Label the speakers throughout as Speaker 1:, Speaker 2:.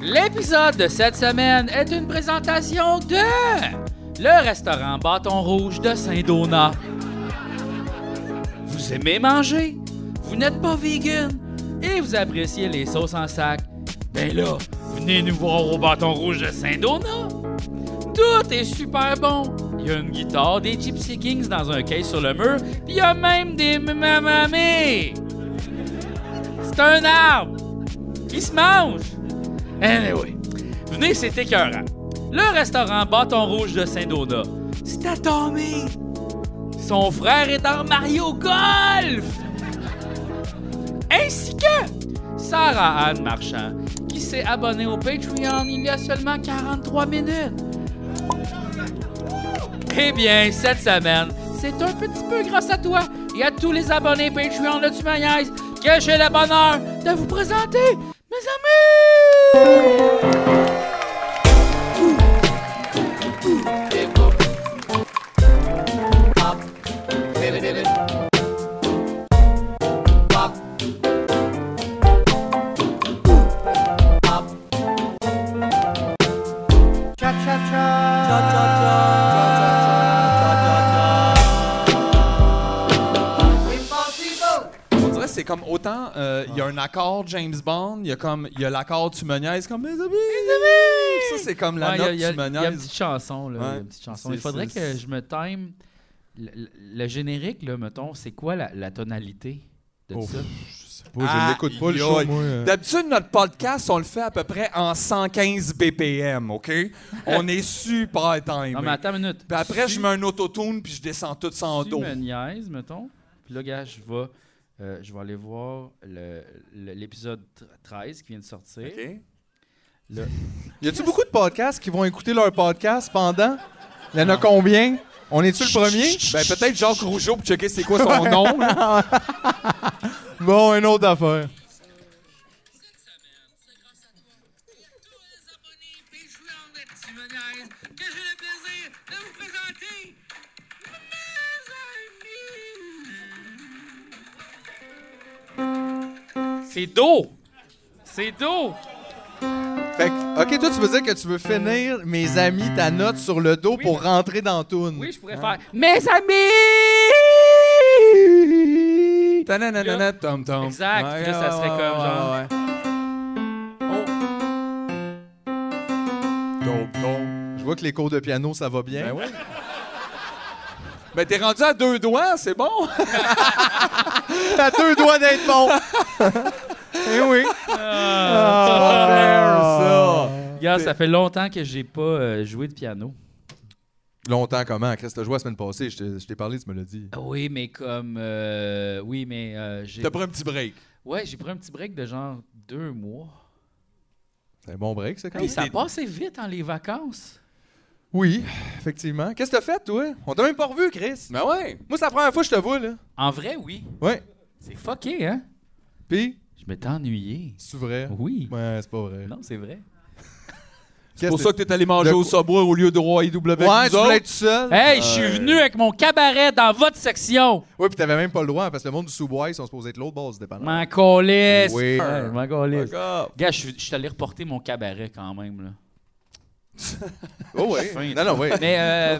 Speaker 1: L'épisode de cette semaine est une présentation de le restaurant Bâton Rouge de Saint-Donat. Vous aimez manger, vous n'êtes pas vegan et vous appréciez les sauces en sac. Ben là, venez nous voir au Bâton Rouge de Saint-Donat. Tout est super bon. Il y a une guitare, des Gypsy Kings dans un case sur le mur, puis il y a même des mamamés. C'est un arbre. Il se mange. Anyway, venez, c'est écœurant. Le restaurant Bâton Rouge de Saint-Donat, c'est à Tommy. Son frère est dans Mario Golf. Ainsi que Sarah Anne Marchand, qui s'est abonnée au Patreon il y a seulement 43 minutes. Eh bien, cette semaine, c'est un petit peu grâce à toi et à tous les abonnés Patreon de Tu Mayonnaise que j'ai le bonheur de vous présenter, mes amis!
Speaker 2: On dirait que c'est comme autant, euh, il y a un accord James Bond, il y a comme, il y a l'accord Tu me niaises, comme mes amis, mes amis. Ça, c'est comme la
Speaker 1: Ouais,
Speaker 2: note
Speaker 1: il y a,
Speaker 2: Tu me
Speaker 1: il y a une
Speaker 2: niaises.
Speaker 1: petite chanson, là.
Speaker 2: Ouais.
Speaker 1: une petite chanson.
Speaker 2: C'est-
Speaker 1: Il faudrait
Speaker 2: c'est-
Speaker 1: que je me time. Le, le- le générique, là, mettons, c'est quoi la, la tonalité de
Speaker 3: Oh,
Speaker 1: ça?
Speaker 3: Je sais pas, je l'écoute pas le
Speaker 2: Aïe,
Speaker 3: show,
Speaker 2: aïe.
Speaker 3: moi. euh.
Speaker 2: D'habitude, notre podcast, on le fait à peu près en 115 BPM, OK? On est super timé.
Speaker 1: Non, mais attends une minute.
Speaker 2: Puis après,
Speaker 1: Tu-
Speaker 2: je mets un autotune, puis je descends tout sans
Speaker 1: tu
Speaker 2: dos.
Speaker 1: me niaises, mettons. Puis là, gars, je vais, euh, je vais aller voir le- le- l'épisode 13 qui vient de sortir.
Speaker 2: OK?
Speaker 3: Y a-tu beaucoup de podcasts qui vont écouter leur podcast pendant Il y en a combien On est-tu le premier
Speaker 2: Ben, peut-être Jacques Rougeau pour checker c'est quoi son nom. là.
Speaker 3: Bon, une autre affaire.
Speaker 1: que j'ai le plaisir de vous présenter C'est Do! C'est Do!
Speaker 3: Fait que, ok, toi, tu veux dire que tu veux finir, mes amis, ta note sur le dos
Speaker 1: Oui.
Speaker 3: pour rentrer dans Toon.
Speaker 1: Oui, je pourrais faire Mes amis!
Speaker 2: Tananana, tom tom.
Speaker 1: Exact,
Speaker 3: Ouais,
Speaker 1: Puis là, ça
Speaker 3: ouais,
Speaker 1: serait
Speaker 3: ouais,
Speaker 1: comme
Speaker 3: ouais,
Speaker 1: genre.
Speaker 3: ouais.
Speaker 2: Dope, dope.
Speaker 3: Je vois que les cours de piano, ça va bien.
Speaker 2: Ben oui. Ben, t'es rendu à deux doigts, c'est bon.
Speaker 3: T'as deux doigts d'être bon. Eh oui.
Speaker 2: Ah,
Speaker 3: Ah.
Speaker 1: Regarde, ça fait longtemps que j'ai pas euh, joué de piano.
Speaker 3: Longtemps comment? Chris, t'as joué la semaine passée. Je t'ai- je t'ai parlé, tu me l'as dit.
Speaker 1: Ah Oui, mais comme. euh, oui, mais euh, j'ai.
Speaker 2: T'as pris un petit break.
Speaker 1: Ouais, j'ai pris un petit break de genre deux mois.
Speaker 3: C'est un bon break, ça, quand
Speaker 1: Hey,
Speaker 3: même?
Speaker 1: ça
Speaker 2: t'es-
Speaker 1: passait vite, hein, les vacances.
Speaker 3: Oui, effectivement. Qu'est-ce que t'as fait, toi? On t'a même pas revu, Chris.
Speaker 2: Ben ouais.
Speaker 3: Moi, c'est la première fois que je te vois, là.
Speaker 1: En vrai, oui.
Speaker 3: Ouais.
Speaker 1: C'est fucké, hein?
Speaker 3: Puis,
Speaker 1: Je m'étais ennuyé.
Speaker 3: c'est vrai.
Speaker 1: Oui.
Speaker 3: Ouais, c'est pas vrai.
Speaker 1: Non, c'est vrai.
Speaker 3: C'est
Speaker 2: pour ça que t'es allé manger
Speaker 3: De
Speaker 2: au
Speaker 3: quoi-
Speaker 2: Subway au lieu de Roi IW. avec
Speaker 3: Ouais,
Speaker 2: nous
Speaker 3: tu voulais
Speaker 2: autres.
Speaker 3: être tout seul.
Speaker 1: Hey, je suis venu avec mon cabaret dans votre section.
Speaker 3: Ouais, puis t'avais même pas le droit parce que le monde du sous-bois, ils sont supposés être l'autre base, dépendant.
Speaker 1: M'en calisse.
Speaker 3: Oui.
Speaker 1: Ouais, m'en calisse.
Speaker 2: Fuck off.
Speaker 1: Gars, je suis- je suis allé reporter mon cabaret quand même. Là.
Speaker 3: Oh, oui.
Speaker 1: Fin.
Speaker 3: Non, non, oui.
Speaker 1: Mais euh,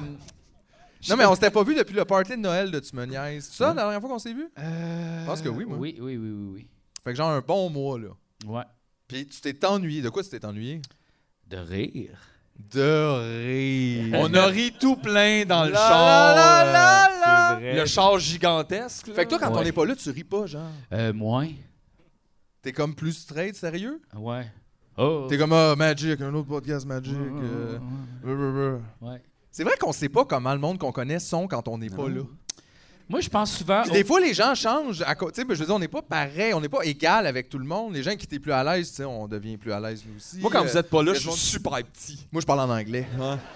Speaker 3: non, mais on s'était pas vu depuis le party de Noël de Tu me niaises. C'est ça, la dernière fois qu'on s'est vu?
Speaker 1: Hein? euh,
Speaker 3: pense que oui, moi.
Speaker 1: Oui, oui, oui, oui,
Speaker 3: Fait que genre un bon mois, là.
Speaker 1: oui. Ouais.
Speaker 3: Puis tu t'es ennuyé. De quoi tu t'es ennuyé?
Speaker 1: De rire.
Speaker 3: De rire.
Speaker 2: On a ri tout plein dans le
Speaker 3: La,
Speaker 2: char.
Speaker 3: la, la, la,
Speaker 2: euh,
Speaker 3: la.
Speaker 2: c'est vrai. Le char gigantesque. là.
Speaker 3: Fait que toi, quand
Speaker 1: Ouais.
Speaker 3: on est pas là, tu ris pas, genre.
Speaker 1: Euh, moins.
Speaker 3: T'es comme plus straight, sérieux?
Speaker 1: Ouais. Oh.
Speaker 3: T'es comme, ah, Magic, un autre podcast Magic.
Speaker 1: Ouais, ouais,
Speaker 3: euh,
Speaker 1: ouais,
Speaker 3: brr, brr, brr.
Speaker 1: ouais, ouais.
Speaker 3: C'est vrai qu'on sait pas comment le monde qu'on connaît sont quand on n'est pas là.
Speaker 1: Moi, je pense souvent.
Speaker 3: Puis des fois, les gens changent. à co- Tu sais, ben, je veux dire, on n'est pas pareil, on n'est pas égal avec tout le monde. Les gens qui étaient plus à l'aise, tu sais, on devient plus à l'aise nous aussi.
Speaker 2: Moi, quand
Speaker 3: Euh,
Speaker 2: vous êtes pas là,
Speaker 3: le
Speaker 2: je suis
Speaker 3: monde-
Speaker 2: super petit.
Speaker 3: Moi, je parle en anglais.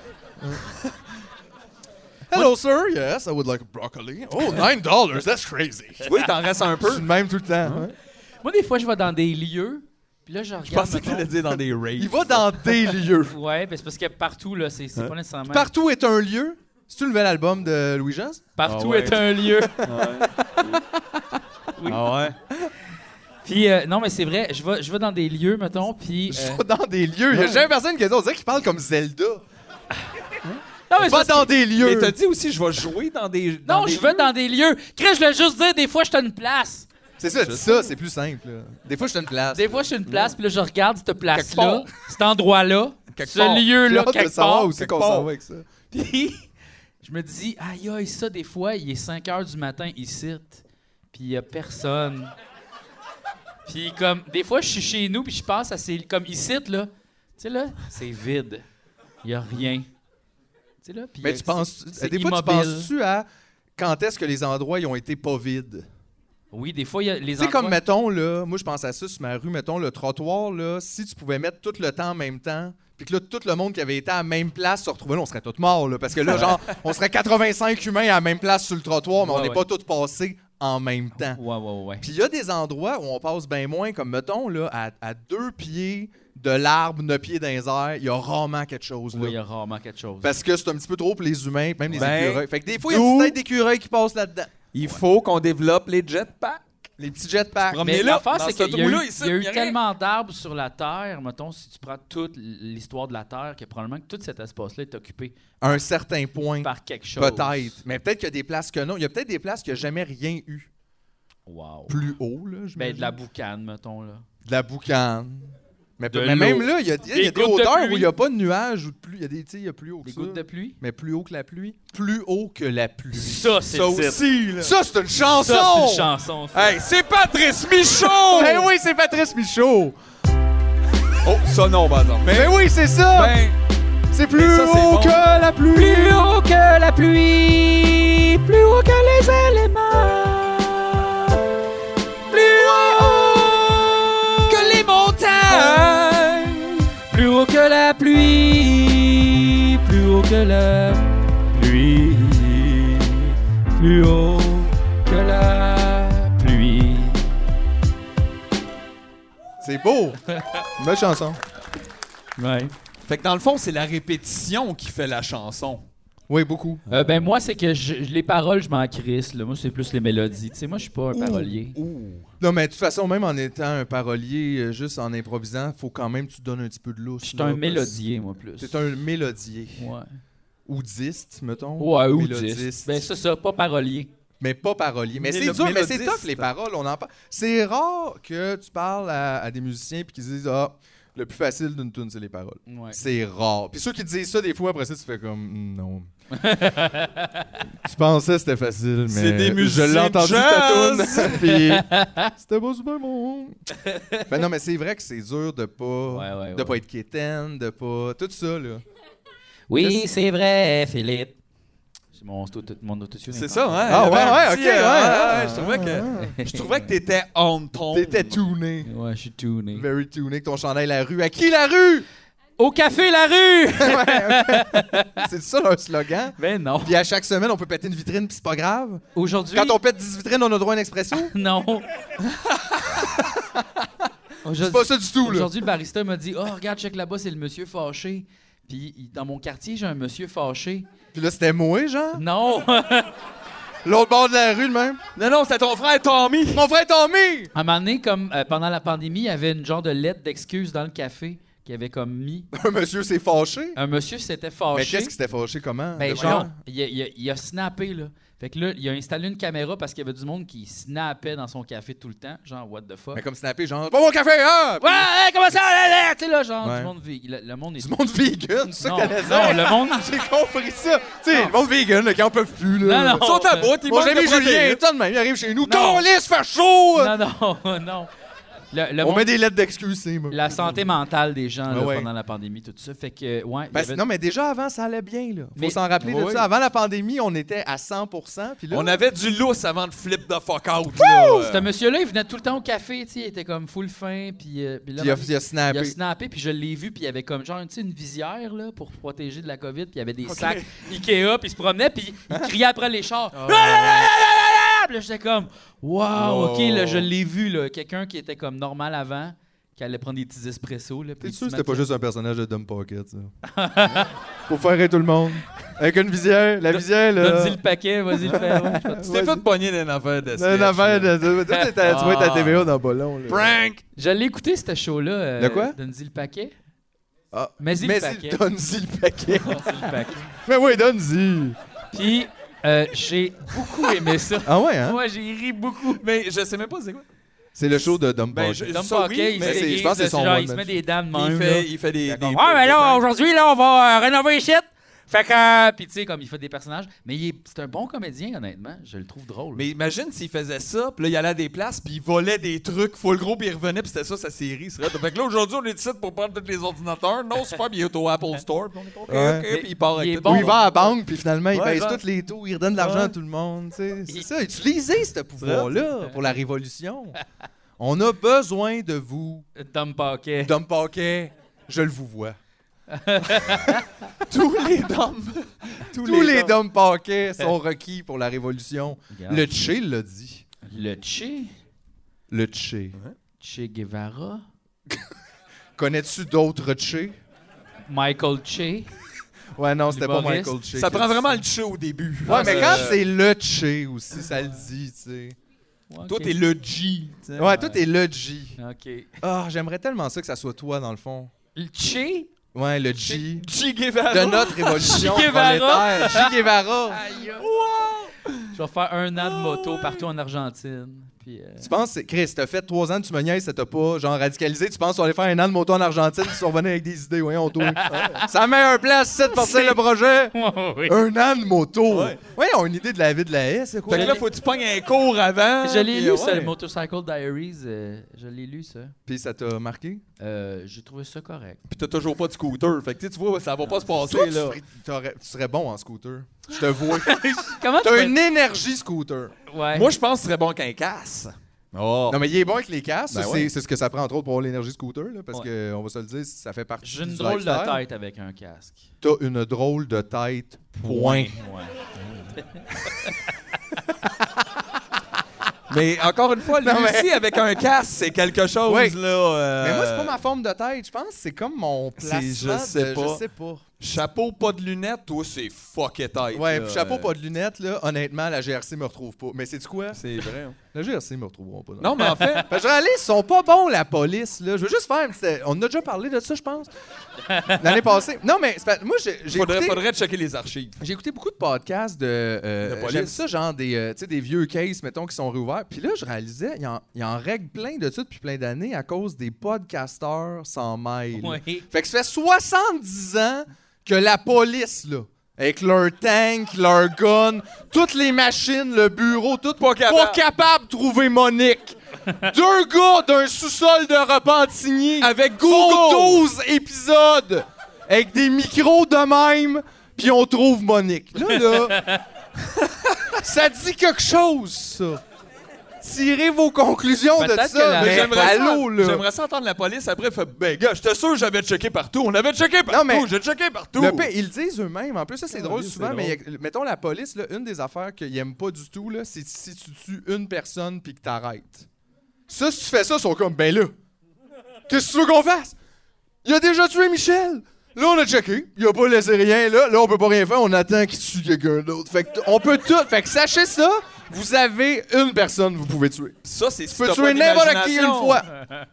Speaker 3: Hello, sir. Yes, I would like a broccoli. Oh, $9. That's crazy. Hein? Je
Speaker 2: Oui, t'en restes un
Speaker 3: suis
Speaker 2: peu.
Speaker 3: le même tout le temps.
Speaker 1: Moi, des fois, je vais dans des lieux, puis là, je regarde.
Speaker 2: Je pensais qu'il
Speaker 1: mettons-
Speaker 2: allait dire dans des
Speaker 3: Il
Speaker 2: raves.
Speaker 3: va dans des lieux.
Speaker 1: Ouais, ben, c'est parce que partout, là, c'est c'est pas nécessairement.
Speaker 3: Partout est un lieu. C'est-tu le nouvel album de Louis-Jean? ça?
Speaker 1: Partout
Speaker 2: Ah ouais.
Speaker 1: est un lieu.
Speaker 2: Ah ouais.
Speaker 1: Puis, euh, non, mais c'est vrai, je vais, je vais dans des lieux, mettons, puis.
Speaker 3: Je
Speaker 1: euh,
Speaker 3: vais dans des lieux. Il y a jamais personne qui a dit, on dirait qu'il parle comme Zelda.
Speaker 1: non, mais c'est
Speaker 3: Va
Speaker 1: parce
Speaker 3: dans des lieux.
Speaker 2: Mais t'as dit aussi, je vais jouer dans des.
Speaker 1: que- non,
Speaker 2: dans des-
Speaker 1: je vais dans des lieux. Chris, je voulais juste dire, des fois, je suis une place.
Speaker 3: C'est ça, dis ça, c'est plus simple. là. Des fois, je te une place.
Speaker 1: Des fois, je suis une place, puis là, je regarde cette place-là,
Speaker 2: part.
Speaker 1: cet endroit-là,
Speaker 2: Quelque part.
Speaker 1: ce lieu-là,
Speaker 3: J'ai hâte de
Speaker 1: quelque
Speaker 3: savoir
Speaker 1: part.
Speaker 3: où c'est qu'on
Speaker 2: part.
Speaker 3: s'en va avec ça.
Speaker 1: Puis, je me dis, aïe, aïe, ça, des fois, il est 5 heures du matin ici, puis il y a personne. Puis, comme, des fois, je suis chez nous, puis je passe à ces. Comme ici, là, tu sais, là, c'est vide. Il y a rien. Tu sais, là, puis.
Speaker 3: Mais
Speaker 1: euh,
Speaker 3: tu penses,
Speaker 1: c'est
Speaker 3: des fois, tu
Speaker 1: immobile.
Speaker 3: penses-tu à quand est-ce que les endroits ils ont été pas vides?
Speaker 1: Oui, des fois, il y a les
Speaker 3: Tu sais,
Speaker 1: endroits-
Speaker 3: comme, mettons, là, moi, je pense à ça sur ma rue, mettons, le trottoir, là, si tu pouvais mettre tout le temps en même temps, puis que là, tout le monde qui avait été à la même place se retrouvait là, on serait tous morts, là, parce que là, genre, on serait 85 humains à la même place sur le trottoir, mais
Speaker 1: Ouais,
Speaker 3: on n'est
Speaker 1: ouais.
Speaker 3: pas tous passés en même temps.
Speaker 1: Ouais, ouais, ouais.
Speaker 3: Puis il y a des endroits où on passe bien moins, comme, mettons, là, à, à deux pieds de l'arbre, neuf pieds dans les airs, il y a rarement quelque chose,
Speaker 1: Oui,
Speaker 3: là.
Speaker 1: il y a rarement quelque chose.
Speaker 3: Parce que c'est un petit peu trop pour les humains, même les
Speaker 2: Ben,
Speaker 3: écureuils. Fait que des fois, il y a une
Speaker 2: d'où-
Speaker 3: petite tête d'écureuil qui passe là-dedans.
Speaker 2: Il faut qu'on développe les jetpacks.
Speaker 3: Les petits jetpacks.
Speaker 2: Mais là,
Speaker 1: l'affaire,
Speaker 2: dans
Speaker 1: c'est
Speaker 2: ce
Speaker 1: qu'il y a eu,
Speaker 2: trou-là, ici,
Speaker 1: il y a eu
Speaker 2: il y a rien.
Speaker 1: tellement d'arbres sur la Terre, mettons, si tu prends toute l'histoire de la Terre, que probablement que tout cet espace-là est occupé
Speaker 3: À un certain point.
Speaker 1: par quelque chose.
Speaker 3: Peut-être. Mais peut-être qu'il y a des places que non. Il y a peut-être des places qui n'ont jamais rien eu.
Speaker 1: Wow.
Speaker 3: Plus haut, là, je
Speaker 1: Ben, de la boucane, mettons, là.
Speaker 3: de la boucane. Mais,
Speaker 1: De
Speaker 3: mais même
Speaker 1: l'eau.
Speaker 3: là, il y a, il y a
Speaker 1: Des
Speaker 3: des,
Speaker 1: gouttes de
Speaker 3: hauteurs où
Speaker 1: pluie.
Speaker 3: il n'y a pas de nuages ou de pluie. Il y a des, tu sais, il y a plus haut que
Speaker 1: Des
Speaker 3: ça.
Speaker 1: gouttes de pluie?
Speaker 3: Mais plus haut que la pluie. Plus haut que la pluie.
Speaker 1: Ça, c'est
Speaker 2: Ça
Speaker 1: le titre.
Speaker 2: aussi, là.
Speaker 3: Ça, c'est une
Speaker 1: Ça,
Speaker 3: chanson!
Speaker 1: c'est une chanson. ça.
Speaker 2: Hey, c'est Patrice Michaud!
Speaker 3: Ben oui, c'est Patrice Michaud!
Speaker 2: Oh, ça non, par exemple.
Speaker 3: Ben oui, c'est ça!
Speaker 2: Ben,
Speaker 3: c'est ben, plus
Speaker 2: mais ça, c'est
Speaker 3: haut
Speaker 2: bon.
Speaker 3: que la pluie!
Speaker 1: Plus haut que la pluie, plus haut que les éléments, plus haut que les montagnes, plus haut que la pluie, plus haut que la pluie, plus haut que la pluie.
Speaker 3: C'est beau! Belle chanson.
Speaker 1: Ouais.
Speaker 2: fait que dans le fond, c'est la répétition qui fait la chanson.
Speaker 3: Oui, beaucoup.
Speaker 1: Euh, ben moi c'est que je- je- les paroles je m'en crisse là. moi c'est plus les mélodies tu sais moi je suis pas un parolier
Speaker 3: Non, mais de toute façon, même en étant un parolier, euh, juste en improvisant, faut quand même que tu donnes un petit peu de lousse.
Speaker 1: Je suis
Speaker 3: là,
Speaker 1: un
Speaker 3: parce-
Speaker 1: mélodier, moi, plus.
Speaker 3: T'es un mélodier.
Speaker 1: Ouais.
Speaker 3: Oudiste, mettons.
Speaker 1: Ouais, ou
Speaker 3: Mélodiste.
Speaker 1: dix. Ben, c'est ça, pas parolier.
Speaker 3: Mais pas parolier. Mais c'est
Speaker 2: Mélo-
Speaker 3: dur, mais c'est
Speaker 2: mélodiste.
Speaker 3: tough les paroles. On en parle. C'est rare que tu parles à, à des musiciens puis qu'ils disent Ah, le plus facile d'une tune, c'est les paroles.
Speaker 1: Ouais.
Speaker 3: C'est rare. Puis ceux qui disent ça, des fois, après ça, tu fais comme hmm, non. tu pensais que c'était facile, mais
Speaker 2: C'est des musiciens
Speaker 3: je l'ai entendu
Speaker 2: de jazz.
Speaker 3: ta toune, puis c'était pas super bon. ben non, mais c'est vrai que c'est dur de pas
Speaker 1: Ouais, ouais,
Speaker 3: de
Speaker 1: ouais.
Speaker 3: pas être quétaine, de pas tout ça là.
Speaker 1: Oui, c'est vrai, Philippe. C'est mon tout, tout, mon auto-tune est
Speaker 2: C'est
Speaker 1: en-
Speaker 2: ça, hein?
Speaker 3: Ah,
Speaker 2: Le
Speaker 3: ouais,
Speaker 2: petit,
Speaker 3: ouais, ok,
Speaker 2: euh,
Speaker 3: ouais,
Speaker 2: ouais, Je trouvais que. Je trouvais que t'étais on ton.
Speaker 3: T'étais tuné.
Speaker 1: Ouais, je suis tuné.
Speaker 3: Very tuné, que ton chandail la rue. À qui la rue?
Speaker 1: Au café la rue!
Speaker 3: C'est ça leur slogan.
Speaker 1: ben non.
Speaker 3: Puis à chaque semaine, on peut péter une vitrine, puis c'est pas grave.
Speaker 1: Aujourd'hui.
Speaker 3: Quand on pète 10 vitrines, on a droit à un expresso.
Speaker 1: Non.
Speaker 3: C'est
Speaker 1: Aujourd'hui,
Speaker 3: pas ça du tout, là.
Speaker 1: aujourd'hui, le barista m'a dit Oh, regarde, check là-bas, c'est le monsieur fâché. Puis, il- dans mon quartier, j'ai un monsieur fâché.
Speaker 3: Puis là, c'était moi, genre.
Speaker 1: Non!
Speaker 3: L'autre bord de la rue, le même.
Speaker 2: Non, non, c'est ton frère Tommy.
Speaker 3: Mon frère Tommy!
Speaker 1: À un moment donné, comme euh, pendant la pandémie, il y avait une genre de lettre d'excuse dans le café qui avait comme mis.
Speaker 3: Un monsieur s'est fâché.
Speaker 1: Un monsieur s'était
Speaker 3: Mais
Speaker 1: Ah, fâché.
Speaker 3: qu'est-ce qui s'était fâché comment?
Speaker 1: Ben,
Speaker 3: De-
Speaker 1: genre,
Speaker 3: voyons.
Speaker 1: il a, il a- il a snappé, là. Fait que là, il a installé une caméra parce qu'il y avait du monde qui snappait dans son café tout le temps. Genre, what the fuck.
Speaker 3: Mais comme snappé, genre, pas mon café, hein!
Speaker 1: Ouais, hey, comment ça? là, là? Tu sais, là, genre,
Speaker 3: Ouais.
Speaker 1: du monde. vi- Le, le monde est.
Speaker 3: Du monde vegan, c'est ça
Speaker 1: non,
Speaker 3: que t'allais
Speaker 1: non,
Speaker 3: dire?
Speaker 1: le monde.
Speaker 3: J'ai compris ça. Tu sais, le monde vegan, là, qui en peuvent plus, là.
Speaker 1: Non, non.
Speaker 2: Ils sont à
Speaker 1: euh,
Speaker 2: bout, ils
Speaker 3: Mon
Speaker 2: mangent
Speaker 3: ami
Speaker 2: des
Speaker 3: Julien,
Speaker 2: protéines.
Speaker 3: tout de même, il arrive chez nous.
Speaker 1: Non.
Speaker 3: Qu'on laisse faire chaud!
Speaker 1: Non, non, non. Le, le
Speaker 3: On
Speaker 1: monde-
Speaker 3: met des lettres d'excuses, c'est moi.
Speaker 1: La santé mentale des gens là,
Speaker 3: Ah ouais.
Speaker 1: pendant la pandémie, tout ça. Fait que, ouais. il y
Speaker 3: Ben,
Speaker 1: avait-
Speaker 3: Non, mais déjà avant, ça allait bien. Là. Faut
Speaker 1: Mais-
Speaker 3: s'en rappeler de
Speaker 2: Oui.
Speaker 3: ça. Avant la pandémie, on était à 100 puis là,
Speaker 2: On avait du lousse avant de flip the fuck out. là.
Speaker 1: Oh!
Speaker 3: euh,
Speaker 1: Ce monsieur-là, il venait tout le temps au café, tu sais, il était comme full fin, puis, euh, puis là,
Speaker 3: puis il a,
Speaker 1: il-
Speaker 3: il a
Speaker 1: Il
Speaker 3: snappé.
Speaker 1: a snappé, puis je l'ai vu, puis il y avait comme genre tu sais, une visière là, pour protéger de la COVID, puis il y avait des
Speaker 2: Ok.
Speaker 1: sacs Ikea, puis il se promenait, puis
Speaker 3: Hein?
Speaker 1: il criait après les chars. Ah, là, là, là, là, là, là! Puis là, j'étais comme, wow, ok, là, je l'ai vu, là, quelqu'un qui était comme normal avant, qui allait prendre des petits espressos. Là, puis
Speaker 3: T'es
Speaker 1: il
Speaker 3: sûr que
Speaker 1: se
Speaker 3: c'était pas
Speaker 1: mettait-
Speaker 3: juste un personnage de Dumb Pocket, ça? Pour faire rire tout le monde. Avec une visière. La visière, là.
Speaker 1: Donne-y le paquet, vas-y le faire. ouais.
Speaker 2: Tu t'es fait pogner d'une affaire de
Speaker 3: Non,
Speaker 2: sketch,
Speaker 3: non, ben,
Speaker 2: là.
Speaker 3: de- de- de- tout est à- Tu vas être à
Speaker 2: Ah.
Speaker 3: TVA dans pas long. là.
Speaker 2: Prank!
Speaker 1: Je l'ai écouté, ce show-là. euh,
Speaker 3: De quoi?
Speaker 1: Donne-y le paquet.
Speaker 3: Ah.
Speaker 1: Mais-y le
Speaker 3: Mais
Speaker 1: paquet.
Speaker 3: si, donne-y le paquet.
Speaker 1: Donne-y le paquet.
Speaker 3: Mais oui, donne-y.
Speaker 1: Puis, euh, j'ai beaucoup aimé ça.
Speaker 3: Ah ouais, hein?
Speaker 1: Moi, j'ai ri beaucoup.
Speaker 2: Mais je sais même pas c'est quoi.
Speaker 3: C'est le show de Dumb
Speaker 2: Ben,
Speaker 3: Bug.
Speaker 2: je-
Speaker 1: Tom
Speaker 2: ça,
Speaker 1: Paquet,
Speaker 2: oui,
Speaker 1: il
Speaker 3: mais
Speaker 1: se
Speaker 3: c'est- je
Speaker 1: déguise,
Speaker 3: pense que c'est
Speaker 1: c'est
Speaker 3: son
Speaker 1: genre,
Speaker 3: one
Speaker 1: il se
Speaker 3: man
Speaker 1: met des dames de
Speaker 2: Il
Speaker 1: même, là.
Speaker 2: fait, il fait des. des-
Speaker 1: Ouais, mais là,
Speaker 2: des-
Speaker 1: aujourd'hui, là, on va euh, rénover ici. Fait que. euh, Puis, tu sais, comme il fait des personnages. Mais il est- c'est un bon comédien, honnêtement. Je le trouve drôle.
Speaker 2: Mais imagine s'il faisait ça, puis là, il allait à des places, puis il volait des trucs full gros, puis il revenait, puis c'était ça sa série. c'est vrai. Fait que là, aujourd'hui, on est ici pour prendre tous les ordinateurs. Non, super, puis il est au Apple Store, puis on est content.
Speaker 3: Ouais.
Speaker 2: OK,
Speaker 1: Mais
Speaker 2: puis il part
Speaker 1: il est
Speaker 2: avec tout.
Speaker 1: bon.
Speaker 3: Où il va à la banque, puis finalement, il
Speaker 2: Ouais,
Speaker 3: baisse
Speaker 2: genre.
Speaker 3: tous les taux, il redonne de l'argent
Speaker 2: Ouais.
Speaker 3: à tout le monde. tu sais. C'est
Speaker 1: Il-
Speaker 3: ça, utilisez ce pouvoir-là pour la révolution. On a besoin de vous.
Speaker 1: Tom Paquet.
Speaker 3: Dumb Paquet, je le vous vois.
Speaker 2: Tous les dames.
Speaker 3: Tous, les, Dumb Paquets sont requis pour la révolution.
Speaker 1: Regarde.
Speaker 3: Le Che l'a dit.
Speaker 1: Le Che.
Speaker 3: Le Che.
Speaker 1: Che Guevara.
Speaker 3: Connais-tu d'autres Che?
Speaker 1: Michael Che.
Speaker 3: Ouais, non, c'était pas
Speaker 1: L'humoriste.
Speaker 3: Michael Che.
Speaker 2: Ça
Speaker 3: Euh, qui a
Speaker 2: prend
Speaker 3: dit
Speaker 2: vraiment le chill au début.
Speaker 3: Ouais,
Speaker 1: Ah,
Speaker 3: mais
Speaker 1: c'est-
Speaker 3: quand c'est le Che aussi, ça le dit, tu sais.
Speaker 1: Ouais,
Speaker 2: Toi,
Speaker 1: ok.
Speaker 2: t'es le G. tu sais.
Speaker 3: Ouais, toi, t'es le G.
Speaker 1: OK.
Speaker 3: Ah, j'aimerais tellement ça que ça soit toi, dans le fond.
Speaker 1: Le Che.
Speaker 3: Ouais, le G.
Speaker 2: G Guevara.
Speaker 3: De notre révolution
Speaker 1: Che Guevara.
Speaker 3: prolétaire. Che Guevara.
Speaker 1: Je vais faire un an de moto partout en Argentine. Puis, euh,
Speaker 3: Tu penses, c'est- Chris, t'as fait trois ans de tumoniaise, ça t'a pas, genre, radicalisé. Tu penses qu'on allait faire un an de moto en Argentine, puis on revenait avec des idées, voyons, toi. Ça met un place, c'est de porter le projet.
Speaker 1: oui.
Speaker 3: Un an de moto.
Speaker 2: Ouais.
Speaker 3: Ouais, on a une idée de la vie de la S, c'est quoi.
Speaker 2: Fait que là, faut que tu pognes un cours avant.
Speaker 1: Je l'ai
Speaker 2: puis,
Speaker 1: lu,
Speaker 2: Ah, ouais.
Speaker 1: ça, le Motorcycle Diaries. euh, je l'ai lu, ça.
Speaker 3: Puis ça t'a marqué?
Speaker 1: Euh, J'ai trouvé ça correct.
Speaker 2: Puis t'as toujours pas de scooter. Fait que tu sais, tu vois, ça va pas se
Speaker 3: Toi,
Speaker 2: passer,
Speaker 3: Ah, tu
Speaker 2: là.
Speaker 3: ferais- t'aurais- tu serais bon en scooter. Je te vois.
Speaker 1: Comment tu
Speaker 3: T'as
Speaker 1: fais-
Speaker 3: une énergie scooter.
Speaker 1: Ouais.
Speaker 2: Moi, je pense que ce serait bon qu'un casse.
Speaker 3: Ah,
Speaker 2: Oh.
Speaker 3: Non, mais il est bon avec les casques.
Speaker 2: Ben
Speaker 3: ça,
Speaker 2: ouais.
Speaker 3: c'est c'est ce que ça prend, entre autres, pour avoir l'énergie scooter. là, parce
Speaker 1: Ouais.
Speaker 3: que qu'on va se le dire, ça fait partie
Speaker 1: J'ai une
Speaker 3: du
Speaker 1: drôle
Speaker 3: lifestyle.
Speaker 1: de tête avec un casque.
Speaker 3: T'as une drôle de tête. Point.
Speaker 2: Mais encore une fois, lui
Speaker 3: Non, mais-
Speaker 2: aussi, avec un casque, c'est quelque chose,
Speaker 3: Ouais.
Speaker 2: là. euh,
Speaker 3: Mais moi, c'est pas ma forme de tête. Je pense que c'est comme mon
Speaker 2: C'est-
Speaker 3: placement.
Speaker 2: je sais
Speaker 3: de-
Speaker 2: pas.
Speaker 3: Je sais pas.
Speaker 2: Chapeau, pas de lunettes, toi, c'est fuck it tight,
Speaker 3: Ouais,
Speaker 2: là.
Speaker 3: puis chapeau,
Speaker 2: Euh,
Speaker 3: pas de lunettes, là. Honnêtement, la GRC me retrouve pas. Mais c'est du quoi?
Speaker 2: C'est vrai. hein.
Speaker 3: La GRC me retrouveront pas.
Speaker 2: Non, mais en fait,
Speaker 3: Fait que je réalise, ils sont pas bons, la police, là. Je veux juste faire une petite- On en a déjà parlé de ça, je pense. L'année passée. Non, mais c'est pas- moi, j'ai j'ai
Speaker 2: faudrait,
Speaker 3: écouté...
Speaker 2: faudrait checker les archives.
Speaker 3: J'ai écouté beaucoup de podcasts de. euh,
Speaker 2: De police.
Speaker 3: J'aime ça, genre des, euh, tu sais, des vieux cases, mettons, qui sont réouverts. Puis là, je réalisais, il y en, il y en règle plein de ça depuis plein d'années à cause des podcasteurs sans mail.
Speaker 1: Ouais.
Speaker 3: Fait que ça fait 70 ans que la police, là, avec leur tank, leur gun, toutes les machines, le bureau, tout,
Speaker 2: Pas capable.
Speaker 3: pas capable de trouver Monique. Deux gars d'un sous-sol de Repentigny.
Speaker 2: Avec
Speaker 3: Font
Speaker 2: Google!
Speaker 3: 12 épisodes avec des micros de même, puis on trouve Monique. Là, là, ça dit quelque chose, ça. Tirez vos conclusions de
Speaker 1: Peut-être que
Speaker 3: ça.
Speaker 1: la-
Speaker 3: mais
Speaker 2: Mais j'aimerais ça,
Speaker 3: allô, là.
Speaker 2: j'aimerais ça entendre la police après. Fait, ben, gars, j'étais sûr que j'avais checké partout. On avait checké partout.
Speaker 3: mais-
Speaker 2: J'ai checké partout.
Speaker 3: Le pire, ils le disent eux-mêmes. En plus, ça, c'est drôle
Speaker 2: oui,
Speaker 3: souvent,
Speaker 2: c'est
Speaker 3: mais y a- mettons la police, là, une des affaires qu'ils n'aiment pas du tout, là, c'est si tu tues une personne puis que t'arrêtes. Ça, si tu fais ça, ils sont comme, ben là, qu'est-ce que tu veux qu'on fasse? Il a déjà tué Michel! Là, on a checké. Il a pas laissé rien, là. Là, on peut pas rien faire. On attend qu'il tue quelqu'un d'autre. Fait que t- on peut tout. Fait que sachez ça, vous avez une personne que vous pouvez tuer.
Speaker 2: Ça, c'est si
Speaker 3: Tu peux
Speaker 2: t'as
Speaker 3: tuer
Speaker 2: pas
Speaker 3: n'importe qui une
Speaker 2: d'imagination.
Speaker 3: fois.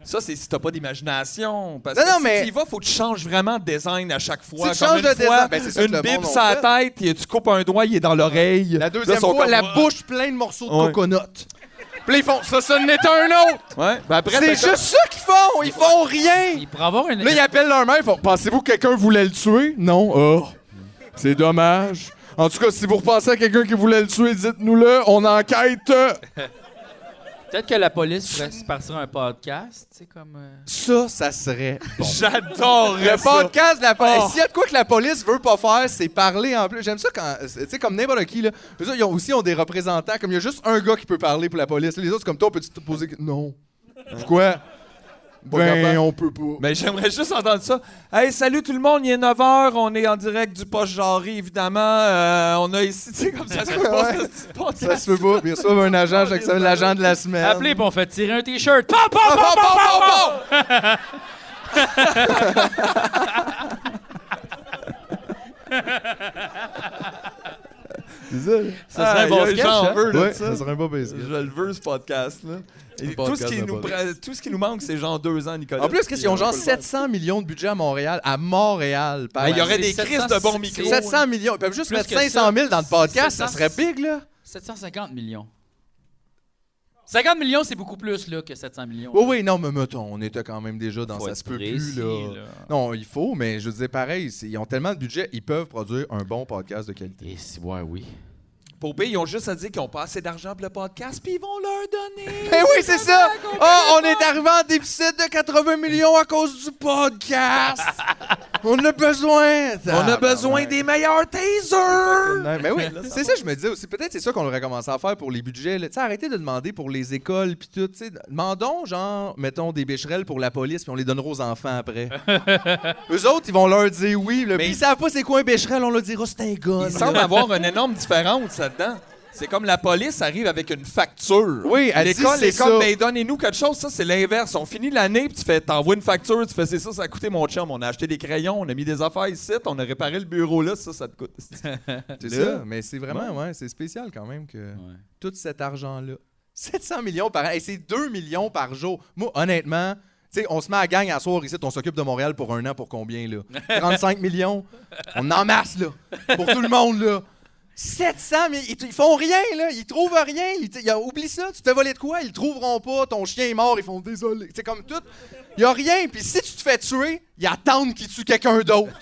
Speaker 2: Ça, c'est si t'as pas d'imagination. Parce
Speaker 3: Non,
Speaker 2: que
Speaker 3: non,
Speaker 2: si
Speaker 3: mais-
Speaker 2: tu y vas, faut que tu changes vraiment de design à chaque fois.
Speaker 3: tu
Speaker 2: Comme
Speaker 3: changes
Speaker 2: une
Speaker 3: de
Speaker 2: fois,
Speaker 3: design, ben, c'est ça que
Speaker 2: Une
Speaker 3: le monde
Speaker 2: bib
Speaker 3: ont
Speaker 2: sur la
Speaker 3: fait.
Speaker 2: tête, et tu coupes un doigt, il est dans l'oreille.
Speaker 3: La deuxième
Speaker 2: Là, ils sont
Speaker 3: fois,
Speaker 2: comme,
Speaker 3: la
Speaker 2: Ouais.
Speaker 3: bouche pleine de morceaux de
Speaker 2: Ouais.
Speaker 3: coconotes. Puis là, ils font, ça, ce n'est un autre!
Speaker 2: Ouais. Ben après,
Speaker 3: C'est
Speaker 2: t'as comme-
Speaker 3: juste ça qu'ils font! Ils font rien!
Speaker 1: Il pourrait avoir une.
Speaker 3: Là, ils appellent leur mère, ils font Pensez-vous que quelqu'un voulait le tuer? Non. Oh. C'est dommage. En tout cas, si vous repensez à quelqu'un qui voulait le tuer, dites-nous-le, on enquête.
Speaker 1: Peut-être que la police pourrait se partir un podcast, tu sais, comme. euh,
Speaker 3: Ça, ça serait.
Speaker 2: J'adorerais
Speaker 3: Le
Speaker 2: ça.
Speaker 3: podcast de la police.
Speaker 2: Oh.
Speaker 3: S'il y a de quoi que la police veut pas faire, c'est parler en plus. J'aime ça quand. Tu sais, comme n'importe qui, là. Eux autres, ils ont aussi ils ont des représentants. Comme il y a juste un gars qui peut parler pour la police. Les autres, comme toi, on peut-tu te poser. Non. Pourquoi? Ben,
Speaker 2: capable.
Speaker 3: on peut pas.
Speaker 2: Mais Ben, j'aimerais juste entendre ça. Hey, salut tout le monde, il est 9h, on est en direct du poche jarry, évidemment. Euh, on a ici, tu sais, comme ça, ça se passe,
Speaker 3: Ouais.
Speaker 2: ce petit podcast.
Speaker 3: Ben, Ça se peut pas. Puis ils reçoivent un agent chaque semaine, l'agent de la
Speaker 2: Euh,
Speaker 3: semaine.
Speaker 1: Appelez, puis on fait tirer un t-shirt. Pam, pam, pam,
Speaker 3: Bon,
Speaker 1: pam,
Speaker 3: bon,
Speaker 1: pam,
Speaker 3: bon,
Speaker 1: pam.
Speaker 3: bon! C'est ça.
Speaker 2: Ça
Speaker 3: Ah,
Speaker 2: serait un bon sketch, hein?
Speaker 3: veux de
Speaker 2: Ouais,
Speaker 3: ça.
Speaker 2: ça
Speaker 3: serait un bon basic.
Speaker 2: Je le veux, ce podcast-là. Et
Speaker 3: Le
Speaker 2: tout, ce
Speaker 3: podcast
Speaker 2: qui
Speaker 3: de
Speaker 2: nous
Speaker 3: podcast.
Speaker 2: prend- tout ce qui nous manque, c'est genre deux ans, Nicolas.
Speaker 3: En plus, qu'est-ce qu'ils ont
Speaker 2: Puis euh, on
Speaker 3: genre
Speaker 2: peut le
Speaker 3: 700 millions de budget à Montréal, à Montréal. par
Speaker 1: Ben,
Speaker 2: faire. Ah, Il y
Speaker 3: an.
Speaker 2: aurait des
Speaker 1: C'est
Speaker 2: crises de
Speaker 1: 700,
Speaker 2: bons micros.
Speaker 3: 700 millions. Ils peuvent juste
Speaker 1: Plus
Speaker 3: mettre
Speaker 1: que ça.
Speaker 3: 500 000 dans le podcast,
Speaker 1: 700.
Speaker 3: ça serait big, là.
Speaker 1: 750 millions. 50 millions, c'est beaucoup plus là, que 700 millions.
Speaker 3: Oui, oui, non, mais mettons, on était quand même déjà dans
Speaker 1: Oh. Faut
Speaker 3: ça
Speaker 1: être
Speaker 3: se peut plus,
Speaker 1: précis,
Speaker 3: là.
Speaker 1: là.
Speaker 3: Non, il faut, mais je disais pareil, c'est- ils ont tellement de budget, ils peuvent produire un bon podcast de qualité.
Speaker 1: Et si, ouais, oui.
Speaker 2: Pour B, ils ont juste à dire qu'ils ont pas assez d'argent pour le podcast, puis ils vont leur donner.
Speaker 3: Ben oui, c'est ça! Ah, on est arrivé en déficit de 80 millions à cause du podcast! on a besoin!
Speaker 2: On a besoin des meilleurs tasers!
Speaker 3: Mais oui, c'est ça je me disais aussi. Peut-être c'est ça qu'on aurait commencé à faire pour les budgets. là. Tu sais, arrêtez de demander pour les écoles puis tout. tu sais. Demandons, genre, mettons des bécherelles pour la police puis on les donnera aux enfants après. Eux autres, ils vont leur dire oui. Là,
Speaker 2: Mais-
Speaker 3: mais ils savent pas c'est quoi un bécherel, on leur dira c'est un gun.
Speaker 2: Il semble avoir une énorme différence là-dedans. C'est comme la police arrive avec une facture.
Speaker 3: Oui, elle dit,
Speaker 2: L'école
Speaker 3: c'est
Speaker 2: est comme,
Speaker 3: ça.
Speaker 2: ben donnez-nous quelque chose. Ça, c'est l'inverse. On finit l'année, puis tu fais, t'envoies une facture, tu fais, c'est ça, ça a coûté mon chum. On a acheté des crayons, on a mis des affaires ici, on a réparé le bureau là, ça, ça te coûte.
Speaker 3: C'est
Speaker 2: Là.
Speaker 3: ça, mais c'est vraiment, ouais, c'est spécial quand même que tout cet argent-là. 700 millions par an, et c'est 2 millions par jour. Moi, honnêtement, tu sais, on se met à gang à soir ici, on s'occupe de Montréal pour un an pour combien, là? 35 millions? On en masse, là, pour tout le monde, là. 700 mais ils, ils font rien, là. Ils trouvent rien. Ils, t- ils- oublie ça, tu te fais voler de quoi? Ils le trouveront pas, ton chien est mort, ils font désolé. C'est comme tout. Il y a rien, puis si tu te fais tuer, ils attendent qu'ils tuent quelqu'un d'autre.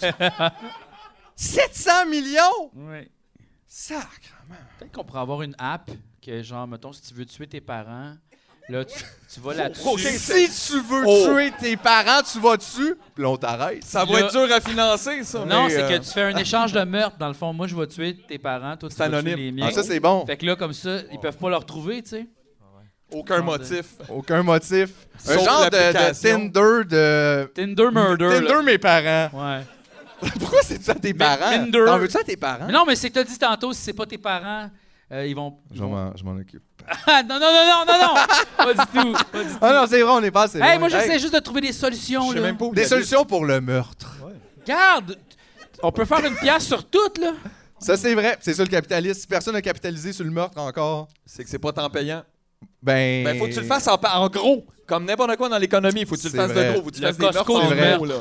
Speaker 3: 700 millions!
Speaker 1: Ouais.
Speaker 3: Sacrement!
Speaker 1: Peut-être qu'on pourrait avoir une app que, genre, mettons, si tu veux tuer tes parents, là, tu, tu vas là-dessus.
Speaker 2: Ok,
Speaker 3: Si tu veux
Speaker 2: Oh.
Speaker 3: tuer tes parents, tu vas dessus, puis on t'arrête.
Speaker 2: Ça va
Speaker 1: Là-
Speaker 2: être dur à financer, ça.
Speaker 1: Non,
Speaker 2: mais,
Speaker 1: c'est
Speaker 2: euh,
Speaker 1: que tu fais un échange de meurtre. Dans le fond, moi, je vais tuer tes parents, toi, tu vas tuer
Speaker 2: anonyme.
Speaker 1: les miens.
Speaker 3: Ah, ça, c'est bon.
Speaker 1: Fait que là, comme ça, ils peuvent pas le retrouver, tu sais.
Speaker 2: Aucun motif.
Speaker 3: Aucun motif. Un
Speaker 2: Sauf
Speaker 3: genre de, de
Speaker 2: l'application.
Speaker 3: Tinder de...
Speaker 1: Tinder murder.
Speaker 3: Tinder
Speaker 1: là.
Speaker 3: mes parents.
Speaker 1: Ouais.
Speaker 3: Pourquoi c'est ça tes parents?
Speaker 1: Tinder.
Speaker 3: T'en veux-tu à tes parents?
Speaker 1: Mais non, mais c'est que t'as dit tantôt, si c'est pas tes parents, euh, ils vont.
Speaker 3: Je m'en, je m'en occupe.
Speaker 1: Ah, non, non, non, non, non, non! pas du tout. Pas du tout.
Speaker 3: Ah non, c'est vrai, on n'est pas assez
Speaker 1: Hey,
Speaker 3: loin.
Speaker 1: moi, j'essaie juste de trouver des solutions.
Speaker 2: Je sais
Speaker 1: là.
Speaker 2: même pas où
Speaker 3: Des
Speaker 2: il
Speaker 3: solutions pour le meurtre.
Speaker 1: Garde! On peut faire une pièce sur toutes, là.
Speaker 3: Ça, c'est vrai. C'est ça, le capitaliste. Si personne n'a capitalisé sur le meurtre encore,
Speaker 2: habite. C'est que c'est pas tant payant.
Speaker 3: ben...
Speaker 2: Ben, faut que tu le fasses en, en gros. Comme n'importe quoi dans l'économie, faut que tu le
Speaker 3: C'est
Speaker 2: fasses de
Speaker 3: vrai.
Speaker 2: gros. Faut que tu
Speaker 1: Le
Speaker 2: fasses des meurtres
Speaker 1: Costco
Speaker 2: en
Speaker 3: du
Speaker 2: gros, là.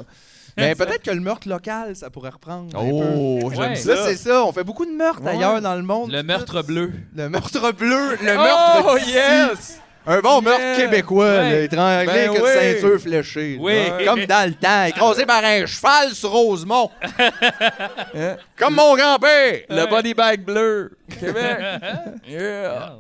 Speaker 3: Mais ben, peut-être que le meurtre local, ça pourrait reprendre un
Speaker 2: Oh, j'aime
Speaker 1: Ouais.
Speaker 3: peu.
Speaker 2: ça.
Speaker 3: Là, c'est ça. On fait beaucoup de meurtres
Speaker 2: Ouais.
Speaker 3: ailleurs dans le monde.
Speaker 1: Le meurtre bleu.
Speaker 3: Le meurtre bleu, le meurtre
Speaker 2: Oh,
Speaker 3: d'ici.
Speaker 2: yes!
Speaker 3: Un bon meurtre
Speaker 2: Yeah.
Speaker 3: québécois,
Speaker 1: Ouais.
Speaker 3: là, étranglé
Speaker 2: Ben
Speaker 3: avec
Speaker 2: oui.
Speaker 3: une ceinture fléchée. là.
Speaker 1: Oui.
Speaker 3: Ouais. Comme dans le temps, écrasé par un cheval sur Rosemont.
Speaker 2: Hein?
Speaker 3: Comme mon grand-père.
Speaker 2: Le body bag bleu. Québec. yeah.
Speaker 1: Ah,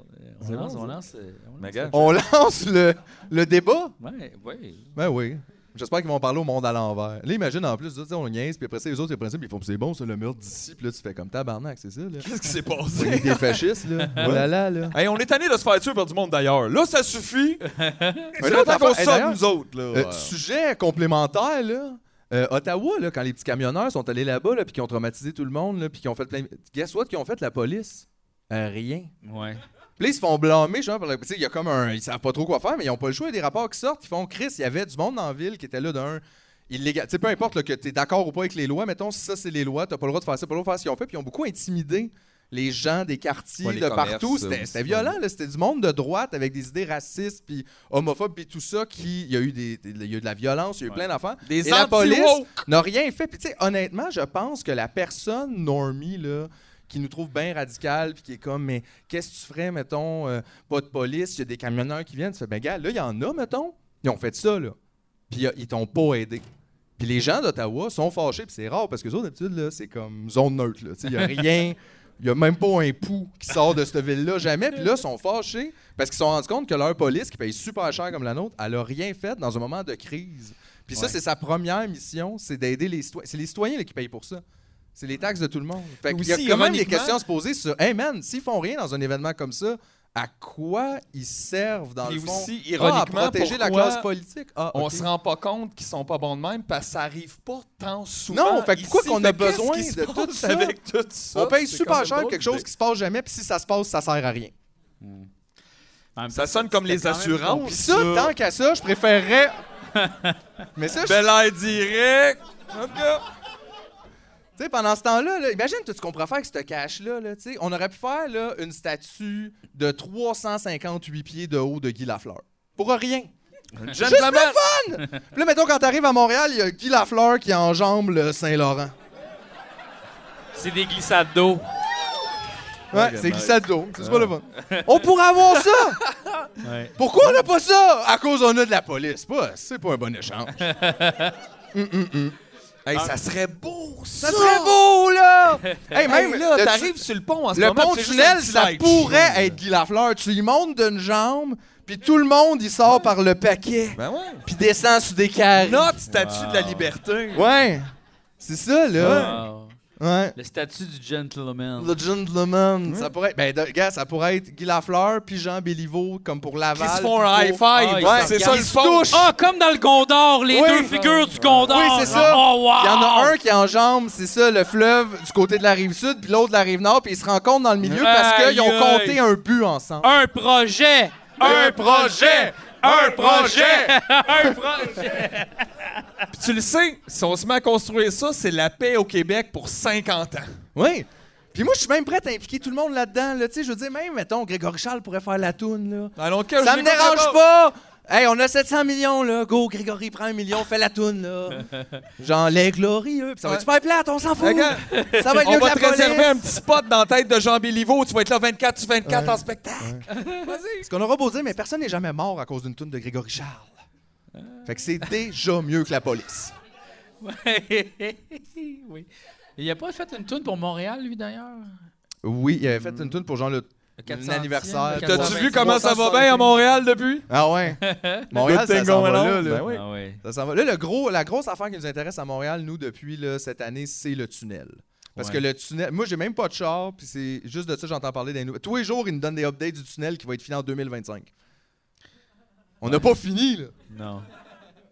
Speaker 1: On lance,
Speaker 2: bon,
Speaker 1: on lance. euh, on lance.
Speaker 2: Mais gars,
Speaker 3: On lance le, le débat?
Speaker 1: Ouais, ouais.
Speaker 3: Ben oui. J'espère qu'ils vont parler au monde à l'envers. Là, imagine en plus, tu sais, on niaise, puis après ça, les autres, ils prennent ça, puis ils font c'est bon, ça, le meurtre d'ici, puis là, tu fais comme tabarnak, c'est ça, là.
Speaker 2: qu'est-ce qui s'est
Speaker 3: On est
Speaker 2: passé?
Speaker 3: des fascistes, là. Oh là là, là.
Speaker 2: Hey, on est tanné de se faire tuer par du monde d'ailleurs. Là, ça suffit.
Speaker 3: Un
Speaker 2: C'est là
Speaker 3: autre
Speaker 2: qu'on
Speaker 3: affaire-
Speaker 2: se
Speaker 3: Hey,
Speaker 2: sort,
Speaker 3: d'ailleurs,
Speaker 2: nous autres. Là.
Speaker 3: Euh, Sujet complémentaire, là. Euh, Ottawa, là, quand les petits camionneurs sont allés là-bas, là, puis qui ont traumatisé tout le monde, là, puis qui ont fait plein. Guess what, qui ont fait la police? Euh, rien.
Speaker 1: Ouais.
Speaker 3: Puis là, ils se font blâmer, genre, par la- tu sais, il y a comme un. Ils savent pas trop quoi faire, mais ils ont pas le choix. Il y a des rapports qui sortent, qui font Chris, il y avait du monde dans la ville qui était là d'un. Illégal. Tu sais, peu importe là, que tu es d'accord ou pas avec les lois, mettons, si ça c'est les lois, t'as pas le droit de faire ça, pas le droit de faire ce qu'ils ont fait, puis ils ont beaucoup intimidé les gens des quartiers,
Speaker 2: Ouais, les
Speaker 3: de
Speaker 2: commerces,
Speaker 3: partout.
Speaker 2: ça
Speaker 3: C'était
Speaker 2: aussi,
Speaker 3: c'était violent, là. C'était du monde de droite avec des idées racistes, puis homophobes, puis tout ça, qui. Il y a eu des. Il y a eu de la violence, il y a eu plein d'affaires.
Speaker 2: Des
Speaker 3: Et la police
Speaker 2: anti-woke.
Speaker 3: n'a rien fait. Puis, tu sais, honnêtement, je pense que la personne normie, là, qui nous trouve bien radical, puis qui est comme, mais qu'est-ce que tu ferais, mettons, euh, pas de police, il y a des camionneurs qui viennent, tu fais, ben, gars, là, il y en a, mettons, ils ont fait ça, là. Puis, euh, ils t'ont pas aidé. Puis les gens d'Ottawa sont fâchés, puis c'est rare, parce que eux autres, d'habitude, là, c'est comme zone neutre, là. Tu sais, il y a rien. Il n'y a même pas un pou qui sort de cette ville-là, jamais. Puis là, ils sont fâchés parce qu'ils se sont rendus compte que leur police, qui paye super cher comme la nôtre, elle n'a rien fait dans un moment de crise. Puis ça,
Speaker 1: Ouais.
Speaker 3: c'est sa première mission, c'est d'aider les citoyens. C'est les citoyens là, qui payent pour ça. C'est les taxes de tout le monde. Fait qu'il y a
Speaker 2: Aussi,
Speaker 3: quand même des
Speaker 2: ironiquement-
Speaker 3: questions à se poser sur Hey man, s'ils font rien dans un événement comme ça, à quoi ils servent dans
Speaker 2: Puis
Speaker 3: le fond
Speaker 2: aussi,
Speaker 3: Ah,
Speaker 2: ironiquement,
Speaker 3: à protéger la
Speaker 2: pourquoi
Speaker 3: classe politique. Ah,
Speaker 2: On
Speaker 3: ok.
Speaker 2: se rend pas compte qu'ils sont pas bons de même parce que ça arrive pas tant souvent.
Speaker 3: Non, fait que pourquoi
Speaker 2: ici.
Speaker 3: qu'on a
Speaker 2: Fait qu'est-ce
Speaker 3: besoin
Speaker 2: qui se
Speaker 3: de
Speaker 2: passe
Speaker 3: tout ça?
Speaker 2: Avec tout ça
Speaker 3: On paye
Speaker 2: C'est
Speaker 3: super
Speaker 2: quand
Speaker 3: cher
Speaker 2: même
Speaker 3: quelque
Speaker 2: drôle.
Speaker 3: chose qui se passe jamais, puis si ça se passe, ça sert à rien.
Speaker 1: En même temps,
Speaker 2: Ça sonne comme les
Speaker 1: c'était quand même
Speaker 2: assurances.
Speaker 3: Pis ça, tant qu'à ça, je préférerais. Mais ça, je-
Speaker 2: Bel air direct. En tout cas,
Speaker 3: tu Tu sais, pendant ce temps-là, là, imagine tout ce qu'on pourrait faire avec ce cash-là. là, tu sais. on aurait pu faire là, une statue de 358 pieds de haut de Guy Lafleur. Pour rien.
Speaker 2: Un
Speaker 3: Juste le
Speaker 2: gentleman!
Speaker 3: fun! Puis là, mettons, quand t'arrives à Montréal, il y a Guy Lafleur qui enjambe le Saint-Laurent.
Speaker 1: C'est des glissades d'eau.
Speaker 3: Ouais,
Speaker 2: Ouais,
Speaker 3: c'est
Speaker 2: nice.
Speaker 3: glissade d'eau. C'est pas le fun. On pourrait avoir ça! Pourquoi on n'a pas ça? À cause on a de la police. Pas- C'est pas un bon échange. Hum,
Speaker 2: Hey, ça serait beau, ça!
Speaker 3: Ça serait beau, là! Hey,
Speaker 2: Ah. Hey,
Speaker 3: même
Speaker 2: là,
Speaker 3: le
Speaker 2: t'arrives sur le pont en ce
Speaker 3: Le
Speaker 2: moment.
Speaker 3: pont
Speaker 2: puis c'est
Speaker 3: tunnel,
Speaker 2: juste
Speaker 3: ça
Speaker 2: un petit
Speaker 3: pourrait
Speaker 2: side
Speaker 3: être Guy Lafleur. Tu y montes d'une jambe, puis tout le monde, il sort par le paquet,
Speaker 2: show. Ben ouais.
Speaker 3: puis descend sous des carrés.
Speaker 2: Notre statue de la liberté.
Speaker 3: Ouais! C'est ça, là.
Speaker 1: Wow.
Speaker 2: Ah.
Speaker 3: Ouais.
Speaker 1: Le statut du gentleman.
Speaker 3: Le gentleman. Ça pourrait être... Ben, de- gars, ça pourrait être Guy Lafleur, puis Jean Béliveau, comme pour Laval.
Speaker 2: Ils se font un
Speaker 3: puis
Speaker 2: high
Speaker 3: pour-
Speaker 1: Ah,
Speaker 2: five.
Speaker 1: ils
Speaker 2: c'est
Speaker 1: se
Speaker 2: ça le
Speaker 3: regardent.
Speaker 2: fond.
Speaker 3: Ils se touchent.
Speaker 1: Ah, comme dans le Gondor, les
Speaker 3: Oui.
Speaker 1: deux figures du Gondor.
Speaker 3: Oui, c'est ça.
Speaker 1: Oh, wow.
Speaker 3: Il y en a
Speaker 2: Ah!
Speaker 3: un qui enjambe, c'est ça, le fleuve du côté de la rive sud, puis l'autre de la rive nord, puis ils se rencontrent dans le milieu parce qu'ils ont
Speaker 1: Aïe, aïe.
Speaker 3: compté un but ensemble.
Speaker 1: Un projet. Un projet. Un projet. Un projet.
Speaker 2: Puis tu le sais, si on se met à construire ça, c'est la paix au Québec pour 50 ans.
Speaker 3: Oui. Puis moi, je suis même prêt à impliquer tout le monde là-dedans. Là. Tu sais, Je veux dire, même, mettons, Grégory Charles pourrait faire la toune. Là.
Speaker 2: Alors que
Speaker 3: Ça
Speaker 2: Ah, je
Speaker 3: me
Speaker 2: l'écouterai
Speaker 3: dérange pas! Hey, on a 700 millions, là. Go, Grégory, prends un million, fais la toune, là. Genre, les glorieux. Puis ça va être super plate, on s'en fout.
Speaker 2: Regarde,
Speaker 3: Ça va être
Speaker 2: On
Speaker 3: mieux
Speaker 2: va
Speaker 3: que
Speaker 2: te
Speaker 3: la
Speaker 2: réserver un
Speaker 3: police.
Speaker 2: petit spot dans la tête de Jean Béliveau. Tu vas être là 24 sur 24 en spectacle.
Speaker 3: Ce qu'on aura beau dire, mais personne n'est jamais mort à cause d'une toune de Grégory Charles.
Speaker 2: Ah.
Speaker 3: Fait que c'est déjà mieux que la police.
Speaker 1: oui. Il a pas fait une tune pour Montréal, lui, d'ailleurs.
Speaker 3: Oui, il avait fait une toune pour genre le...
Speaker 1: Le
Speaker 3: Un
Speaker 1: 400e,
Speaker 3: anniversaire.
Speaker 1: le
Speaker 2: T'as-tu
Speaker 1: 420e?
Speaker 2: vu comment ça va bien à Montréal depuis?
Speaker 3: Ah ouais. Montréal,
Speaker 2: Good
Speaker 3: ça
Speaker 2: thing
Speaker 3: s'en va
Speaker 2: going
Speaker 3: là,
Speaker 2: on.
Speaker 3: là.
Speaker 2: Ben oui.
Speaker 1: Ah oui.
Speaker 3: Ça s'en va. Là, le gros, la grosse affaire qui nous intéresse à Montréal, nous, depuis là, cette année, c'est le tunnel. Parce
Speaker 1: Ouais.
Speaker 3: que le tunnel, moi, j'ai même pas de char, puis c'est juste de ça que j'entends parler des nouvelles. Tous les jours, ils nous donnent des updates du tunnel qui va être fini en 2025. On n'a pas fini, là.
Speaker 1: Non.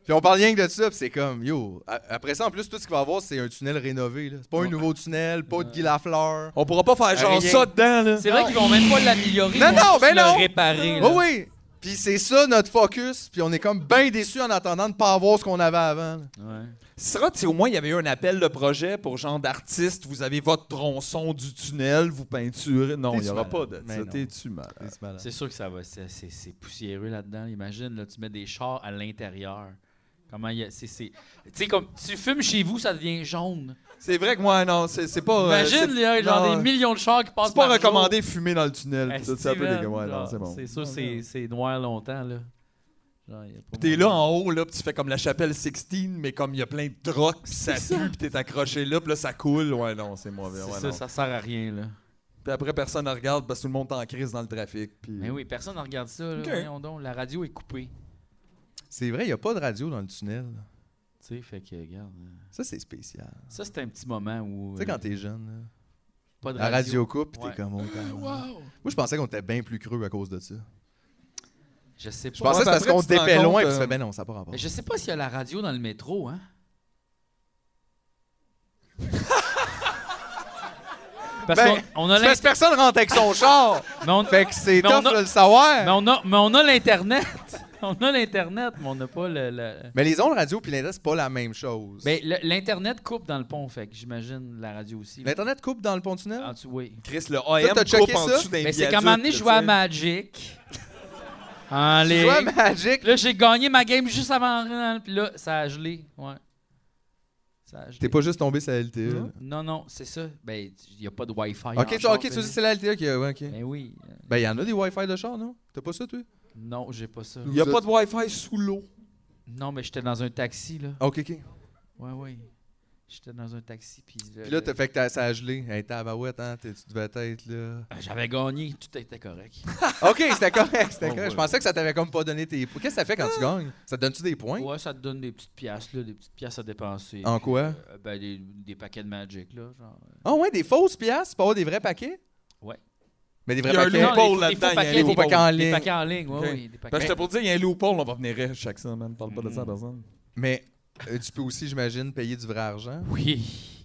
Speaker 3: Puis on parle rien que de ça, puis c'est comme, yo. a- Après ça, en plus, tout ce qu'il va y avoir, c'est un tunnel rénové, là. C'est pas un nouveau tunnel, pas de Guy Lafleur.
Speaker 2: On pourra pas faire genre
Speaker 3: Rien.
Speaker 2: ça dedans, là.
Speaker 1: C'est vrai qu'ils vont même pas l'améliorer.
Speaker 3: Non,
Speaker 1: ils vont
Speaker 3: non,
Speaker 1: juste
Speaker 3: ben
Speaker 1: le
Speaker 3: non.
Speaker 1: réparer.
Speaker 3: Oui,
Speaker 1: là.
Speaker 3: oui. Puis c'est ça notre focus, puis on est comme bien déçus en attendant de pas avoir ce qu'on avait avant. là.
Speaker 1: Ouais.
Speaker 2: Sera si au moins il y avait eu un appel de projet pour genre d'artiste, vous avez votre tronçon du tunnel, vous peinturez. Non,
Speaker 3: T'es
Speaker 2: il n'y aura
Speaker 3: malade.
Speaker 2: pas de
Speaker 3: Mais
Speaker 2: ça.
Speaker 3: non.
Speaker 2: T'es-tu malade?
Speaker 1: C'est sûr que ça va. C'est, c'est- c'est poussiéreux là-dedans. Imagine, là, tu mets des chars à l'intérieur. Comment il y a. c'est- c'est- Tu sais, comme tu fumes chez vous, ça devient jaune.
Speaker 2: C'est vrai que moi, non, c'est c'est pas. euh,
Speaker 1: Imagine,
Speaker 2: c'est-
Speaker 1: il y a genre
Speaker 2: non,
Speaker 1: des millions de chars qui passent
Speaker 2: C'est pas
Speaker 1: par
Speaker 2: recommandé de fumer dans le tunnel.
Speaker 1: jour.
Speaker 2: pis tout, C'est un peu
Speaker 1: Esti, man,
Speaker 2: dégueu. Ouais, non,
Speaker 1: genre,
Speaker 2: c'est bon.
Speaker 1: C'est sûr, c'est, c'est noir longtemps, là. Genre, il y a pas
Speaker 2: Pis T'es
Speaker 1: moyen.
Speaker 2: là hein? en haut, là, pis tu fais comme la chapelle 16, mais comme il y a plein de drogues, pis ça pue, pis t'es accroché là, pis là, ça coule. Ouais, non, c'est mauvais.
Speaker 1: C'est
Speaker 2: ouais,
Speaker 1: ça,
Speaker 2: non.
Speaker 1: ça sert à rien,
Speaker 2: Mm.
Speaker 1: là.
Speaker 2: Puis après, personne ne regarde parce que tout le monde est en crise dans le trafic. Puis...
Speaker 1: Mais oui, personne ne regarde ça. Là.
Speaker 2: Ok.
Speaker 1: Voyons donc, la radio est coupée.
Speaker 3: C'est vrai, il n'y a pas de radio dans le tunnel.
Speaker 1: Tu sais, fait que, regarde. euh,
Speaker 3: Ça, c'est spécial.
Speaker 1: Ça, c'est un petit moment où.
Speaker 3: Tu sais,
Speaker 1: euh,
Speaker 3: quand t'es jeune, là.
Speaker 1: pas de
Speaker 3: La radio coupe, pis
Speaker 1: Ouais.
Speaker 3: t'es comme on t'en- Moi, je pensais qu'on était bien plus creux à cause de ça.
Speaker 1: Je sais pas.
Speaker 3: Je pensais que c'est parce
Speaker 2: après,
Speaker 3: qu'on
Speaker 2: tu te rends
Speaker 3: dépait loin,
Speaker 2: compte,
Speaker 3: pis tu
Speaker 2: euh,
Speaker 3: fais, ben non, ça n'a pas rapport.
Speaker 1: Mais je sais pas s'il y a la radio dans le métro, hein. Parce
Speaker 3: Ben,
Speaker 1: qu'on on a
Speaker 3: C'est parce
Speaker 1: l'in-
Speaker 3: que personne rentre avec son char!
Speaker 1: mais on-
Speaker 3: Fait que c'est
Speaker 1: Mais on
Speaker 3: tough
Speaker 1: a-
Speaker 3: de le savoir!
Speaker 1: mais on a mais on a l'internet. on a l'internet, mais on n'a pas le. le-
Speaker 3: Mais les ondes radio pis l'internet, c'est pas la même chose.
Speaker 1: Ben, le- l'internet coupe dans le pont, fait que j'imagine la radio aussi.
Speaker 3: L'Internet coupe dans le pont tunnel?
Speaker 1: En dessous, oui.
Speaker 2: Chris, le AM
Speaker 3: t'as
Speaker 2: coupe
Speaker 3: checké
Speaker 2: en
Speaker 3: ça?
Speaker 2: dessous d'un
Speaker 1: Mais c'est
Speaker 2: viaduc,
Speaker 1: comme un moment donné,
Speaker 2: là,
Speaker 1: je jouais à
Speaker 2: tu sais.
Speaker 1: Magic. En
Speaker 3: Tu
Speaker 1: ligne.
Speaker 3: vois, Magic,
Speaker 1: Là, j'ai gagné ma game juste avant. Puis là, ça a gelé. Ouais. Ça a gelé.
Speaker 3: t'es pas juste tombé sur la LTE. là.
Speaker 1: Non, non, c'est ça. Ben, il n'y a pas de Wi-Fi.
Speaker 3: Ok, tu,
Speaker 1: encore,
Speaker 3: ok, tu
Speaker 1: Benny.
Speaker 3: dis c'est la LTE qui a. ouais, ok.
Speaker 1: Ben oui. euh,
Speaker 3: Ben, il y en a des Wi-Fi de char, non? T'as pas ça, toi?
Speaker 1: Non, j'ai pas ça.
Speaker 2: Il n'y a
Speaker 3: Vous
Speaker 2: pas de Wi-Fi sous l'eau.
Speaker 1: Non, mais j'étais dans un taxi, là.
Speaker 3: Ok, ok. Pis
Speaker 1: Ouais, ouais. J'étais dans un taxi, puis... euh,
Speaker 3: là, t'as fait que t'as- ça a gelé. Hey, tabarouette, hein? t'es- Tu devais être là.
Speaker 1: euh, J'avais gagné, tout était correct.
Speaker 3: Ok, c'était correct, c'était
Speaker 1: Oh,
Speaker 3: correct.
Speaker 1: ouais.
Speaker 3: Je pensais que ça t'avait comme pas donné tes points. Qu'est-ce que ça fait quand tu gagnes? Ça te donne-tu des points?
Speaker 1: Ouais, ça te donne des petites pièces, là, des petites pièces à dépenser.
Speaker 3: En
Speaker 1: puis,
Speaker 3: quoi?
Speaker 1: euh, ben, des, des paquets de Magic, là, genre.
Speaker 3: Ah ouais, des fausses piastres, pas des vrais paquets?
Speaker 1: Ouais.
Speaker 3: Mais des vrais
Speaker 2: Il y a un
Speaker 3: paquets.
Speaker 2: loophole
Speaker 1: Non, des- des faux
Speaker 2: là-dedans, il y a
Speaker 1: paquets,
Speaker 2: un
Speaker 1: des-
Speaker 3: faux paquets en
Speaker 1: Des
Speaker 3: ligne.
Speaker 1: paquets en ligne, ouais,
Speaker 2: Ok.
Speaker 1: ouais, des
Speaker 2: Parce
Speaker 1: paquets.
Speaker 2: que Ben, je te pour dire, il y a un loophole, on va venir riche chaque semaine. Parle pas de
Speaker 1: Hmm.
Speaker 2: ça à personne.
Speaker 3: Mais euh, tu peux aussi, j'imagine, payer du vrai argent
Speaker 1: Oui.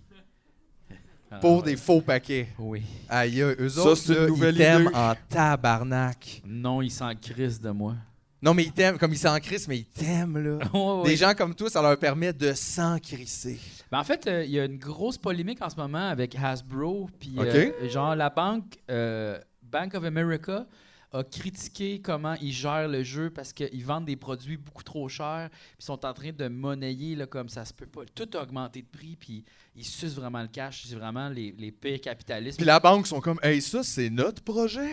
Speaker 1: Ah,
Speaker 3: pour
Speaker 1: ouais.
Speaker 3: des faux paquets.
Speaker 1: Oui.
Speaker 3: Aïe, aïe, eux
Speaker 2: Ça,
Speaker 3: autres,
Speaker 2: c'est une
Speaker 3: là,
Speaker 2: nouvelle
Speaker 3: ils t'aiment
Speaker 2: idée.
Speaker 3: en tabarnak.
Speaker 1: Non, ils s'en crissent de moi.
Speaker 3: Non, mais ils t'aiment, comme ils s'en crissent, mais ils t'aiment, là.
Speaker 1: Ouais, ouais.
Speaker 3: Des gens comme toi, ça leur permet de s'en crisser.
Speaker 1: Ben, en fait, euh, il y a une grosse polémique en ce moment avec Hasbro. Puis,
Speaker 3: OK.
Speaker 1: euh, genre, la banque euh, Bank of America a critiqué comment ils gèrent le jeu parce qu'ils vendent des produits beaucoup trop chers. Puis, ils sont en train de monnayer là, comme ça se peut pas. Tout a augmenté de prix. Puis, ils sucent vraiment le cash. C'est vraiment les, les pires capitalistes.
Speaker 3: Puis la banque sont comme, hey, ça, c'est notre projet.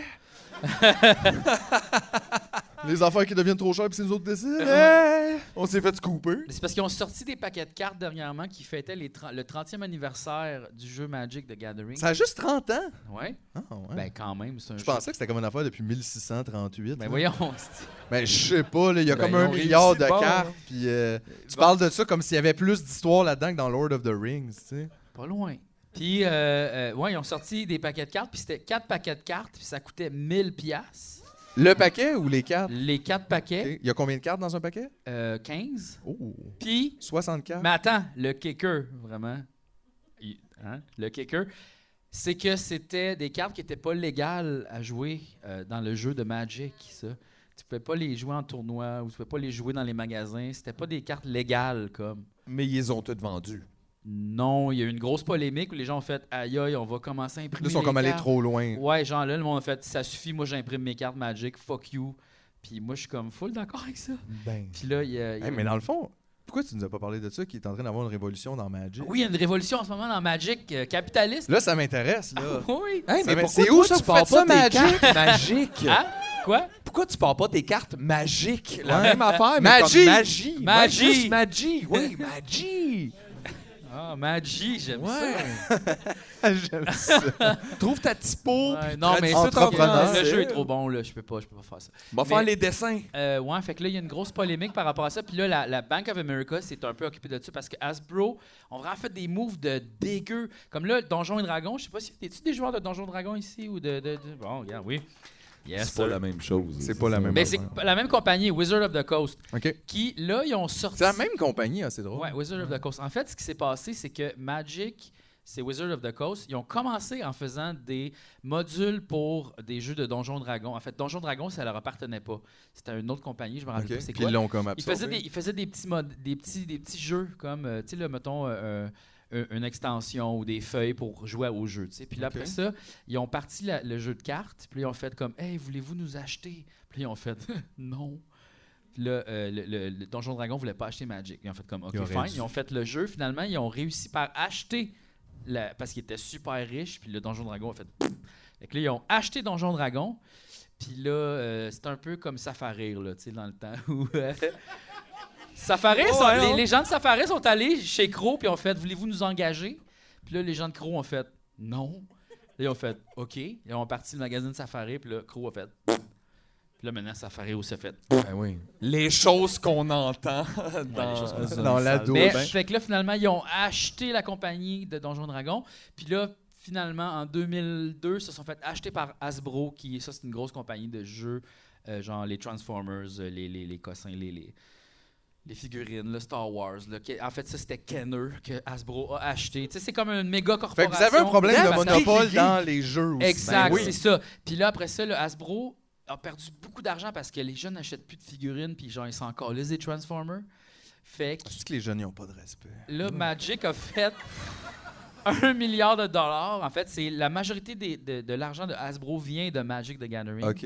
Speaker 3: Les affaires qui deviennent trop chères, puis c'est nous autres qui décident. Hey! On s'est fait couper.
Speaker 1: C'est parce qu'ils ont sorti des paquets de cartes dernièrement qui fêtaient les tre- le 30e anniversaire du jeu Magic the Gathering.
Speaker 3: Ça a juste 30 ans.
Speaker 1: Ouais.
Speaker 3: Ah, ouais.
Speaker 1: Ben, quand même, c'est un
Speaker 3: je
Speaker 1: jeu.
Speaker 3: pensais que c'était comme une affaire depuis 1638.
Speaker 1: Ben,
Speaker 3: là.
Speaker 1: voyons. c'est-
Speaker 3: Ben, je sais pas, là, il y a
Speaker 2: Ben,
Speaker 3: comme
Speaker 2: ils
Speaker 3: un
Speaker 2: ont
Speaker 3: milliard
Speaker 2: réussi
Speaker 3: de
Speaker 2: de bord,
Speaker 3: cartes.
Speaker 2: hein.
Speaker 3: Puis euh, tu
Speaker 1: Bon.
Speaker 3: parles de ça comme s'il y avait plus d'histoire là-dedans que dans Lord of the Rings, tu sais.
Speaker 1: Pas loin. Puis, euh, euh, ouais, ils ont sorti des paquets de cartes, puis c'était quatre paquets de cartes, puis ça coûtait 1000 pièces.
Speaker 3: Le paquet ou les cartes?
Speaker 1: Les quatre
Speaker 3: Ok.
Speaker 1: paquets,
Speaker 3: Il y a combien de cartes dans un paquet?
Speaker 1: euh, 15.
Speaker 3: Oh,
Speaker 1: Puis,
Speaker 3: 60 cartes.
Speaker 1: mais attends, le kicker, vraiment, Il- hein, le kicker, c'est que c'était des cartes qui n'étaient pas légales à jouer euh, dans le jeu de Magic, ça. Tu pouvais pas les jouer en tournoi, ou tu pouvais pas les jouer dans les magasins. C'était pas des cartes légales, comme.
Speaker 2: Mais ils les ont toutes vendues.
Speaker 1: Non, il y a eu une grosse polémique où les gens ont fait « Aïe, aïe, on va commencer à imprimer
Speaker 3: Là, ils sont
Speaker 1: les
Speaker 3: comme allés
Speaker 1: cartes.
Speaker 3: trop loin.
Speaker 1: Ouais, genre là, le monde a fait ça suffit, moi j'imprime mes cartes Magic, fuck you. Puis moi je suis comme full d'accord avec ça.
Speaker 3: Ben.
Speaker 1: Puis là, il y a. il y a-
Speaker 3: Hey, mais dans le fond, pourquoi tu nous as pas parlé de ça qui est en train d'avoir une révolution dans Magic?
Speaker 1: Oui, il y a une révolution en ce moment dans Magic euh, capitaliste.
Speaker 3: Là, ça m'intéresse, là.
Speaker 1: Oui.
Speaker 2: Hey,
Speaker 3: Ça va-
Speaker 2: mais
Speaker 3: c'est
Speaker 2: pourquoi
Speaker 3: où
Speaker 2: toi,
Speaker 3: ça que
Speaker 2: tu
Speaker 3: vous
Speaker 2: pars
Speaker 3: faites ça,
Speaker 2: pas tes
Speaker 3: Magic?
Speaker 2: cartes magiques?
Speaker 1: Hein? Quoi?
Speaker 2: Pourquoi tu pars pas tes cartes magiques? La
Speaker 3: Ouais.
Speaker 2: même affaire, mais comme
Speaker 3: Magie!
Speaker 2: magie. Ouais,
Speaker 1: Magie!
Speaker 2: juste magie, oui, magie.
Speaker 1: Ah, Magie, j'aime
Speaker 2: Ouais.
Speaker 3: J'aime ça.
Speaker 2: Trouve ta typo.
Speaker 1: ça.
Speaker 2: puis
Speaker 1: Ouais, non, mais
Speaker 3: traite- entrepreneur.
Speaker 1: le jeu est trop bon, là. Je peux pas, je peux pas faire ça.
Speaker 2: Va
Speaker 1: Mais-
Speaker 2: faire les dessins.
Speaker 1: Euh, ouais, fait que là, il y a une grosse polémique par rapport à ça. Puis là, la, la Bank of America s'est un peu occupée de ça parce que Hasbro ont vraiment fait des moves de dégueu. Comme là, Donjon et Dragon, je sais pas si. Es-tu des joueurs de Donjon et Dragon ici ou de. de- de- Bon, regarde, oui. Yes, sir.
Speaker 2: même chose.
Speaker 3: C'est pas la même
Speaker 1: Mais c'est la même compagnie, Wizard of the Coast,
Speaker 3: OK.
Speaker 1: qui, là, ils ont sorti.
Speaker 3: C'est la même compagnie, hein, c'est drôle.
Speaker 1: Ouais, Wizard of the Coast. En fait, ce qui s'est passé, c'est que Magic, c'est Wizard of the Coast. Ils ont commencé en faisant des modules pour des jeux de Donjons Dragon. En fait, Donjons Dragon, ça leur appartenait pas. C'était une autre compagnie, je me rappelle
Speaker 3: OK.
Speaker 1: pas Ah, c'est
Speaker 3: Puis
Speaker 1: quoi.
Speaker 3: ils l'ont comme
Speaker 1: Ils faisaient,
Speaker 3: absorbé.
Speaker 1: des, ils faisaient des petits mod- des petits, des petits jeux comme, euh, tu sais, là, mettons, euh, euh, une extension ou des feuilles pour jouer au jeu, tu sais. Puis là,
Speaker 3: Ok.
Speaker 1: après ça, ils ont parti la- le jeu de cartes, puis là, ils ont fait comme, hey, voulez-vous nous acheter? Puis là, ils ont fait, non. Puis là, euh, le, le- le Donjon Dragon voulait pas acheter Magic. Ils ont fait comme, ok,
Speaker 3: Ils auraient
Speaker 1: fine.
Speaker 3: dû.
Speaker 1: Ils ont fait le jeu. Finalement, ils ont réussi par acheter, la- parce qu'ils étaient super riches, puis le Donjon Dragon a fait, Pff! Fait que là, ils ont acheté Donjon Dragon. Puis là, euh, c'est un peu comme Safarir, là, tu sais, dans le temps où. euh, Safarir,
Speaker 2: Ouais,
Speaker 1: sont-
Speaker 2: hein?
Speaker 1: les, les gens de Safaris sont allés chez Crow, puis ont fait Voulez-vous nous engager Puis là, les gens de Crow ont fait Non. Là, ils ont fait OK. Ils ont parti le magazine Safari, puis là, Crow a fait Pff. Puis là, maintenant, Safari aussi a fait.
Speaker 2: Ben oui. Les choses qu'on entend
Speaker 1: les choses qu'on
Speaker 2: dans,
Speaker 1: entend.
Speaker 3: Dans la
Speaker 2: douche.
Speaker 3: douche.
Speaker 1: Mais
Speaker 3: ben.
Speaker 1: fait que là, finalement, ils ont acheté la compagnie de Donjon Dragon. Puis là, finalement, en 2002, se sont fait acheter par Hasbro, qui, ça, c'est une grosse compagnie de jeux, euh, genre les Transformers, euh, les, les, les cossins, les, les, les figurines, le Star Wars. là, qui- en fait, ça, c'était Kenner que Hasbro a acheté. Tu sais, c'est comme une méga
Speaker 3: Fait
Speaker 1: corporation.
Speaker 3: que vous avez un problème de
Speaker 1: Parce que-
Speaker 3: monopole dans les jeux aussi.
Speaker 1: Exact,
Speaker 3: Ben oui.
Speaker 1: c'est ça. Puis là, après ça, le Hasbro a perdu beaucoup d'argent parce que les jeunes n'achètent plus de figurines, puis genre, ils sont encore les Transformers. Fait que
Speaker 3: Est-ce que les jeunes n'ont pas de respect?
Speaker 1: Là, Magic a fait un milliard de dollars. En fait, c'est la majorité des- de, de l'argent de Hasbro vient de Magic the Gathering.
Speaker 3: OK.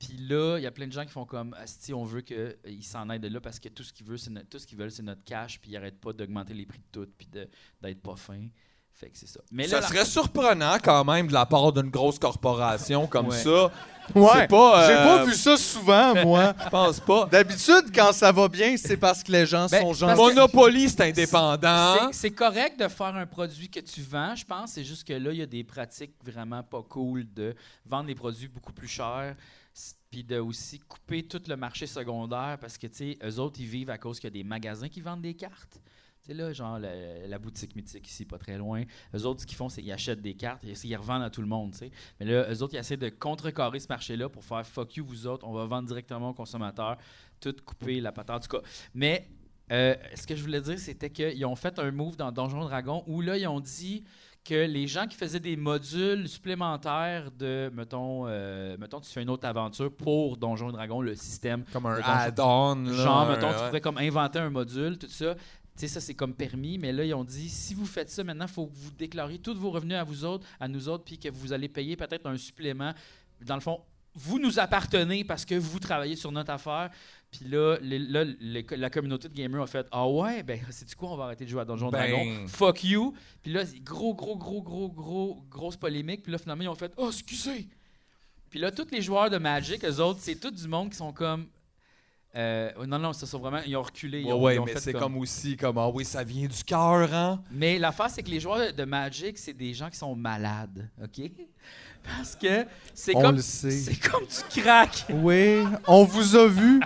Speaker 1: Puis là, il y a plein de gens qui font comme si on veut qu'ils s'en aillent de là parce que tout ce qu'ils veulent, c'est notre, tout ce qu'ils veulent, c'est notre cash. Puis ils arrêtent pas d'augmenter les prix de tout, puis de- d'être pas fin. Fait que c'est ça. Mais là,
Speaker 2: Ça
Speaker 1: la-
Speaker 2: serait surprenant quand même de la part d'une grosse corporation comme
Speaker 1: Ouais.
Speaker 2: ça.
Speaker 3: Ouais.
Speaker 2: C'est pas,
Speaker 3: J'ai pas
Speaker 2: euh,
Speaker 3: vu ça souvent, moi.
Speaker 2: Je pense pas.
Speaker 3: D'habitude, quand ça va bien, c'est parce que les gens
Speaker 1: Ben,
Speaker 3: sont
Speaker 1: parce que-
Speaker 3: gentils.
Speaker 2: Monopoly, c'est indépendant.
Speaker 1: C'est- C'est correct de faire un produit que tu vends, je pense. C'est juste que là, il y a des pratiques vraiment pas cool de vendre des produits beaucoup plus chers, s- puis de aussi couper tout le marché secondaire parce que, tu sais, eux autres, ils vivent à cause qu'il y a des magasins qui vendent des cartes. Tu sais, là, genre le- la boutique mythique ici, pas très loin. Eux autres, ce qu'ils font, c'est qu'ils achètent des cartes et ils ils revendent à tout le monde, tu sais. Mais là, eux autres, ils essaient de contrecarrer ce marché-là pour faire fuck you, vous autres, on va vendre directement aux consommateurs, tout couper la patente. En tout cas, mais Euh, ce que je voulais dire, c'était qu'ils ont fait un move dans Donjon Dragon où là, ils ont dit que les gens qui faisaient des modules supplémentaires de, mettons, euh, mettons tu fais une autre aventure pour Donjon Dragon, le système.
Speaker 2: Comme un
Speaker 1: Le donjon-
Speaker 2: add-on. là,
Speaker 1: Genre,
Speaker 2: un-
Speaker 1: mettons, tu
Speaker 2: ouais.
Speaker 1: pourrais comme inventer un module, tout ça. Tu sais, ça, c'est comme permis, mais là, ils ont dit si vous faites ça maintenant, il faut que vous déclariez tous vos revenus à vous autres, à nous autres, puis que vous allez payer peut-être un supplément. Dans le fond, vous nous appartenez parce que vous travaillez sur notre affaire. Puis là, les- là, les- la communauté de gamers a fait Ah ouais, ben, c'est du coup, on va arrêter de jouer à Donjon
Speaker 2: Ben.
Speaker 1: Dragon. Fuck you. Puis là, c'est gros, gros, gros, gros, gros, grosse polémique. Puis là, finalement, ils ont fait Oh, excusez. Puis là, tous les joueurs de Magic, eux autres, c'est tout du monde qui sont comme. euh, non, non, ça sont vraiment. Ils ont reculé. Ils
Speaker 2: Ouais,
Speaker 1: ont,
Speaker 2: ouais,
Speaker 1: ils ont
Speaker 2: mais
Speaker 1: fait
Speaker 2: c'est
Speaker 1: comme-
Speaker 2: comme... aussi comme ah oui, ça vient du cœur, hein?
Speaker 1: mais l'affaire, c'est que les joueurs de- de Magic, c'est des gens qui sont malades, OK? Parce que c'est
Speaker 3: On
Speaker 1: comme...
Speaker 3: le sait.
Speaker 1: C'est comme tu craques.
Speaker 3: Oui, on vous a vu.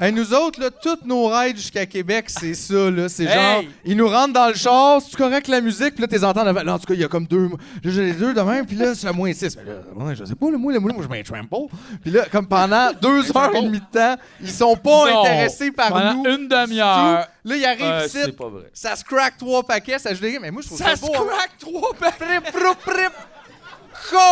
Speaker 3: Hey, nous autres, là, toutes nos raids jusqu'à Québec, c'est ça, là. C'est
Speaker 1: Hey!
Speaker 3: genre, ils nous rentrent dans le char, c'est correct la musique, puis là, t'es entends en avant. Là, en tout cas, il y a comme deux. Là, j'ai les deux de même, puis là, c'est à moins six. Mais là, moi, je sais pas, le moi, le moi, moi, je mets un trample. Puis là, comme pendant deux heures et demie de temps, ils sont pas
Speaker 1: Non.
Speaker 3: intéressés par
Speaker 1: Pendant
Speaker 3: nous.
Speaker 1: une demi-heure.
Speaker 3: du tout. Là, ils arrivent
Speaker 1: Euh,
Speaker 3: ici,
Speaker 1: c'est pas vrai.
Speaker 3: ça se crack trois paquets, ça je l'ai- mais moi je trouve ça,
Speaker 2: Ça se
Speaker 3: beau, hein.
Speaker 2: craque trois paquets!
Speaker 3: Prip, proup, prip.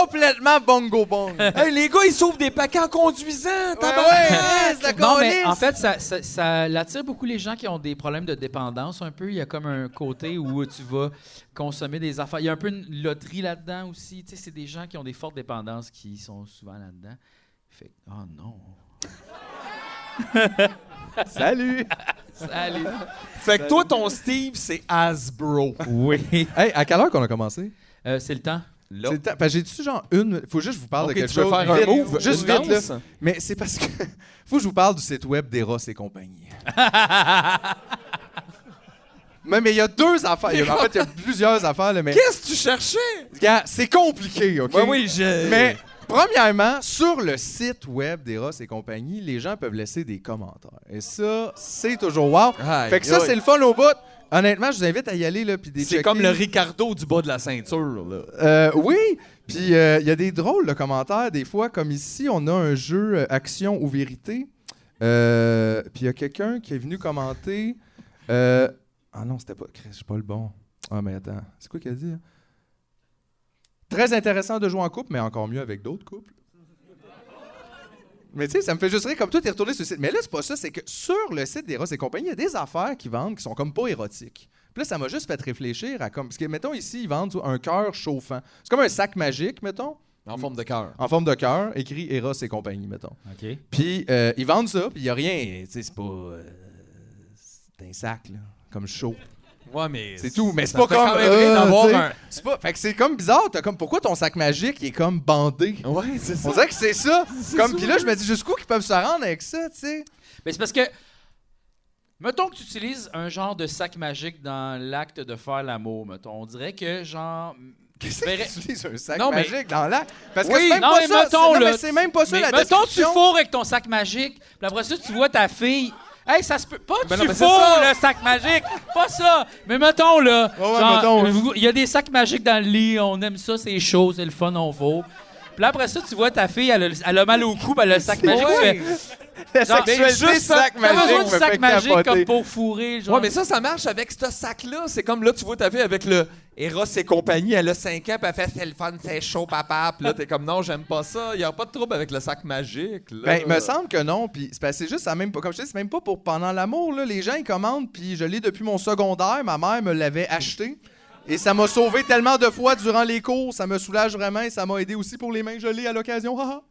Speaker 3: Complètement bongo bong.
Speaker 2: Hey, les gars, ils sauvent des paquets en conduisant! tabarnak!
Speaker 3: ouais, c'est la
Speaker 1: Non, mais en
Speaker 3: colisse.
Speaker 1: fait, ça, ça, ça l'attire beaucoup les gens qui ont des problèmes de dépendance un peu. Il y a comme un côté où tu vas consommer des affaires. Il y a un peu une loterie là-dedans aussi. Tu sais, c'est des gens qui ont des fortes dépendances qui sont souvent là-dedans. Fait que, oh non.
Speaker 3: Salut.
Speaker 1: Salut.
Speaker 2: Fait que toi, ton Steve, c'est Hasbro.
Speaker 1: Oui.
Speaker 3: Hey, à quelle heure qu'on a commencé?
Speaker 1: Euh, c'est le temps.
Speaker 2: Là.
Speaker 3: C'est le temps. Parce que j'ai-tu genre une. Faut juste que je vous parle
Speaker 2: Ok,
Speaker 3: de quelque
Speaker 2: tu veux
Speaker 3: chose.
Speaker 2: faire un
Speaker 3: Vite,
Speaker 2: move?
Speaker 3: Juste
Speaker 2: Une
Speaker 3: vite,
Speaker 2: danse?
Speaker 3: là. Mais c'est parce que. Faut que je vous parle du site web d'Eros et compagnie. mais mais il y a deux affaires. Il y a- en fait, il y a plusieurs affaires, là, mais.
Speaker 2: Qu'est-ce que tu cherchais?
Speaker 3: Gars, c'est compliqué, OK?
Speaker 2: Ouais, oui, je.
Speaker 3: Mais premièrement, sur le site web d'Eros et compagnie, les gens peuvent laisser des commentaires. Et ça, c'est toujours wow.
Speaker 2: Aïe,
Speaker 3: fait que ça,
Speaker 2: aïe.
Speaker 3: c'est le fun au bout. Honnêtement, je vous invite à y aller là, puis des
Speaker 2: C'est
Speaker 3: checker.
Speaker 2: comme le Ricardo du bas de la ceinture, là.
Speaker 3: Euh, oui, puis euh, il y a des drôles de commentaires des fois, comme ici, on a un jeu euh, action ou vérité. Euh, puis il y a quelqu'un qui est venu commenter. euh, Ah non, c'était pas. Chris, je suis pas le bon. Ah, mais attends, c'est quoi qu'il a dit? hein? Très intéressant de jouer en couple, mais encore mieux avec d'autres couples. Mais tu sais, ça me fait juste rire comme tout est retourné sur le site. Mais là, c'est pas ça, c'est que sur le site d'Eros et compagnie, il y a des affaires qui vendent qui sont comme pas érotiques. Puis là, ça m'a juste fait réfléchir à comme. Parce que, mettons, ici, ils vendent un cœur chauffant. C'est comme un sac magique, mettons,
Speaker 2: En forme de cœur.
Speaker 3: en forme de cœur, écrit Eros et compagnie, mettons.
Speaker 1: OK.
Speaker 3: Puis euh, ils vendent ça, puis il n'y a rien. Tu sais, c'est pas. euh, c'est un sac, là. Comme chaud.
Speaker 2: Ouais, mais.
Speaker 3: C'est tout. Mais c'est
Speaker 2: ça
Speaker 3: pas
Speaker 2: fait
Speaker 3: comme.
Speaker 2: quand même rire
Speaker 3: euh,
Speaker 2: d'avoir
Speaker 3: tu sais.
Speaker 2: un-
Speaker 3: C'est pas. Fait que c'est comme bizarre. T'as comme. Pourquoi ton sac magique il est comme bandé?
Speaker 2: Ouais, c'est ça.
Speaker 3: On dirait que c'est ça. Comme,
Speaker 2: ça.
Speaker 3: puis là, je me dis jusqu'où qu'ils peuvent se rendre avec ça, tu sais.
Speaker 1: Mais c'est parce que. Mettons que tu utilises un genre de sac magique dans l'acte de faire l'amour, mettons. On dirait que, genre.
Speaker 3: Qu'est-ce
Speaker 1: Mais-
Speaker 3: que tu utilises un sac
Speaker 1: Non, mais-
Speaker 3: magique dans l'acte? Parce que
Speaker 1: Oui,
Speaker 3: c'est même
Speaker 1: non,
Speaker 3: pas
Speaker 1: mais
Speaker 3: ça.
Speaker 1: mettons,
Speaker 3: c'est- non,
Speaker 1: là,
Speaker 3: mais c'est même pas ça
Speaker 1: Mais
Speaker 3: la
Speaker 1: mettons, tu
Speaker 3: description.
Speaker 1: fourres avec ton sac magique, puis après ça, tu vois ta fille. Hey, ça se peut. Pas
Speaker 2: Ben non,
Speaker 1: tu
Speaker 2: mais c'est
Speaker 1: fourres
Speaker 2: ça.
Speaker 1: le sac magique, pas ça. Mais mettons, là.
Speaker 3: Ouais, ouais,
Speaker 1: genre, euh,
Speaker 3: mettons, ouais.
Speaker 1: vous- Il y a des sacs magiques dans le lit, on aime ça, c'est chaud, c'est le fun, on vaut. Puis là, après ça, tu vois ta fille, elle a, le- elle a mal au cou, ben, elle a le sac magique. tu fais-
Speaker 3: La
Speaker 1: genre,
Speaker 3: sexualité
Speaker 1: ben,
Speaker 3: du sac
Speaker 1: T'as besoin
Speaker 3: magique.
Speaker 1: du
Speaker 3: me fait
Speaker 1: sac magique
Speaker 3: capoter.
Speaker 1: comme pour fourrer, genre.
Speaker 2: Ouais, mais ça, ça marche avec ce sac-là. C'est comme là, tu vois, ta vie avec le Eros et compagnie, elle a 5 ans, puis elle fait c'est le fun, c'est chaud, papa. Puis là, t'es comme non, j'aime pas ça. Il n'y a pas de trouble avec le sac magique. Là.
Speaker 3: Ben, me semble que non. Puis c'est parce que c'est juste, ça même pas. Comme je te dis, c'est même pas pour pendant l'amour. Là. Les gens, ils commandent, puis je l'ai depuis mon secondaire. Ma mère me l'avait acheté. Et ça m'a sauvé tellement de fois durant les cours. Ça me soulage vraiment et ça m'a aidé aussi pour les mains gelées à l'occasion. Haha.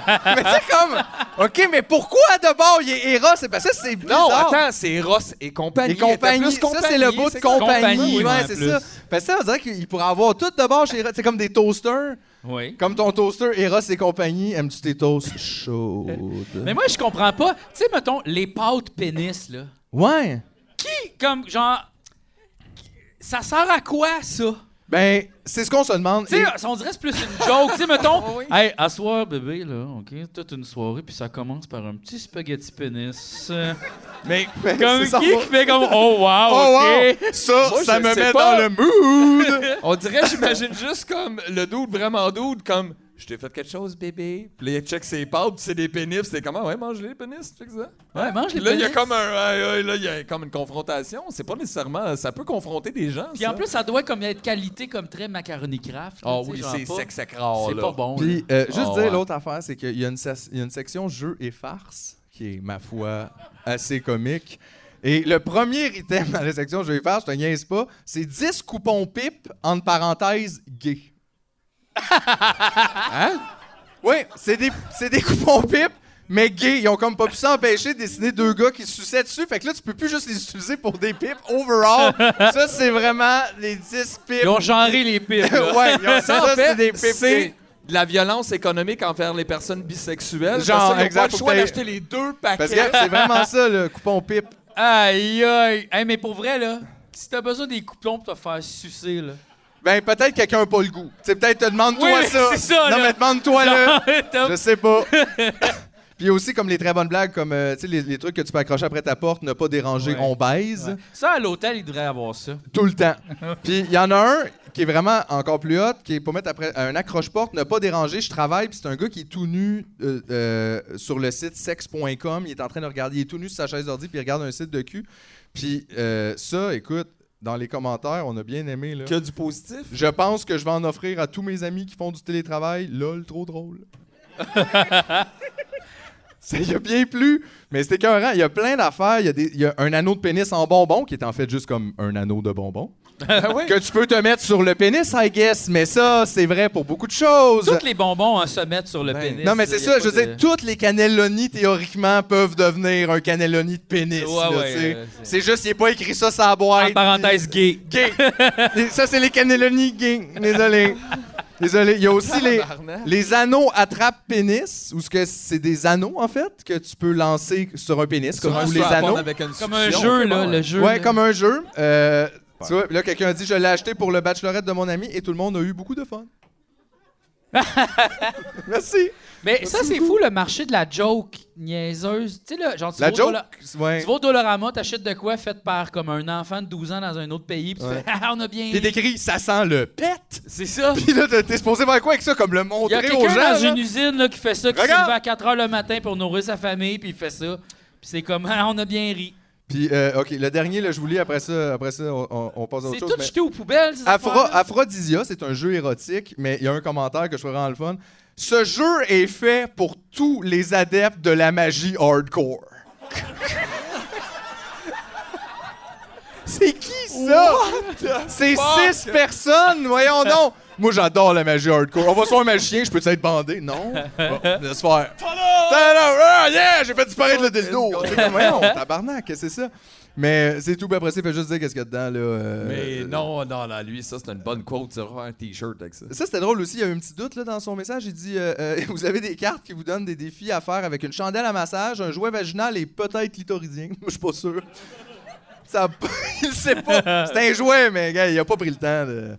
Speaker 3: mais c'est comme. OK, mais pourquoi de bord il est Héra? C'est parce que c'est bizarre.
Speaker 2: Non, attends, c'est Eros et compagnie.
Speaker 3: Et compagnie,
Speaker 2: T'as plus
Speaker 3: ça c'est le bout de
Speaker 2: c'est
Speaker 3: compagnie,
Speaker 1: compagnie,
Speaker 3: ouais,
Speaker 1: ouais, en
Speaker 3: c'est
Speaker 1: plus.
Speaker 3: ça. Parce que ça, on dirait qu'ils pourraient avoir tout de bord chez Eros. C'est comme des toasters,
Speaker 1: Oui.
Speaker 3: comme ton toaster Eros et compagnie. Aimes-tu tes toasts chaudes?
Speaker 2: Euh,
Speaker 1: Mais moi, je comprends pas. Tu sais, mettons, les pâtes pénis, là.
Speaker 3: Ouais.
Speaker 1: Qui, comme, genre. Ça sert à quoi, ça?
Speaker 3: Ben, c'est ce qu'on se demande.
Speaker 1: Tu
Speaker 3: Et-
Speaker 1: sais, on dirait que c'est plus une joke. tu sais,
Speaker 3: Ah
Speaker 1: mettons,
Speaker 2: Oui.
Speaker 1: hey, à soir, bébé, là, OK, toute une soirée, puis ça commence par un petit spaghetti pénis. Euh,
Speaker 3: mais
Speaker 1: comme
Speaker 3: c'est ça,
Speaker 1: qui
Speaker 3: moi.
Speaker 1: qui fait comme, oh, wow,
Speaker 3: Oh,
Speaker 1: OK.
Speaker 3: wow. Ça,
Speaker 2: Moi,
Speaker 3: ça
Speaker 2: je
Speaker 3: me
Speaker 2: sais
Speaker 3: met
Speaker 2: pas.
Speaker 3: dans le mood.
Speaker 2: On dirait, j'imagine juste comme le dude vraiment dude, comme Je t'ai fait quelque chose, bébé. Puis là, il check ses pattes, puis c'est des pénis. C'était comment? Ouais, mange les pénis, check ça.
Speaker 1: Ouais, mange les
Speaker 2: Là, il y a
Speaker 1: pénis.
Speaker 2: comme un, aïe, aïe, là, il y a comme une confrontation. C'est pas nécessairement. Ça peut confronter des gens.
Speaker 1: Puis en plus, ça doit comme être qualité comme très macaroni craft. là,
Speaker 2: Ah
Speaker 1: tu sais,
Speaker 2: oui,
Speaker 1: genre
Speaker 2: c'est
Speaker 1: pas-
Speaker 2: sexe rare.
Speaker 1: C'est
Speaker 2: là.
Speaker 1: pas bon. là.
Speaker 3: Oh, Puis, euh, juste
Speaker 2: Ah
Speaker 3: dire
Speaker 2: ouais.
Speaker 3: l'autre affaire, c'est qu'il y, a une ses- il y a une section jeux et farces qui est, ma foi, assez comique. Et le premier item dans la section jeux et farces, je te niaise pas, c'est 10 coupons pipe, entre parenthèses, gay. hein? Oui, c'est des, c'est des coupons pipe, mais gays. Ils ont comme pas pu s'empêcher de dessiner deux gars qui se suçaient dessus. Fait que là, tu peux plus juste les utiliser pour des pipes overall. ça, c'est vraiment les 10 pipes.
Speaker 1: Ils ont genré les pipes. là.
Speaker 3: ouais, ils ont-
Speaker 2: Ça, en
Speaker 3: ça, c'est des
Speaker 2: fait,
Speaker 3: pipes gays.
Speaker 2: c'est de la violence économique envers les personnes bisexuelles.
Speaker 3: Genre,
Speaker 2: Parce qu'ils ont
Speaker 3: exact,
Speaker 2: pas le
Speaker 3: faut
Speaker 2: choix
Speaker 3: que t'aies-
Speaker 2: d'acheter les deux paquets.
Speaker 3: Parce que c'est vraiment ça, le coupon pipe.
Speaker 1: Aïe, aïe. Hey, mais pour vrai, là, si t'as besoin des coupons pour te faire sucer, là.
Speaker 3: Ben, peut-être quelqu'un n'a pas le goût. Tu sais, peut-être te demande-toi
Speaker 1: Oui,
Speaker 3: ça.
Speaker 1: c'est ça,
Speaker 3: Non,
Speaker 1: là.
Speaker 3: mais demande-toi là.
Speaker 1: T'as-
Speaker 3: Je sais pas. Puis aussi, comme les très bonnes blagues, comme euh, tu sais, les, les trucs que tu peux accrocher après ta porte, ne pas déranger,
Speaker 1: Ouais.
Speaker 3: on baise.
Speaker 1: Ouais. Ça, à l'hôtel, il devrait avoir ça.
Speaker 3: Tout le temps. Puis il y en a un qui est vraiment encore plus hot, qui est pour mettre après un accroche-porte, ne pas déranger, je travaille. Puis c'est un gars qui est tout nu euh, euh, sur le site sexe.com. Il est en train de regarder, il est tout nu sur sa chaise d'ordi, puis il regarde un site de cul. Puis euh, ça, écoute, dans les commentaires, on a bien aimé. Là.
Speaker 2: Que du positif.
Speaker 3: Je pense que je vais en offrir à tous mes amis qui font du télétravail. Lol, trop drôle. Ça y a bien plu, mais c'était écœurant. Il y a plein d'affaires. Il y, a des- il y a un anneau de pénis en bonbon qui est en fait juste comme un anneau de bonbon.
Speaker 1: Ah
Speaker 3: Que tu peux te mettre sur le pénis, I guess, mais ça, c'est vrai pour beaucoup de choses.
Speaker 1: Tous les bonbons hein, se mettent sur le
Speaker 2: Ben,
Speaker 1: pénis.
Speaker 3: Non, mais
Speaker 1: là,
Speaker 3: c'est
Speaker 1: y a pas
Speaker 3: ça, je veux
Speaker 1: de-
Speaker 3: dire, toutes les cannelloni, théoriquement, peuvent devenir un cannelloni de pénis.
Speaker 1: Ouais,
Speaker 3: là,
Speaker 1: ouais,
Speaker 3: tu sais.
Speaker 1: euh, c'est-
Speaker 3: c'est juste, il n'est pas écrit ça sur la boîte.
Speaker 1: En parenthèse gay.
Speaker 3: Gay. Les- Ça, c'est les cannelloni gay. Désolé. Désolé. Il y a aussi les,
Speaker 2: Tabarnak.
Speaker 3: les anneaux attrape-pénis, ou ce que c'est des anneaux, en fait, que tu peux lancer sur un pénis, comme
Speaker 2: Sur
Speaker 3: tous
Speaker 2: un
Speaker 3: les
Speaker 2: swap-on
Speaker 3: anneaux.
Speaker 2: avec une
Speaker 1: Comme un
Speaker 2: succion,
Speaker 1: jeu,
Speaker 2: c'est
Speaker 1: là,
Speaker 2: bon,
Speaker 1: le
Speaker 2: hein.
Speaker 1: jeu.
Speaker 3: ouais,
Speaker 1: là.
Speaker 3: comme un jeu. Euh, tu vois, là, quelqu'un a dit Je l'ai acheté pour le bachelorette de mon ami et tout le monde a eu beaucoup de fun. Merci.
Speaker 1: Mais ça, c'est fou, le marché de la joke niaiseuse. Tu sais, là, genre, tu
Speaker 3: La
Speaker 1: vas au
Speaker 3: joke,
Speaker 1: Dollar-
Speaker 3: ouais.
Speaker 1: Tu vas au Dolorama, t'achètes de quoi fait par comme un enfant de 12 ans dans un autre pays, pis tu
Speaker 3: Ouais.
Speaker 1: fais, ah, on a bien.
Speaker 3: Puis décrit Ça sent le pet.
Speaker 1: C'est ça.
Speaker 3: Puis là, t'es supposé faire quoi avec ça Comme le
Speaker 1: Il y a
Speaker 3: montrer aux gens.
Speaker 1: quelqu'un dans
Speaker 3: là?
Speaker 1: une usine là, qui fait ça, qui se
Speaker 3: Regarde.
Speaker 1: lève à 4 h le matin pour nourrir sa famille, puis il fait ça. Puis c'est comme, ah, on a bien ri.
Speaker 3: Puis, euh, OK, le dernier, là, je vous lis. Après ça, après ça on, on- on passe à autre
Speaker 1: C'est
Speaker 3: chose.
Speaker 1: tout
Speaker 3: mais-
Speaker 1: jeté aux poubelles, ces
Speaker 3: Aphro-
Speaker 1: affaires-là.
Speaker 3: Aphrodisia, c'est un jeu érotique, mais il y a un commentaire que je trouve vraiment le fun. Ce jeu est fait pour tous les adeptes de la magie hardcore. c'est qui ça? C'est
Speaker 2: fuck?
Speaker 3: six personnes, voyons donc. Moi, j'adore la magie hardcore. On va sur un magicien, je peux être bandé? Non. Bon, laisse faire. Tada! Ah, yeah! J'ai fait disparaître le dildo. C'est comme, voyons, tabarnak, qu'est-ce que c'est ça? Mais c'est tout, puis après ça, il fait juste dire qu'est-ce qu'il y a dedans, là. euh,
Speaker 2: Mais non, non, non, lui, ça, c'est une bonne quote. Tu vas faire un t-shirt avec ça.
Speaker 3: ça, c'était drôle aussi. Il y a eu un petit doute là, dans son message. Il dit euh, euh, Vous avez des cartes qui vous donnent des défis à faire avec une chandelle à massage, un jouet vaginal et peut-être clitoridien. Moi, Je suis pas sûr. Ça, a pas- il sait pas. C'est un jouet, mais gars, il a pas pris le temps. De...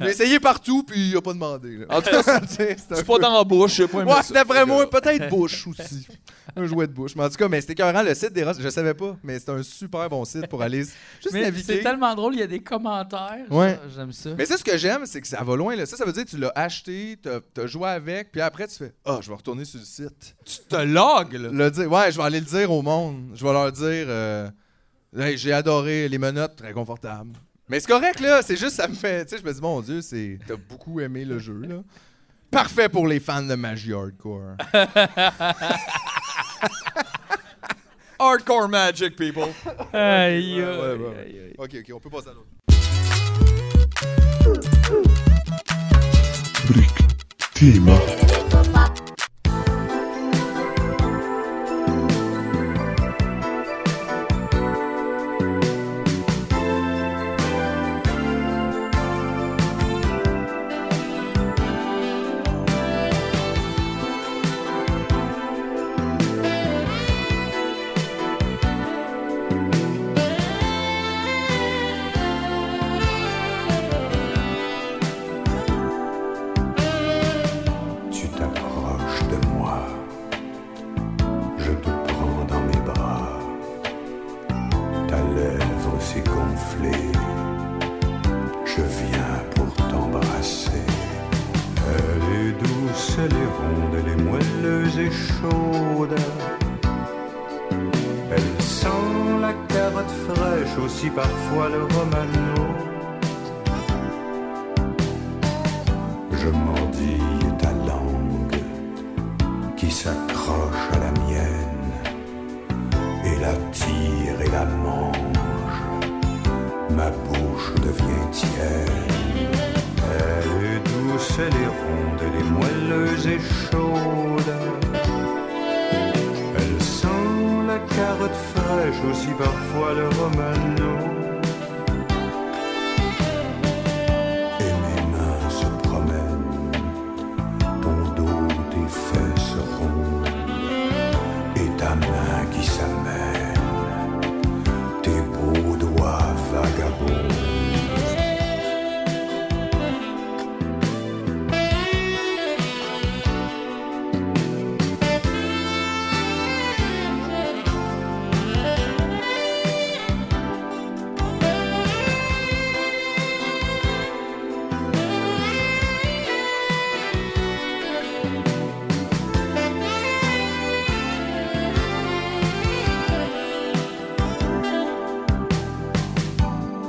Speaker 3: Il a essayé partout, puis il a pas demandé. là. En tout cas, tu sais, c'est un
Speaker 2: C'est pas
Speaker 3: peu-
Speaker 2: dans la bouche, je sais pas. aimé
Speaker 3: Ouais,
Speaker 2: ça.
Speaker 3: d'après moi, peut-être bouche aussi. Un jouet de bouche. Mais en tout cas, mais c'était écœurant, le site des Ross. Je savais pas, mais c'est un super bon site pour aller s- juste
Speaker 1: Mais
Speaker 3: naviguer.
Speaker 1: C'est tellement drôle, il y a des commentaires.
Speaker 3: Ouais.
Speaker 1: Ça, J'aime ça.
Speaker 3: Mais c'est ce que j'aime, c'est que ça va loin. Là. Ça, ça veut dire que tu l'as acheté, t'as as joué avec, puis après tu fais Ah, je vais retourner sur le site.
Speaker 2: Tu te logues, là.
Speaker 3: Le dire, ouais, je vais aller le dire au monde. Je vais leur dire euh, Hey, j'ai adoré les menottes, très confortables. Mais c'est correct, là. C'est juste, ça me fait. Tu sais, je me dis Mon Dieu, c'est t'as beaucoup aimé le jeu, là. Parfait pour les fans de magie hardcore.
Speaker 2: Hardcore magic, people.
Speaker 1: Aïe,
Speaker 3: Ouais, ouais,
Speaker 1: aïe,
Speaker 3: ouais.
Speaker 1: aïe, aïe.
Speaker 3: ok, ok, on peut passer à l'autre.
Speaker 4: Thema.
Speaker 5: Tu t'approches de moi. Je te prends dans mes bras. Ta lèvre s'est gonflée. Je viens pour t'embrasser. Elle est douce, ronde, elle est moelleuse et chaude. Elle sent la carotte fraîche, aussi parfois le romano. Je mordis ta langue qui s'accroche à la mienne et la tire et la mange. Ma bouche devient tiède. Elle est douce, elle est ronde, elle est moelleuse et chaude. Elle sent la carotte fraîche, aussi parfois le romano. Et mes mains se promènent, ton dos, tes fesses rondes, et ta main qui s'amène, tes beaux doigts vagabonds.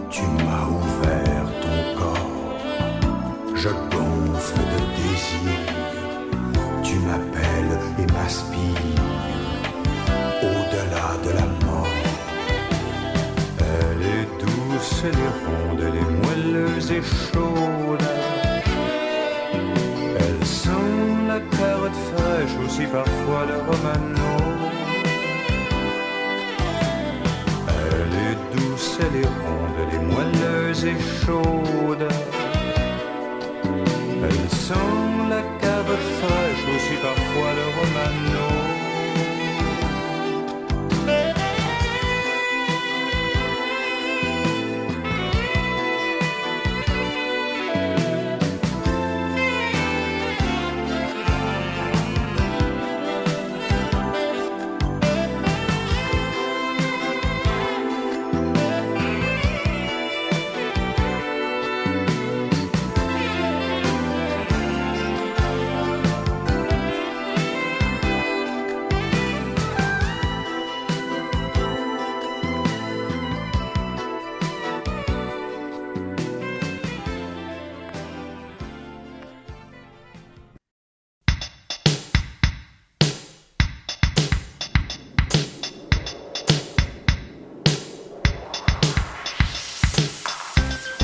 Speaker 5: Tu m'as ouvert ton corps, je gonfle de désir. Tu m'appelles et m'aspires au-delà de la mort. Elle est douce, elle est ronde, elle est moelleuse et chaude. Elle sent la carotte fraîche, aussi parfois le romano. Elle est douce, elle est ronde, elle est moelleuse et chaude. Elle sent la cave fraîche, aussi parfois le romano.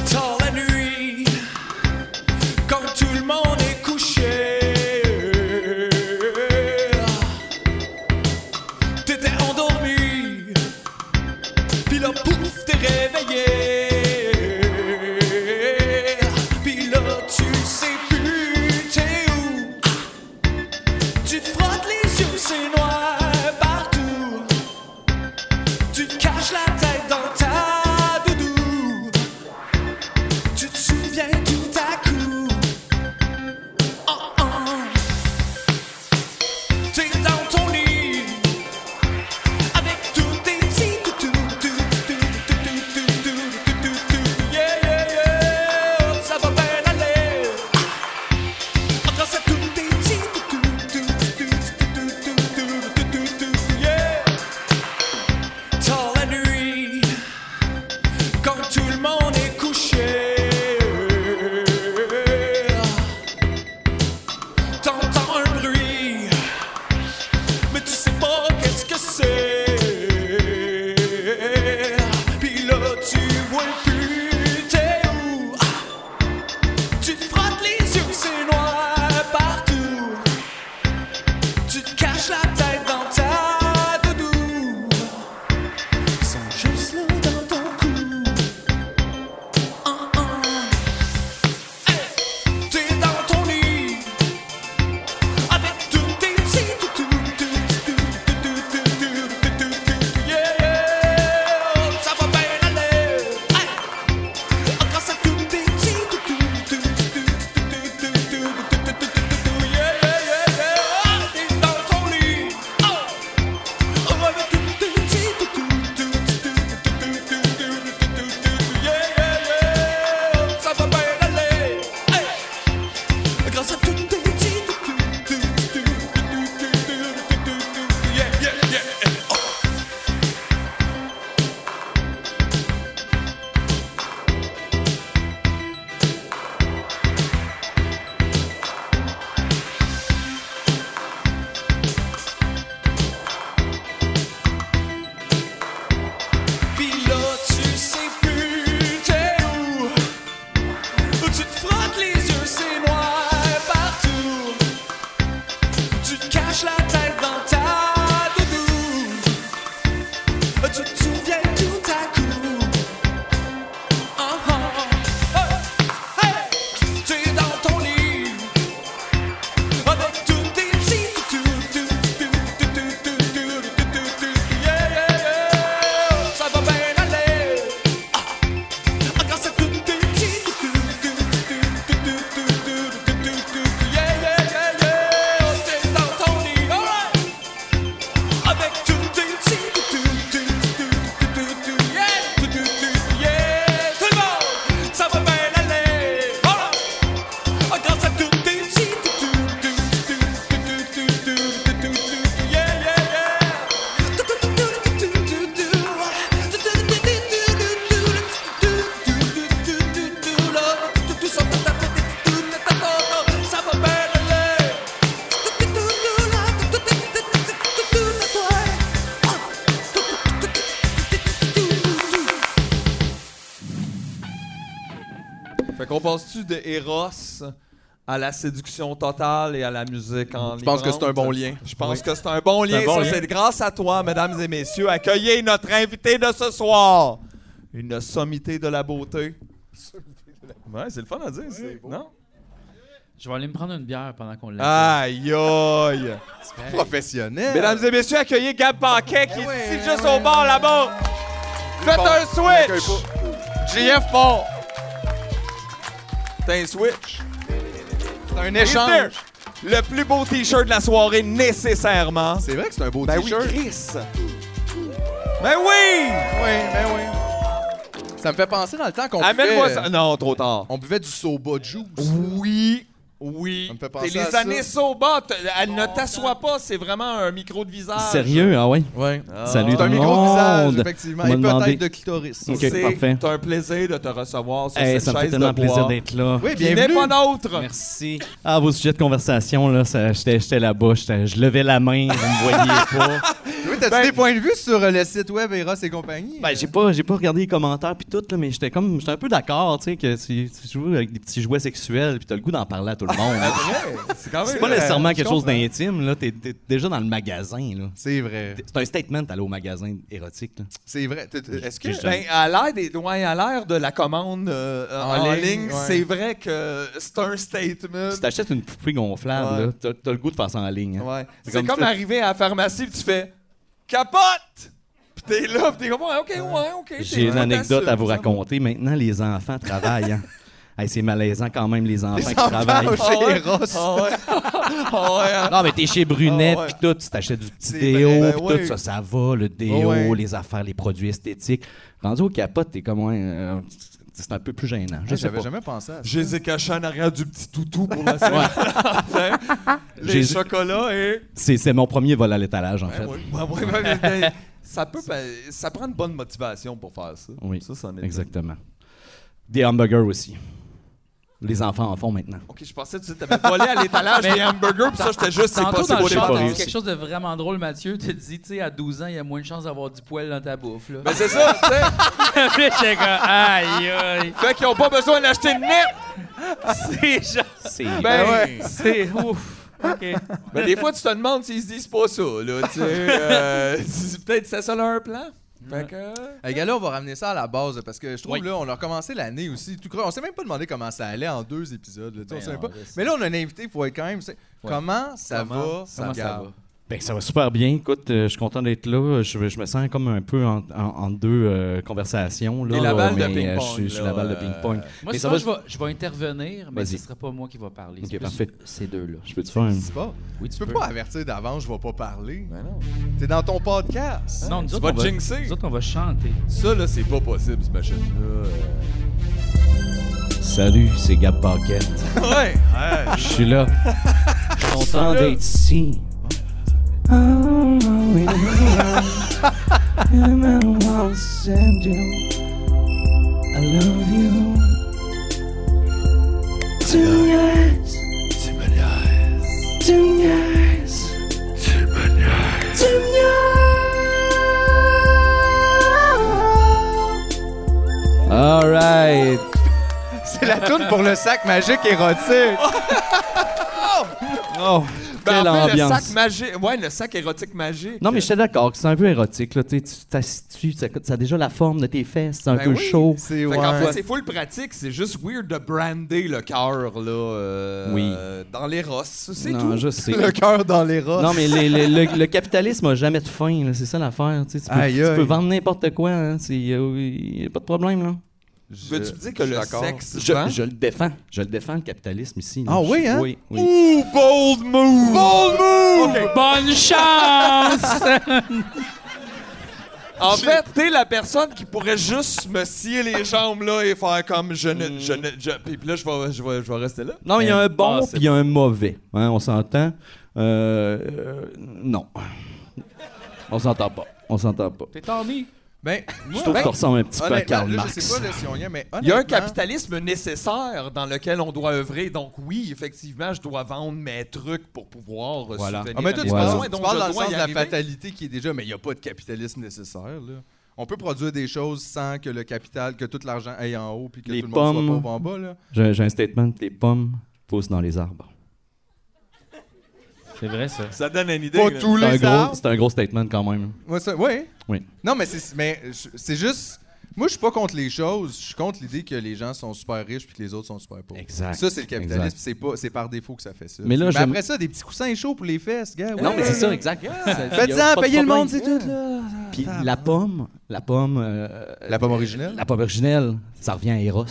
Speaker 6: Tard la nuit, quand tout le monde est couché, t'étais endormi, puis là pouf t'es réveillé, puis là tu sais plus t'es où, tu te frottes les yeux c'est noir partout, tu te caches la tête dans ta doudou. Tu te souviens tout à coup. Oh, oh. T'es dans ton lit avec tous tes petits tout, tout, tout, tout, tout, tout, tout, tout, tout, tout,
Speaker 2: Fait qu'on passe-tu de Eros à la séduction totale et à la musique en
Speaker 3: Je pense que
Speaker 2: livrante?
Speaker 3: c'est un bon lien.
Speaker 2: Je pense que c'est un bon lien.
Speaker 7: bon
Speaker 2: ça,
Speaker 7: lien.
Speaker 2: c'est grâce à toi, mesdames et messieurs. Accueillez notre invité de ce soir. Une sommité de la beauté. Ouais, c'est le fun à dire, c'est... non?
Speaker 1: Je vais aller me prendre une bière pendant qu'on l'a.
Speaker 3: Ah,
Speaker 2: Aïe, aïe.
Speaker 3: Professionnel.
Speaker 2: Mesdames et messieurs, accueillez Gab Paquet qui est ici juste au bord là-bas. Faites un switch. JF part. T'as un switch.
Speaker 3: c'est un
Speaker 2: He's there.
Speaker 3: échange.
Speaker 2: Le plus beau t-shirt de la soirée, nécessairement.
Speaker 3: C'est vrai que c'est un beau
Speaker 2: Ben oui,
Speaker 3: t-shirt.
Speaker 2: Chris. Ben oui!
Speaker 3: Ouais, ben oui. Ça me fait penser dans le temps qu'on
Speaker 2: Amène-moi
Speaker 3: buvait,
Speaker 2: ça. Non, trop tard.
Speaker 3: on buvait du soba juice.
Speaker 2: euh, Oui. Oui.
Speaker 3: Ça me fait
Speaker 2: T'es
Speaker 3: penser
Speaker 2: les
Speaker 3: à ça.
Speaker 2: années soba. t- Elle ne t'assoit pas. C'est vraiment un micro de visage.
Speaker 7: Sérieux, ah ouais.
Speaker 3: Ouais.
Speaker 7: Salut
Speaker 3: C'est
Speaker 7: tout
Speaker 3: un
Speaker 7: le
Speaker 3: micro visage,
Speaker 7: monde.
Speaker 3: effectivement.
Speaker 7: On
Speaker 3: Et
Speaker 7: m'a demandé.
Speaker 3: peut-être de clitoris.
Speaker 7: Ok,
Speaker 2: C'est
Speaker 7: parfait.
Speaker 2: un plaisir de te recevoir sur
Speaker 7: Hey,
Speaker 2: cette
Speaker 7: ça me fait
Speaker 2: chaise de
Speaker 7: tellement plaisir
Speaker 2: bois.
Speaker 7: d'être là.
Speaker 3: Oui,
Speaker 2: Qui n'est
Speaker 3: bienvenue.
Speaker 2: pas d'autre.
Speaker 7: Merci. Ah, vos sujets de conversation, là, ça- j'étais j'étais là-bas, j'étais- hein. je levais la main, vous me voyez pas.
Speaker 3: Oui,
Speaker 2: Ben,
Speaker 3: t'as-tu des points de vue sur euh, le site web Eros et compagnie?
Speaker 7: Ben, j'ai pas, j'ai pas regardé les commentaires puis tout, là, mais j'étais comme, j'étais un peu d'accord, tu sais, que tu, tu joues avec des petits jouets sexuels puis t'as le goût d'en parler à tout le monde.
Speaker 2: Ah
Speaker 7: là.
Speaker 2: C'est quand même- euh,
Speaker 7: C'est pas nécessairement quelque chose
Speaker 2: comprends.
Speaker 7: d'intime, là, t'es t'es déjà dans le magasin, là.
Speaker 3: C'est vrai.
Speaker 7: C'est un statement d'aller au magasin érotique, là.
Speaker 3: C'est vrai. T'es- t'es- Est-ce que.
Speaker 7: J'ai-
Speaker 2: Ben, à l'air des ouais, à l'air de la commande euh, en,
Speaker 3: En
Speaker 2: ligne,
Speaker 3: ligne, ouais.
Speaker 2: c'est vrai que c'est un statement.
Speaker 7: Si t'achètes une poupée gonflable,
Speaker 2: Ouais.
Speaker 7: là, t'as, t'as le goût de faire ça en ligne. hein.
Speaker 2: Ouais. C'est
Speaker 7: comme
Speaker 2: comme,
Speaker 7: ça.
Speaker 2: arriver à la pharmacie et tu fais capote. Puis t'es là, puis t'es comme ouais, ok, ouais, ok. t'es-
Speaker 7: J'ai une
Speaker 2: t'assumes,
Speaker 7: anecdote à vous
Speaker 2: ça.
Speaker 7: raconter. Maintenant, les enfants travaillent. hein. Hey, c'est malaisant quand même, les enfants
Speaker 3: Les
Speaker 7: qui
Speaker 3: enfants
Speaker 7: travaillent.
Speaker 3: au
Speaker 2: Ah ouais?
Speaker 3: Eros.
Speaker 2: Ah ouais. Ah ouais, hein.
Speaker 7: Non, mais t'es chez Brunette,
Speaker 2: Ah ouais.
Speaker 7: puis tout, tu t'achètes du petit
Speaker 2: C'est
Speaker 7: déo,
Speaker 2: vrai, ben
Speaker 7: puis
Speaker 2: ouais.
Speaker 7: tout ça, ça va, le déo,
Speaker 3: Ouais.
Speaker 7: les affaires, les produits esthétiques. Rendu au capote, t'es comme, ouais, euh, c'est un peu plus gênant. Je sais
Speaker 3: J'avais
Speaker 7: pas.
Speaker 3: jamais pensé à ça.
Speaker 2: Je les ai cachés en arrière du petit toutou pour la soirée.
Speaker 7: J'ai-
Speaker 2: Les chocolats et.
Speaker 7: C'est, c'est mon premier vol à l'étalage, en fait.
Speaker 2: Ouais, ouais, ouais, ouais, mais ça peut, pas- ça prend une bonne motivation pour faire ça.
Speaker 7: Oui,
Speaker 2: ça, c'en est une.
Speaker 7: Exactement. Des hamburgers aussi. Les enfants en font maintenant.
Speaker 2: Ok, je pensais que tu t'avais volé à l'étalage des hamburgers, puis ça, j'étais juste, c'est
Speaker 1: Tantôt
Speaker 2: pas
Speaker 1: dans le
Speaker 7: j'ai pas
Speaker 1: chat, t'as dit
Speaker 7: réussi.
Speaker 1: quelque chose de vraiment drôle, Mathieu. T'as dit, tu sais, à 12 ans, il y a moins de chances d'avoir du poil dans ta bouffe. Là.
Speaker 2: Mais c'est ça, tu sais.
Speaker 1: J'étais comme, aïe, aïe.
Speaker 2: Fait qu'ils ont pas besoin d'acheter de net.
Speaker 1: C'est genre.
Speaker 7: C'est
Speaker 2: Ben ouais.
Speaker 1: C'est ouf. OK.
Speaker 2: Ben des fois, tu te demandes s'ils se disent pas ça, là, tu sais. euh, c'est- Peut-être c'est ça leur plan. Fait que...
Speaker 3: Les gars, là, on va ramener ça à la base parce que je trouve
Speaker 7: Oui.
Speaker 3: là, on a recommencé l'année aussi. Tout creux. on s'est même pas demandé comment ça allait en deux épisodes. là, tu sais, on
Speaker 1: Ben
Speaker 3: savait
Speaker 1: non,
Speaker 3: pas.
Speaker 1: là, c'est-
Speaker 3: Mais là, on a un invité, faut être quand même. c'est- Comment ça
Speaker 2: Comment-
Speaker 3: va?
Speaker 1: Comment ça
Speaker 3: Gab?
Speaker 1: va?
Speaker 7: Ben, ça va super bien. Écoute, euh, je suis content d'être là. Je, je me sens comme un peu en, en- en deux euh, conversations. Là,
Speaker 2: Et la balle de
Speaker 7: mais, euh,
Speaker 2: ping-pong,
Speaker 7: je suis- Je suis
Speaker 2: là,
Speaker 7: la balle de
Speaker 2: euh,
Speaker 7: ping-pong.
Speaker 1: Moi,
Speaker 7: Mais
Speaker 1: souvent, je, vais, je vais intervenir, mais ce
Speaker 7: Vas-y.
Speaker 1: ne sera pas moi qui va parler.
Speaker 7: Ok,
Speaker 1: C'est plus
Speaker 7: parfait.
Speaker 1: Ces deux-là.
Speaker 7: Je peux te faire un...
Speaker 3: C'est pas.
Speaker 1: Oui,
Speaker 3: Tu peux pas avertir d'avance, je vais pas parler.
Speaker 2: Ben non.
Speaker 3: T'es dans ton podcast.
Speaker 1: Non, nous
Speaker 2: Tu
Speaker 1: autres,
Speaker 2: vas
Speaker 1: on va,
Speaker 2: jinxer.
Speaker 1: nous autres, on va chanter.
Speaker 2: Ça, là, c'est pas possible, ce machine-là.
Speaker 7: Salut, c'est Gab Paquette.
Speaker 2: Ouais!
Speaker 7: Je suis là. Je suis content d'être ici. All right.
Speaker 3: C'est la toune pour le sac magique érotique.
Speaker 7: Oh,
Speaker 2: Ben,
Speaker 7: quelle
Speaker 2: en fait,
Speaker 7: ambiance.
Speaker 2: le sac magique... Ouais, le sac érotique magique.
Speaker 7: Non, mais j'étais d'accord que c'est un peu érotique. Là. Tu sais, tu t'assieds, ça, ça a déjà la forme de tes fesses, c'est un
Speaker 2: Ben
Speaker 7: peu
Speaker 2: oui.
Speaker 7: chaud.
Speaker 3: C'est
Speaker 2: Fait
Speaker 3: ouais.
Speaker 2: qu'en fait, c'est full pratique. C'est juste weird de brander le cœur, là. euh,
Speaker 7: Oui.
Speaker 2: euh, Dans les rosses, c'est
Speaker 7: non,
Speaker 2: tout.
Speaker 7: je sais.
Speaker 3: le cœur dans les rats.
Speaker 7: Non, mais les- les- le, le capitalisme a jamais de fin. là. C'est ça l'affaire. Tu, sais, tu peux,
Speaker 3: Aïe,
Speaker 7: tu
Speaker 3: aïe.
Speaker 7: peux vendre n'importe quoi. hein. C'est- y a- y a pas de problème. Là.
Speaker 2: Veux-tu me dire que le sexe
Speaker 7: Je,
Speaker 2: vend?
Speaker 7: je
Speaker 3: Ben,
Speaker 7: le défends. Je le défends, le capitalisme ici. là.
Speaker 3: Hein? Ah oui,
Speaker 7: Je-
Speaker 3: hein?
Speaker 7: Oui, oui.
Speaker 2: Ouh, bold move! Bold move!
Speaker 1: Bonne chance!
Speaker 2: En fait, t'es la personne qui pourrait juste me scier les jambes là et faire comme je ne. Je ne je- puis là, je vais, je, vais, je vais rester là.
Speaker 7: Non, il y a un
Speaker 1: Ah,
Speaker 7: bon puis
Speaker 1: c'est
Speaker 7: il y a un mauvais. Hein, on s'entend? Euh, euh, non. On s'entend pas. On s'entend pas.
Speaker 1: T'es Tommy.
Speaker 3: Ben, moi,
Speaker 7: Je trouve
Speaker 3: ben,
Speaker 7: que ça ressemble un petit peu à
Speaker 3: honnêtement,
Speaker 7: Karl
Speaker 3: là,
Speaker 7: Marx.
Speaker 3: Je sais pas là, si on y est, mais
Speaker 2: Il y a un
Speaker 3: honnêtement,
Speaker 2: capitalisme nécessaire dans lequel on doit œuvrer. Donc, oui, effectivement, je dois vendre mes trucs pour pouvoir euh,
Speaker 7: Voilà.
Speaker 2: soutenir
Speaker 3: Ah, mais
Speaker 2: mes
Speaker 3: toi, tu
Speaker 7: Voilà.
Speaker 3: parles,
Speaker 2: besoins,
Speaker 3: tu
Speaker 2: donc
Speaker 3: parles
Speaker 2: je
Speaker 3: dans le
Speaker 2: dois
Speaker 3: sens
Speaker 2: y
Speaker 3: de la
Speaker 2: arriver.
Speaker 3: fatalité qui est déjà, mais il n'y a pas de capitalisme nécessaire. Là. on peut produire des choses sans que le capital, que tout l'argent aille en haut puis que
Speaker 7: Les
Speaker 3: tout le monde
Speaker 7: pommes.
Speaker 3: soit pauvre en bas. Là.
Speaker 7: J'ai j'ai un statement les pommes poussent dans les arbres.
Speaker 1: C'est vrai, ça.
Speaker 2: Ça donne une idée.
Speaker 3: Pas
Speaker 2: là.
Speaker 3: tous
Speaker 7: C'est un,
Speaker 3: les
Speaker 7: gros-
Speaker 3: arbres.
Speaker 7: c'est un gros statement quand même.
Speaker 3: Ouais, ça- ouais.
Speaker 7: Oui.
Speaker 3: Non, mais c'est mais je- c'est juste. Moi, je suis pas contre les choses. Je suis contre l'idée que les gens sont super riches puis que les autres sont super pauvres.
Speaker 7: Exact.
Speaker 3: Ça, c'est le capitalisme.
Speaker 7: Exact.
Speaker 3: puis C'est pas, c'est par défaut que ça fait ça.
Speaker 7: Mais là, j'aime-
Speaker 3: après ça, des petits coussins chauds pour les fesses, gars.
Speaker 7: Non,
Speaker 3: ouais.
Speaker 7: mais c'est ça, exact.
Speaker 3: Faites-en, payez le monde, c'est tout.
Speaker 7: Puis la pomme, la pomme. euh,
Speaker 3: La pomme originelle.
Speaker 7: La pomme originelle, ça revient à Eros.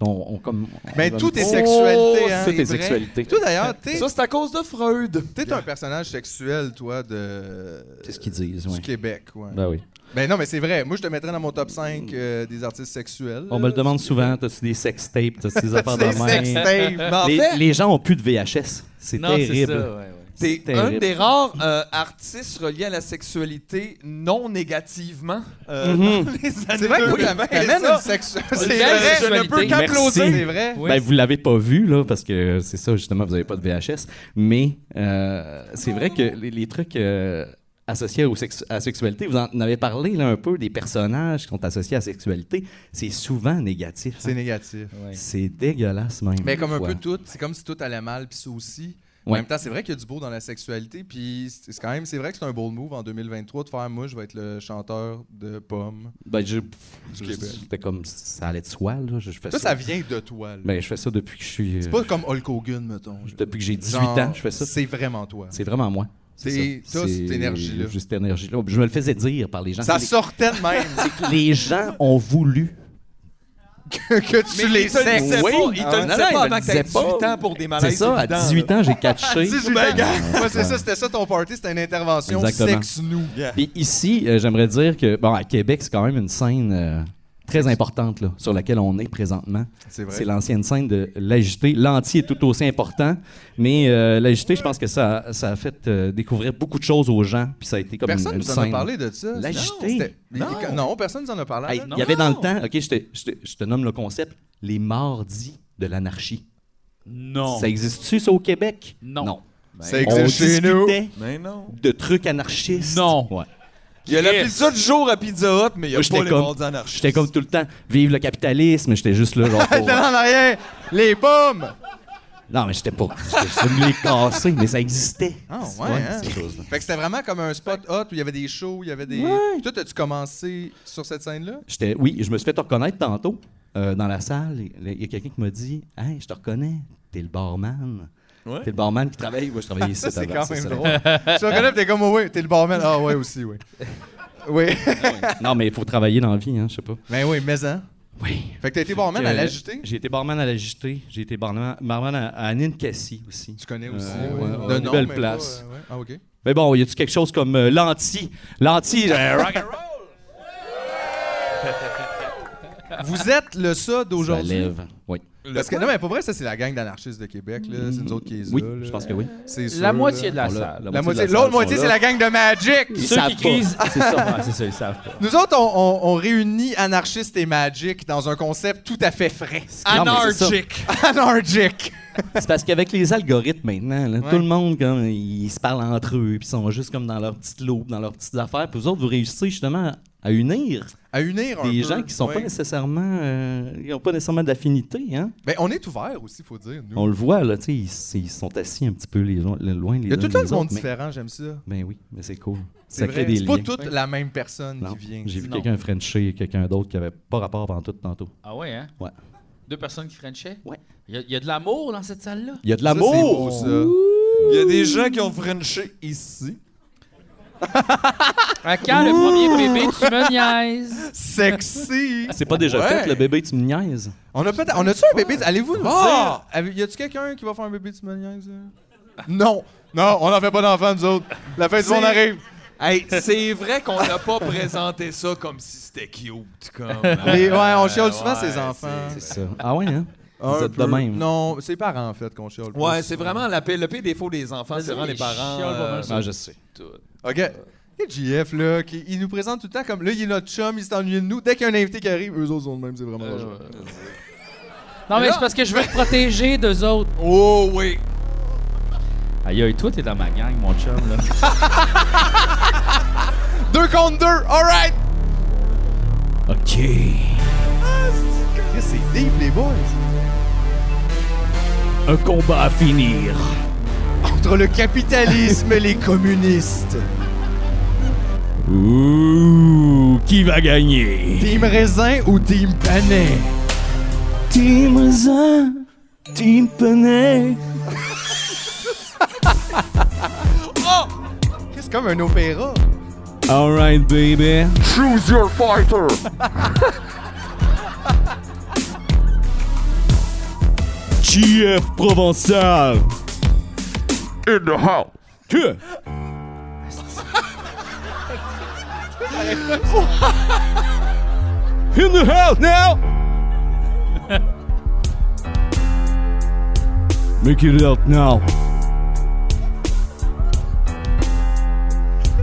Speaker 7: On, on- comme, on-
Speaker 3: Mais
Speaker 7: on-
Speaker 3: Ben, tout est
Speaker 2: Oh,
Speaker 3: sexualité. Hein,
Speaker 7: tout est
Speaker 3: vrai.
Speaker 7: sexualité. Ben,
Speaker 3: Toi, d'ailleurs, t'es
Speaker 2: Ça, c'est à cause de Freud.
Speaker 3: t'es un personnage sexuel, toi, de.
Speaker 7: C'est ce qu'ils disent,
Speaker 3: Du
Speaker 7: oui.
Speaker 3: Québec, ouais.
Speaker 7: Ben oui.
Speaker 3: Ben non, mais c'est vrai. Moi, je te mettrais dans mon top 5 euh, des artistes sexuels.
Speaker 7: On me le demande souvent, t'as-tu des sex tapes, t'as-tu des affaires de
Speaker 3: C'est sex
Speaker 7: même?
Speaker 3: tape. Non,
Speaker 7: Les, les gens ont plus de VHS. C'est
Speaker 1: Non, c'est ça,
Speaker 7: terrible.
Speaker 1: ouais, ouais.
Speaker 2: T'es
Speaker 7: C'est
Speaker 2: un
Speaker 7: terrible.
Speaker 2: des rares euh, artistes reliés à la sexualité non négativement. Euh,
Speaker 7: Mhm.
Speaker 2: dans les années
Speaker 3: C'est vrai que
Speaker 2: 2000,
Speaker 3: t'am- t'amènes
Speaker 2: ça.
Speaker 3: une sexu- C'est
Speaker 2: Une belle
Speaker 3: vrai, je ne
Speaker 2: sexualité.
Speaker 3: peux qu'applaudir.
Speaker 7: Merci.
Speaker 3: C'est vrai.
Speaker 1: Oui.
Speaker 7: Ben, vous l'avez pas vu, là, parce que euh, c'est ça, justement, vous avez pas de VHS. Mais euh, c'est vrai que les, les trucs euh, associés au sexu- à la sexualité, vous en avez parlé là, un peu, des personnages qui sont associés à la sexualité, c'est souvent négatif.
Speaker 3: C'est négatif.
Speaker 7: C'est dégueulasse, même.
Speaker 3: Mais comme
Speaker 7: des
Speaker 3: un
Speaker 7: fois.
Speaker 3: peu tout, c'est comme si tout allait mal, puis ça aussi. En
Speaker 7: Ouais.
Speaker 3: même temps, c'est vrai qu'il y a du beau dans la sexualité, puis c'est c'est quand même, c'est vrai que c'est un bold move en 2023 de faire moi, je vais être le chanteur de pommes.
Speaker 7: Ben, je-
Speaker 3: Québec.
Speaker 7: C'était comme ça allait de soi, là. Je, je fais
Speaker 3: Ça,
Speaker 7: ça.
Speaker 3: ça vient de toi. là.
Speaker 7: Ben, je fais ça depuis que je suis. euh,
Speaker 3: C'est pas comme Hulk Hogan, mettons. là.
Speaker 7: Depuis que j'ai 18
Speaker 3: Genre,
Speaker 7: ans, je fais ça.
Speaker 3: C'est vraiment toi.
Speaker 7: C'est vraiment moi.
Speaker 3: C'est-
Speaker 7: ça.
Speaker 3: t'as
Speaker 7: C'est-
Speaker 3: cette énergie-là.
Speaker 7: j'ai cette énergie-là. Je me le faisais dire par les gens.
Speaker 3: Ça
Speaker 7: Les-
Speaker 3: sortait de même
Speaker 7: Les gens ont voulu.
Speaker 3: que tu les
Speaker 2: te le
Speaker 3: sexes.
Speaker 2: disait
Speaker 7: Oui.
Speaker 2: pas, il te
Speaker 7: Ah
Speaker 2: le
Speaker 7: ouais.
Speaker 2: disait
Speaker 7: Non, non,
Speaker 2: pas
Speaker 7: il me
Speaker 2: avant que t'aies
Speaker 7: disait pas.
Speaker 2: 18 ans pour des
Speaker 3: Ah,
Speaker 2: malaises.
Speaker 3: ben,
Speaker 7: C'est ça, à
Speaker 2: évidents,
Speaker 7: 18
Speaker 2: là.
Speaker 7: ans, j'ai catché.
Speaker 3: 18 ans. Ben, Ouais, c'est ça, c'était ça ton party, c'était une intervention
Speaker 7: Exactement.
Speaker 3: sexe-nous.
Speaker 7: Puis ici, euh, j'aimerais dire que, bon, à Québec, c'est quand même une scène euh, très importante là, sur laquelle on est présentement.
Speaker 3: C'est vrai.
Speaker 7: C'est l'ancienne scène de l'agité. L'anti est tout aussi important, mais euh, l'agité, je pense que ça, ça a fait euh, découvrir beaucoup de choses aux gens, puis ça a été comme
Speaker 3: Personne
Speaker 7: une,
Speaker 3: nous
Speaker 7: une
Speaker 3: en
Speaker 7: scène.
Speaker 3: a parlé de ça.
Speaker 7: L'agité.
Speaker 3: Non, c'était- mais-
Speaker 2: Non.
Speaker 3: Non. personne nous en a parlé.
Speaker 7: Hey,
Speaker 3: là.
Speaker 7: Il y avait dans le temps, ok, je te, je te- je te nomme le concept, les mardis de l'anarchie.
Speaker 1: Non.
Speaker 7: Ça existe-tu ça au Québec
Speaker 1: Non.
Speaker 2: ben,
Speaker 3: Ça
Speaker 7: On
Speaker 3: existe chez nous.
Speaker 7: discutait
Speaker 2: Mais non.
Speaker 7: de trucs anarchistes.
Speaker 1: Non.
Speaker 7: Ouais.
Speaker 2: Il y a la
Speaker 1: Yes.
Speaker 2: pizza du jour à Pizza Hut, mais il y a
Speaker 7: Moi, j'étais
Speaker 2: pas les
Speaker 7: comme-
Speaker 2: mordis anarchistes.
Speaker 7: J'étais comme tout le temps, vive le capitalisme, j'étais juste là genre. pour-
Speaker 3: Attends, en arrière, les pommes!
Speaker 7: Non, mais j'étais pas. Je me l'ai cassé, mais ça existait.
Speaker 3: Ah, ouais, hein?
Speaker 7: ces choses-là.
Speaker 3: Fait que c'était vraiment comme un spot hot où il y avait des shows, il y avait des. Toi, as-tu commencé sur cette scène-là?
Speaker 7: J'étais, oui, je me suis fait te reconnaître tantôt euh, dans la salle. Il il y a quelqu'un qui m'a dit Hey, je te reconnais, t'es le barman.
Speaker 2: Ouais.
Speaker 7: T'es le barman qui travaille. Moi, je travaillais ici.
Speaker 3: Ça, c'est
Speaker 7: avant,
Speaker 3: quand
Speaker 7: c'est
Speaker 3: même
Speaker 7: ben, ça.
Speaker 3: drôle. Tu te reconnais, pis t'es comme, oh, ouais, t'es le barman. Ah, ouais, aussi, oui. Oui.
Speaker 7: Non, mais il faut travailler dans la vie, hein, je sais pas.
Speaker 3: Ben oui, mais hein.
Speaker 7: Oui.
Speaker 3: Fait que t'as été barman à
Speaker 7: Euh,
Speaker 3: l'agité.
Speaker 7: J'ai été barman à l'agité. J'ai été barman, barman à, à Ninkasi aussi.
Speaker 3: Tu connais aussi.
Speaker 7: Euh,
Speaker 3: oui.
Speaker 7: ouais,
Speaker 3: De
Speaker 7: ouais, une
Speaker 3: nom,
Speaker 7: belle
Speaker 3: mais
Speaker 7: place.
Speaker 3: pas, euh, ouais. Ah, ok.
Speaker 7: Mais bon, y a-tu quelque chose comme euh, l'anti L'anti, euh, rock and roll.
Speaker 1: Ah.
Speaker 3: Vous êtes le ça
Speaker 7: Ça
Speaker 3: d'aujourd'hui.
Speaker 7: lève. Oui.
Speaker 3: Parce que, non, mais pour vrai, ça, c'est la gang d'anarchistes de Québec, là. C'est nous autres qui les
Speaker 7: Oui,
Speaker 3: a, là. euh,
Speaker 7: je pense que oui.
Speaker 3: C'est sûr,
Speaker 1: La moitié
Speaker 3: là.
Speaker 1: de la
Speaker 7: Bon, là,
Speaker 1: salle.
Speaker 3: La moitié.
Speaker 7: de la
Speaker 3: L'autre
Speaker 7: salle
Speaker 3: moitié,
Speaker 7: sont
Speaker 3: c'est la
Speaker 7: là.
Speaker 3: gang de Magic.
Speaker 7: Ils
Speaker 1: Ceux
Speaker 7: savent
Speaker 1: qui
Speaker 7: pas.
Speaker 1: crisent, c'est ça, ouais, c'est ça, ils savent pas.
Speaker 3: Nous autres, on, on- on réunit anarchistes et Magic dans un concept tout à fait frais.
Speaker 7: Non, mais c'est ça.
Speaker 3: Anarchic.
Speaker 7: C'est parce qu'avec les algorithmes maintenant, là,
Speaker 3: Ouais.
Speaker 7: tout le monde, comme, ils se parlent entre eux, puis ils sont juste comme dans leur petite loupe, dans leurs petites affaires. Puis vous autres, vous réussissez justement à unir
Speaker 3: À unir un
Speaker 7: des
Speaker 3: peu,
Speaker 7: gens qui sont pas
Speaker 3: ouais.
Speaker 7: nécessairement, euh, ils ont pas nécessairement d'affinité, hein.
Speaker 3: Ben, on est ouvert aussi, faut dire. Nous.
Speaker 7: On le voit là, tu sais, ils, c'est- ils sont assis un petit peu les, uns- les loin les
Speaker 3: Il y a tout le temps du monde
Speaker 7: autres, mais-
Speaker 3: différent, j'aime ça.
Speaker 7: Ben oui, mais c'est cool.
Speaker 3: C'est
Speaker 7: Ça crée
Speaker 3: vrai.
Speaker 7: des
Speaker 3: C'est pas
Speaker 7: liens.
Speaker 3: toute la même personne
Speaker 7: Non,
Speaker 3: qui vient.
Speaker 7: J'ai vu
Speaker 1: Non.
Speaker 7: quelqu'un Frencher et quelqu'un d'autre qui avait pas rapport avant tout tantôt.
Speaker 1: Ah ouais, hein?
Speaker 7: Ouais.
Speaker 1: Deux personnes qui frenchaient?
Speaker 7: Ouais.
Speaker 1: Il y, a- il y a de l'amour dans cette salle-là?
Speaker 7: Il y a de
Speaker 3: Ça, c'est beau,
Speaker 7: l'amour.
Speaker 3: ça.
Speaker 2: Il y a des gens qui ont Frenché ici.
Speaker 1: À quand le premier bébé, tu me niaises?
Speaker 3: Sexy.
Speaker 7: C'est pas déjà
Speaker 2: Ouais.
Speaker 7: fait le bébé, tu me niaises.
Speaker 3: On a peut-être. On a-tu un bébé? Allez-vous nous
Speaker 2: Ah!
Speaker 3: dire? avez- Y a-tu quelqu'un qui va faire un bébé de semaine? Non. Non, on n'en fait pas d'enfants, nous autres. La fin du monde arrive.
Speaker 2: Hey, c'est vrai qu'on n'a pas présenté ça comme si c'était cute. Comme,
Speaker 3: Les-
Speaker 2: euh,
Speaker 3: ouais, on chiale souvent
Speaker 2: ouais,
Speaker 3: ces enfants.
Speaker 7: C'est ça. Ah ouais, hein?
Speaker 3: Un
Speaker 7: Vous êtes de
Speaker 3: peu.
Speaker 7: même.
Speaker 3: Non, c'est les parents, en fait, qu'on chiale. plus.
Speaker 2: Ouais, c'est vraiment la pire- le pire défaut des enfants,
Speaker 1: Vas-y,
Speaker 2: c'est vraiment les
Speaker 1: ils
Speaker 2: parents. euh,
Speaker 1: chialent pas mal sur
Speaker 7: Ah, je sais.
Speaker 3: OK. Et JF, là, qui, il nous présente tout le temps comme là, il est notre chum, il s'ennuie de nous. Dès qu'il y a un invité qui arrive, eux autres sont de même, c'est vraiment
Speaker 1: Euh,
Speaker 3: dangereux.
Speaker 1: Non, mais c'est parce que je veux te protéger d'eux autres.
Speaker 2: Oh oui.
Speaker 1: Aïe, aïe, toi, t'es dans ma gang, mon chum, là.
Speaker 3: Deux contre deux, alright!
Speaker 7: OK.
Speaker 3: Chris, C'est deep, les boys.
Speaker 7: Un combat à finir.
Speaker 3: Entre le capitalisme et les communistes.
Speaker 7: Ouh, qui va gagner?
Speaker 3: Team raisin ou team panais?
Speaker 7: Team Raisin, Team Panay.
Speaker 3: C'est Oh! comme un opéra.
Speaker 7: All right, baby.
Speaker 2: Choose your fighter!
Speaker 7: Chief Provençal.
Speaker 2: In the house!
Speaker 7: Que? In the house now! Make it out now.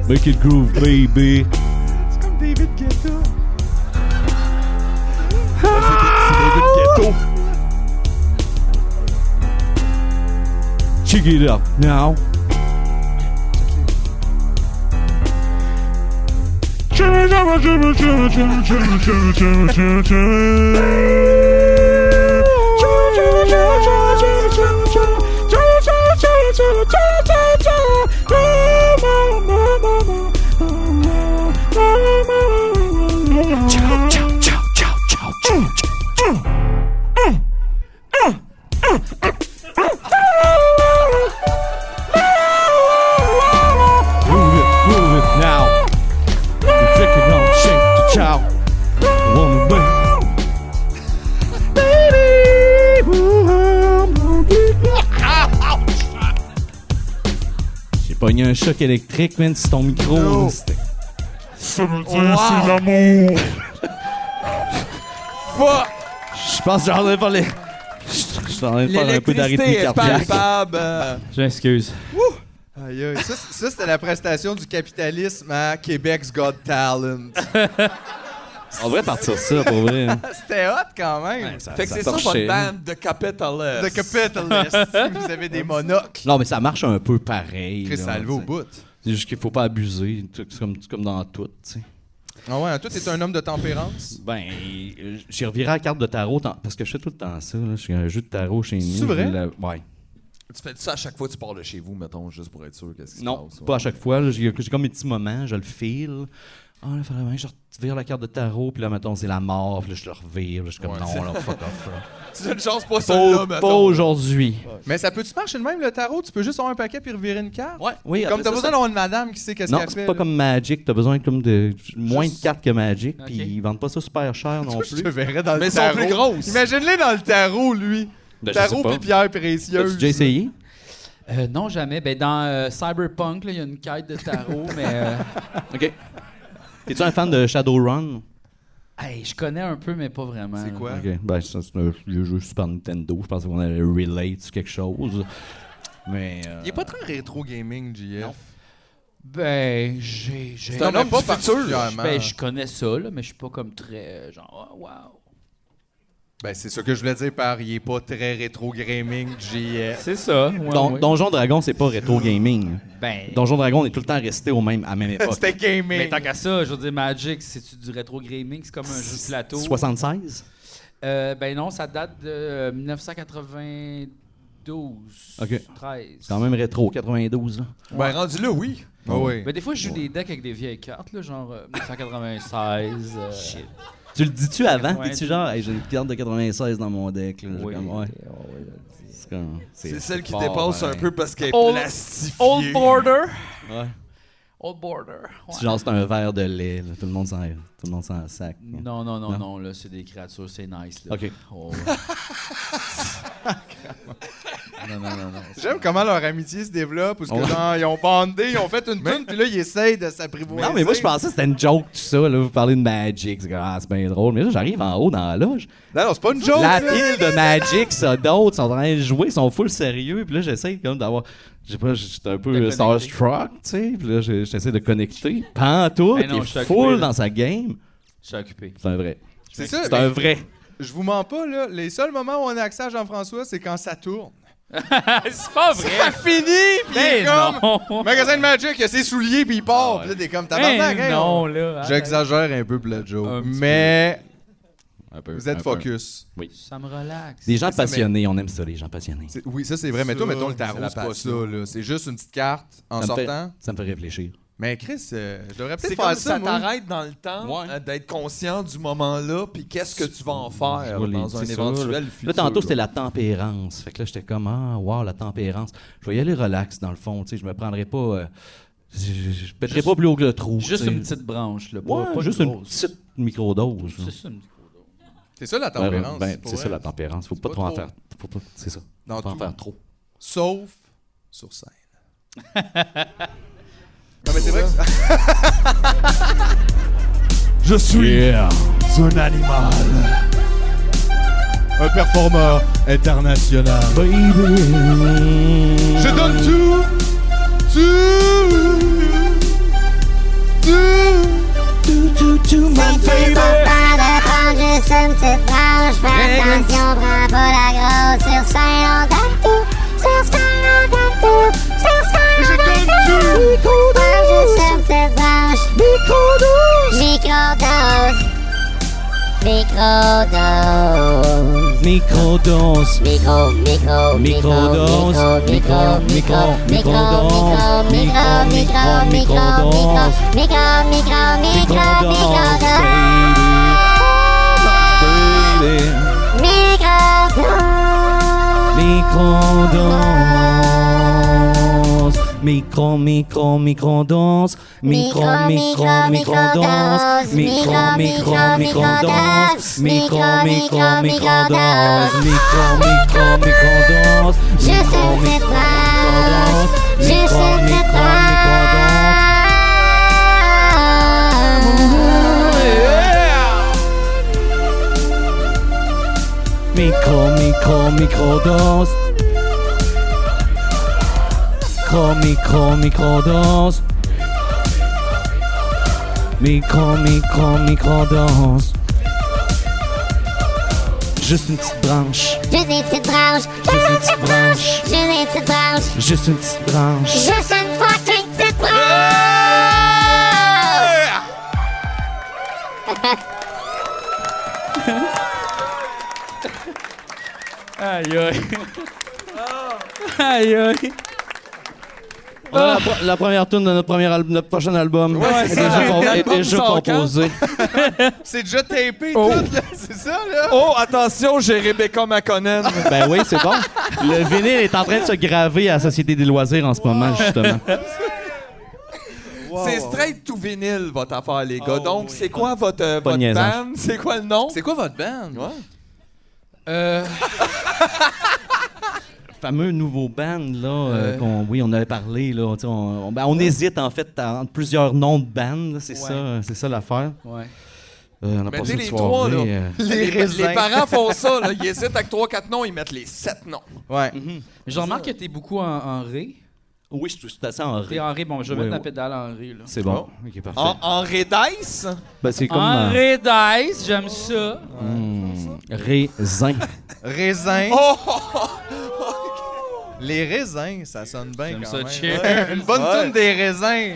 Speaker 7: Make it groove, baby.
Speaker 3: C'est comme David Guetta.
Speaker 7: Ah! Check it out now. Move it, move it now. Check it out, shake the chow. One way. Baby, ooh, I'm gonna be- Ah, ouch. J'ai pogné un choc électrique, man, c'est ton micro.
Speaker 3: No.
Speaker 7: là, c'était-
Speaker 2: Fuck!
Speaker 7: Je pense que j'en ai parlé. Je suis en train de faire un peu
Speaker 2: L'électricité
Speaker 7: d'arythmie
Speaker 2: est
Speaker 7: cardiaque. Bah,
Speaker 2: palpable! euh,
Speaker 1: J'excuse.
Speaker 3: Aïe, aïe. Ça, c'est- ça, c'était la prestation du capitalisme à Québec's Got Talent.
Speaker 7: On devrait partir ça, pour vrai. hein.
Speaker 3: C'était hot quand même.
Speaker 2: Fait que c'est ça
Speaker 7: torchait.
Speaker 2: votre band, The Capitalist.
Speaker 3: The Capitalist. si vous avez des monocles.
Speaker 7: Non, mais ça marche un peu pareil.
Speaker 3: Chris,
Speaker 7: là,
Speaker 3: ça le vaut au
Speaker 7: t'sais.
Speaker 3: bout.
Speaker 7: C'est juste qu'il faut pas abuser, c'est comme, c'est comme dans tout, tu sais.
Speaker 3: Ah ouais, toi, t'es un homme de tempérance.
Speaker 7: Ben, euh, j'ai reviré la carte de tarot tant- parce que je fais tout le temps ça. Là. Je fais un jeu de tarot chez nous.
Speaker 3: vrai?
Speaker 7: Je la- ouais.
Speaker 2: Tu fais ça à chaque fois que tu pars de chez vous, mettons, juste pour être sûr qu'est-ce qui se
Speaker 7: Non,
Speaker 2: passe.
Speaker 7: Ah, pas à chaque fois. là. J'ai j'ai comme mes petits moments, je le file. Ah, là, fallait bien, je revire la carte de tarot, puis là, mettons, c'est la mort, puis là, je le revire. puis je suis comme, non, là, fuck off. là.
Speaker 2: C'est une chance pas
Speaker 7: Pas,
Speaker 2: celle-là,
Speaker 7: pas
Speaker 2: mettons.
Speaker 7: aujourd'hui.
Speaker 3: Mais ça peut-tu marcher de même, le tarot? Tu peux juste avoir un paquet puis revirer une carte?
Speaker 7: Ouais, oui,
Speaker 3: Comme
Speaker 7: après
Speaker 3: t'as
Speaker 7: ça,
Speaker 3: besoin
Speaker 7: ça-
Speaker 3: d'avoir une madame qui sait qu'est-ce
Speaker 7: Non,
Speaker 3: qu'elle fait.
Speaker 7: c'est pas
Speaker 3: là.
Speaker 7: comme Magic. T'as besoin comme de moins de cartes que Magic, puis
Speaker 1: Ok.
Speaker 7: ils vendent pas ça super cher non
Speaker 3: Je
Speaker 7: plus.
Speaker 3: te verrais dans
Speaker 2: Mais
Speaker 3: le
Speaker 2: elles sont
Speaker 3: tarot.
Speaker 2: plus grosses.
Speaker 3: Imagine-les dans le tarot, lui.
Speaker 7: Ben, je sais
Speaker 3: tarot
Speaker 7: pas.
Speaker 3: puis pierre
Speaker 7: T'as-tu
Speaker 3: précieuse.
Speaker 7: déjà essayé?
Speaker 1: Euh, non, jamais. Ben, dans euh, Cyberpunk, là, il y a une quête de tarot, mais euh,
Speaker 7: OK. T'es-tu un fan de Shadowrun?
Speaker 1: hey, je connais un peu, mais pas vraiment.
Speaker 3: C'est
Speaker 1: là.
Speaker 3: quoi?
Speaker 7: Ok, ben ça, c'est un vieux jeu Super Nintendo. Je pensais qu'on allait relate sur quelque chose. Mais. euh,
Speaker 3: Il est pas très rétro gaming, JF.
Speaker 1: Ben, j'ai. j'ai-
Speaker 3: C'est un
Speaker 2: Non,
Speaker 3: homme
Speaker 2: pas
Speaker 3: pas
Speaker 1: Je-
Speaker 3: particulièrement.
Speaker 1: Ben, je connais ça, là, mais je suis pas comme très. euh, Genre, oh, wow.
Speaker 3: Ben, c'est ça que je voulais dire par il est pas très rétro gaming, JF.
Speaker 1: C'est ça.
Speaker 7: Don- Donjon Dragon, c'est pas rétro gaming.
Speaker 1: Ben,
Speaker 7: Donjon Dragon, on est tout le temps resté au même, à la même époque.
Speaker 3: C'était gaming.
Speaker 1: mais tant qu'à ça, je veux dire, Magic, c'est-tu du rétro gaming? C'est comme un jeu de plateau.
Speaker 7: 76?
Speaker 1: Euh, ben non, ça date de euh, 1992.
Speaker 7: Ok.
Speaker 1: 13.
Speaker 7: C'est quand même rétro, 92. Là.
Speaker 2: Ben, rendu là, oui.
Speaker 3: Ah oui.
Speaker 1: Ben, des fois, je joue des decks avec des vieilles cartes, là, genre euh, 1996. euh,
Speaker 7: Tu le dis-tu avant?
Speaker 1: Ouais.
Speaker 7: T'es-tu genre, Hey, j'ai une carte de 96 dans mon deck? là.
Speaker 1: oui.
Speaker 7: Comme, ouais.
Speaker 1: Ouais, ouais, ouais.
Speaker 7: C'est comme-
Speaker 2: C'est celle qui
Speaker 7: fort,
Speaker 2: dépasse un
Speaker 7: pareil.
Speaker 2: peu parce qu'elle est
Speaker 1: Old-
Speaker 2: plastifiée.
Speaker 1: Old Border.
Speaker 7: Ouais.
Speaker 1: Old Border. ouais.
Speaker 7: C'est genre, c'est un verre de lait. là. Tout le monde s'en tout le monde s'en sac. là.
Speaker 1: Non, non, non,
Speaker 7: Non.
Speaker 1: non, là, c'est des créatures, c'est nice, là.
Speaker 7: Ok.
Speaker 1: Oh, ouais. non, non, non, non.
Speaker 3: J'aime comment leur amitié se développe, parce que
Speaker 7: Ouais.
Speaker 3: genre, ils ont bandé, ils ont fait une tune, puis là, ils essayent de s'apprivoiser.
Speaker 7: Non, mais moi, je pensais que c'était une joke, tout ça. Là. Vous parlez de Magic, c'est comme, ah, c'est bien drôle. Mais là, j'arrive en haut dans la loge.
Speaker 3: Non, non, c'est pas une joke.
Speaker 7: La
Speaker 3: là.
Speaker 7: pile de Magic, ça, d'autres sont en train de jouer, ils sont full sérieux. Puis là, j'essaie comme d'avoir. Je sais pas, j'étais un peu starstruck, tu sais. Puis là, j'ai- j'essaie de connecter. Pantoute,
Speaker 1: Ben non,
Speaker 7: il
Speaker 1: je suis
Speaker 7: est
Speaker 1: occupé,
Speaker 7: full
Speaker 1: là.
Speaker 7: dans sa game.
Speaker 1: Je suis occupé.
Speaker 7: C'est un vrai.
Speaker 3: C'est ça.
Speaker 1: Ah,
Speaker 7: C'est un vrai.
Speaker 3: Je vous mens pas, là. Les seuls moments où on a accès à Jean-François, c'est quand ça tourne.
Speaker 1: c'est pas
Speaker 3: Ça
Speaker 1: vrai.
Speaker 3: finit, pis il est
Speaker 1: Ben
Speaker 3: comme...
Speaker 1: non.
Speaker 3: Magasin de Magic, il a ses souliers, puis il
Speaker 7: Ah
Speaker 3: part. Puis là, t'es comme, tabarnak,
Speaker 1: Ben
Speaker 3: hein,
Speaker 1: non,
Speaker 3: on-
Speaker 1: là.
Speaker 3: J'exagère un peu, Blood
Speaker 1: Un
Speaker 3: Joe.
Speaker 1: petit
Speaker 3: Mais
Speaker 7: Un peu,
Speaker 3: vous êtes
Speaker 7: un peu.
Speaker 3: focus.
Speaker 1: Ça me relaxe.
Speaker 7: Des gens
Speaker 3: Ça, mais-
Speaker 7: passionnés, on aime ça, les gens passionnés.
Speaker 3: C'est- Oui, ça, c'est vrai. Mais toi,
Speaker 2: Ça,
Speaker 3: mettons, le
Speaker 2: c'est
Speaker 3: tarot,
Speaker 2: la
Speaker 3: c'est pas ça.
Speaker 2: passion.
Speaker 3: là. C'est juste une petite carte en
Speaker 7: Ça me fait-
Speaker 3: sortant.
Speaker 7: Ça me fait réfléchir.
Speaker 3: Mais Chris, euh, je devrais
Speaker 2: C'est
Speaker 3: peut-être
Speaker 2: comme
Speaker 3: faire
Speaker 2: si
Speaker 3: ça,
Speaker 2: ça
Speaker 3: moi.
Speaker 2: t'arrête dans le temps
Speaker 7: Ouais.
Speaker 2: euh, d'être conscient du moment-là, puis qu'est-ce que tu vas en faire
Speaker 7: vois les-
Speaker 2: dans un
Speaker 7: c'est ça,
Speaker 2: éventuel futur.
Speaker 7: Là, tantôt, c'était la tempérance. Fait que là, j'étais comme, ah, wow, la tempérance. Je vais y aller relax, dans le fond. Tu sais, je me prendrai pas. euh, je, je- je pèterai pas plus haut que le trou.
Speaker 1: Juste
Speaker 7: tu sais.
Speaker 1: une petite branche, là.
Speaker 7: Ouais,
Speaker 1: pas- pas
Speaker 7: juste
Speaker 1: une
Speaker 7: une
Speaker 1: grosse.
Speaker 7: petite microdose. là.
Speaker 1: C'est ça, une
Speaker 3: C'est ça, la
Speaker 7: Ouais, ouais,
Speaker 3: tempérance.
Speaker 7: ben,
Speaker 3: pour
Speaker 7: c'est ça,
Speaker 3: vrai.
Speaker 7: la tempérance. Faut pas,
Speaker 3: pas
Speaker 7: trop en
Speaker 3: trop.
Speaker 7: faire. Faut pas- C'est ça.
Speaker 3: Dans
Speaker 7: Faut pas en
Speaker 3: tout.
Speaker 7: faire trop.
Speaker 3: Sauf sur scène. non, mais c'est vrai que...
Speaker 4: Je suis un animal. Un performeur international.
Speaker 3: Je donne tout, tout, tout.
Speaker 8: Pas de prendre juste une petite branche. Fais attention, prends pas la grosse sur scène, on tape tout. Sur scène, on tape tout. Sur scène, on tape tout. Prends juste une petite branche. Microdose. Microdose.
Speaker 7: Microdose.
Speaker 8: Micro, micro,
Speaker 7: Microdose,
Speaker 8: micro, micro, micro, micro,
Speaker 7: microdose,
Speaker 8: micro, micro, micro, micro,
Speaker 7: microdose,
Speaker 8: micro, micro, micro, microdose. Microdose.
Speaker 7: Microdose. Micro, micro, microdose. Micro, micro, microdose. Micro, micro, microdose. Micro, micro, microdose. Micro, micro, microdose.
Speaker 8: Je sais
Speaker 7: Micro,
Speaker 8: cette
Speaker 7: micro,
Speaker 8: branche.
Speaker 7: microdose.
Speaker 8: Je sais
Speaker 7: Micro,
Speaker 8: cette
Speaker 7: micro, microdose.
Speaker 8: branche.
Speaker 7: Micro, micro, microdose. Micro, micro, microdose. Micro, micro, microdose. Juste une petite branche,
Speaker 8: Je sais cette branche.
Speaker 7: juste une petite branche,
Speaker 8: Je sais cette branche.
Speaker 7: juste une petite branche.
Speaker 8: Je sais une fucking petite branche.
Speaker 1: Aïe aïe. Aïe aïe.
Speaker 7: Voilà Ah, la, la première tune de notre, premier al- notre prochain album
Speaker 3: Ouais,
Speaker 7: est
Speaker 3: c'est
Speaker 7: déjà,
Speaker 3: ça.
Speaker 7: com- est
Speaker 2: L'album
Speaker 7: déjà
Speaker 2: sort quand?
Speaker 7: composé.
Speaker 3: C'est déjà tapé,
Speaker 2: Oh.
Speaker 3: tout, là. C'est ça, là?
Speaker 2: Oh, attention, j'ai Rebecca McConnell.
Speaker 7: ben oui, c'est bon. Le vinyle est en train de se graver à la Société des loisirs en ce moment, justement.
Speaker 2: c'est straight to vinyle, votre affaire, les gars. Donc, c'est quoi votre, euh,
Speaker 7: Pas de
Speaker 2: votre
Speaker 7: niaisage.
Speaker 2: band? C'est quoi le nom?
Speaker 3: C'est quoi votre band?
Speaker 1: Euh,
Speaker 7: fameux nouveau band là, euh, qu'on- oui, on avait parlé là, tu sais, on, on- ben, on hésite en fait à- entre plusieurs noms de bands, là, c'est
Speaker 1: Ouais.
Speaker 7: ça, c'est ça l'affaire.
Speaker 1: Ouais.
Speaker 7: Euh, on a
Speaker 2: Mais Ben,
Speaker 7: passé
Speaker 2: tu sais,
Speaker 7: une
Speaker 2: les
Speaker 7: soirée,
Speaker 2: trois, là.
Speaker 7: euh,
Speaker 2: Les,
Speaker 3: raisins.
Speaker 2: les parents font ça, là. Ils hésitent avec 3-4 noms, ils mettent les 7 noms.
Speaker 3: Ouais.
Speaker 1: Je remarque que t'es beaucoup en, en ré.
Speaker 7: Oui, je suis tout à fait en
Speaker 1: T'es
Speaker 7: ré.
Speaker 1: en ré, bon, je vais
Speaker 7: Ouais,
Speaker 1: mettre la
Speaker 7: ouais.
Speaker 1: pédale en ré, là.
Speaker 7: C'est bon.
Speaker 2: Ah.
Speaker 7: Ok, parfait.
Speaker 2: En, en Redice?
Speaker 7: Ben, c'est comme
Speaker 1: En
Speaker 7: euh,
Speaker 1: ré dice, j'aime ça.
Speaker 7: hmm, raisin.
Speaker 3: Raisin.
Speaker 2: Oh!
Speaker 3: Les raisins, ça sonne bien
Speaker 1: J'aime
Speaker 3: quand
Speaker 1: ça
Speaker 3: même.
Speaker 1: chill.
Speaker 3: Ouais, Une bonne toune des raisins.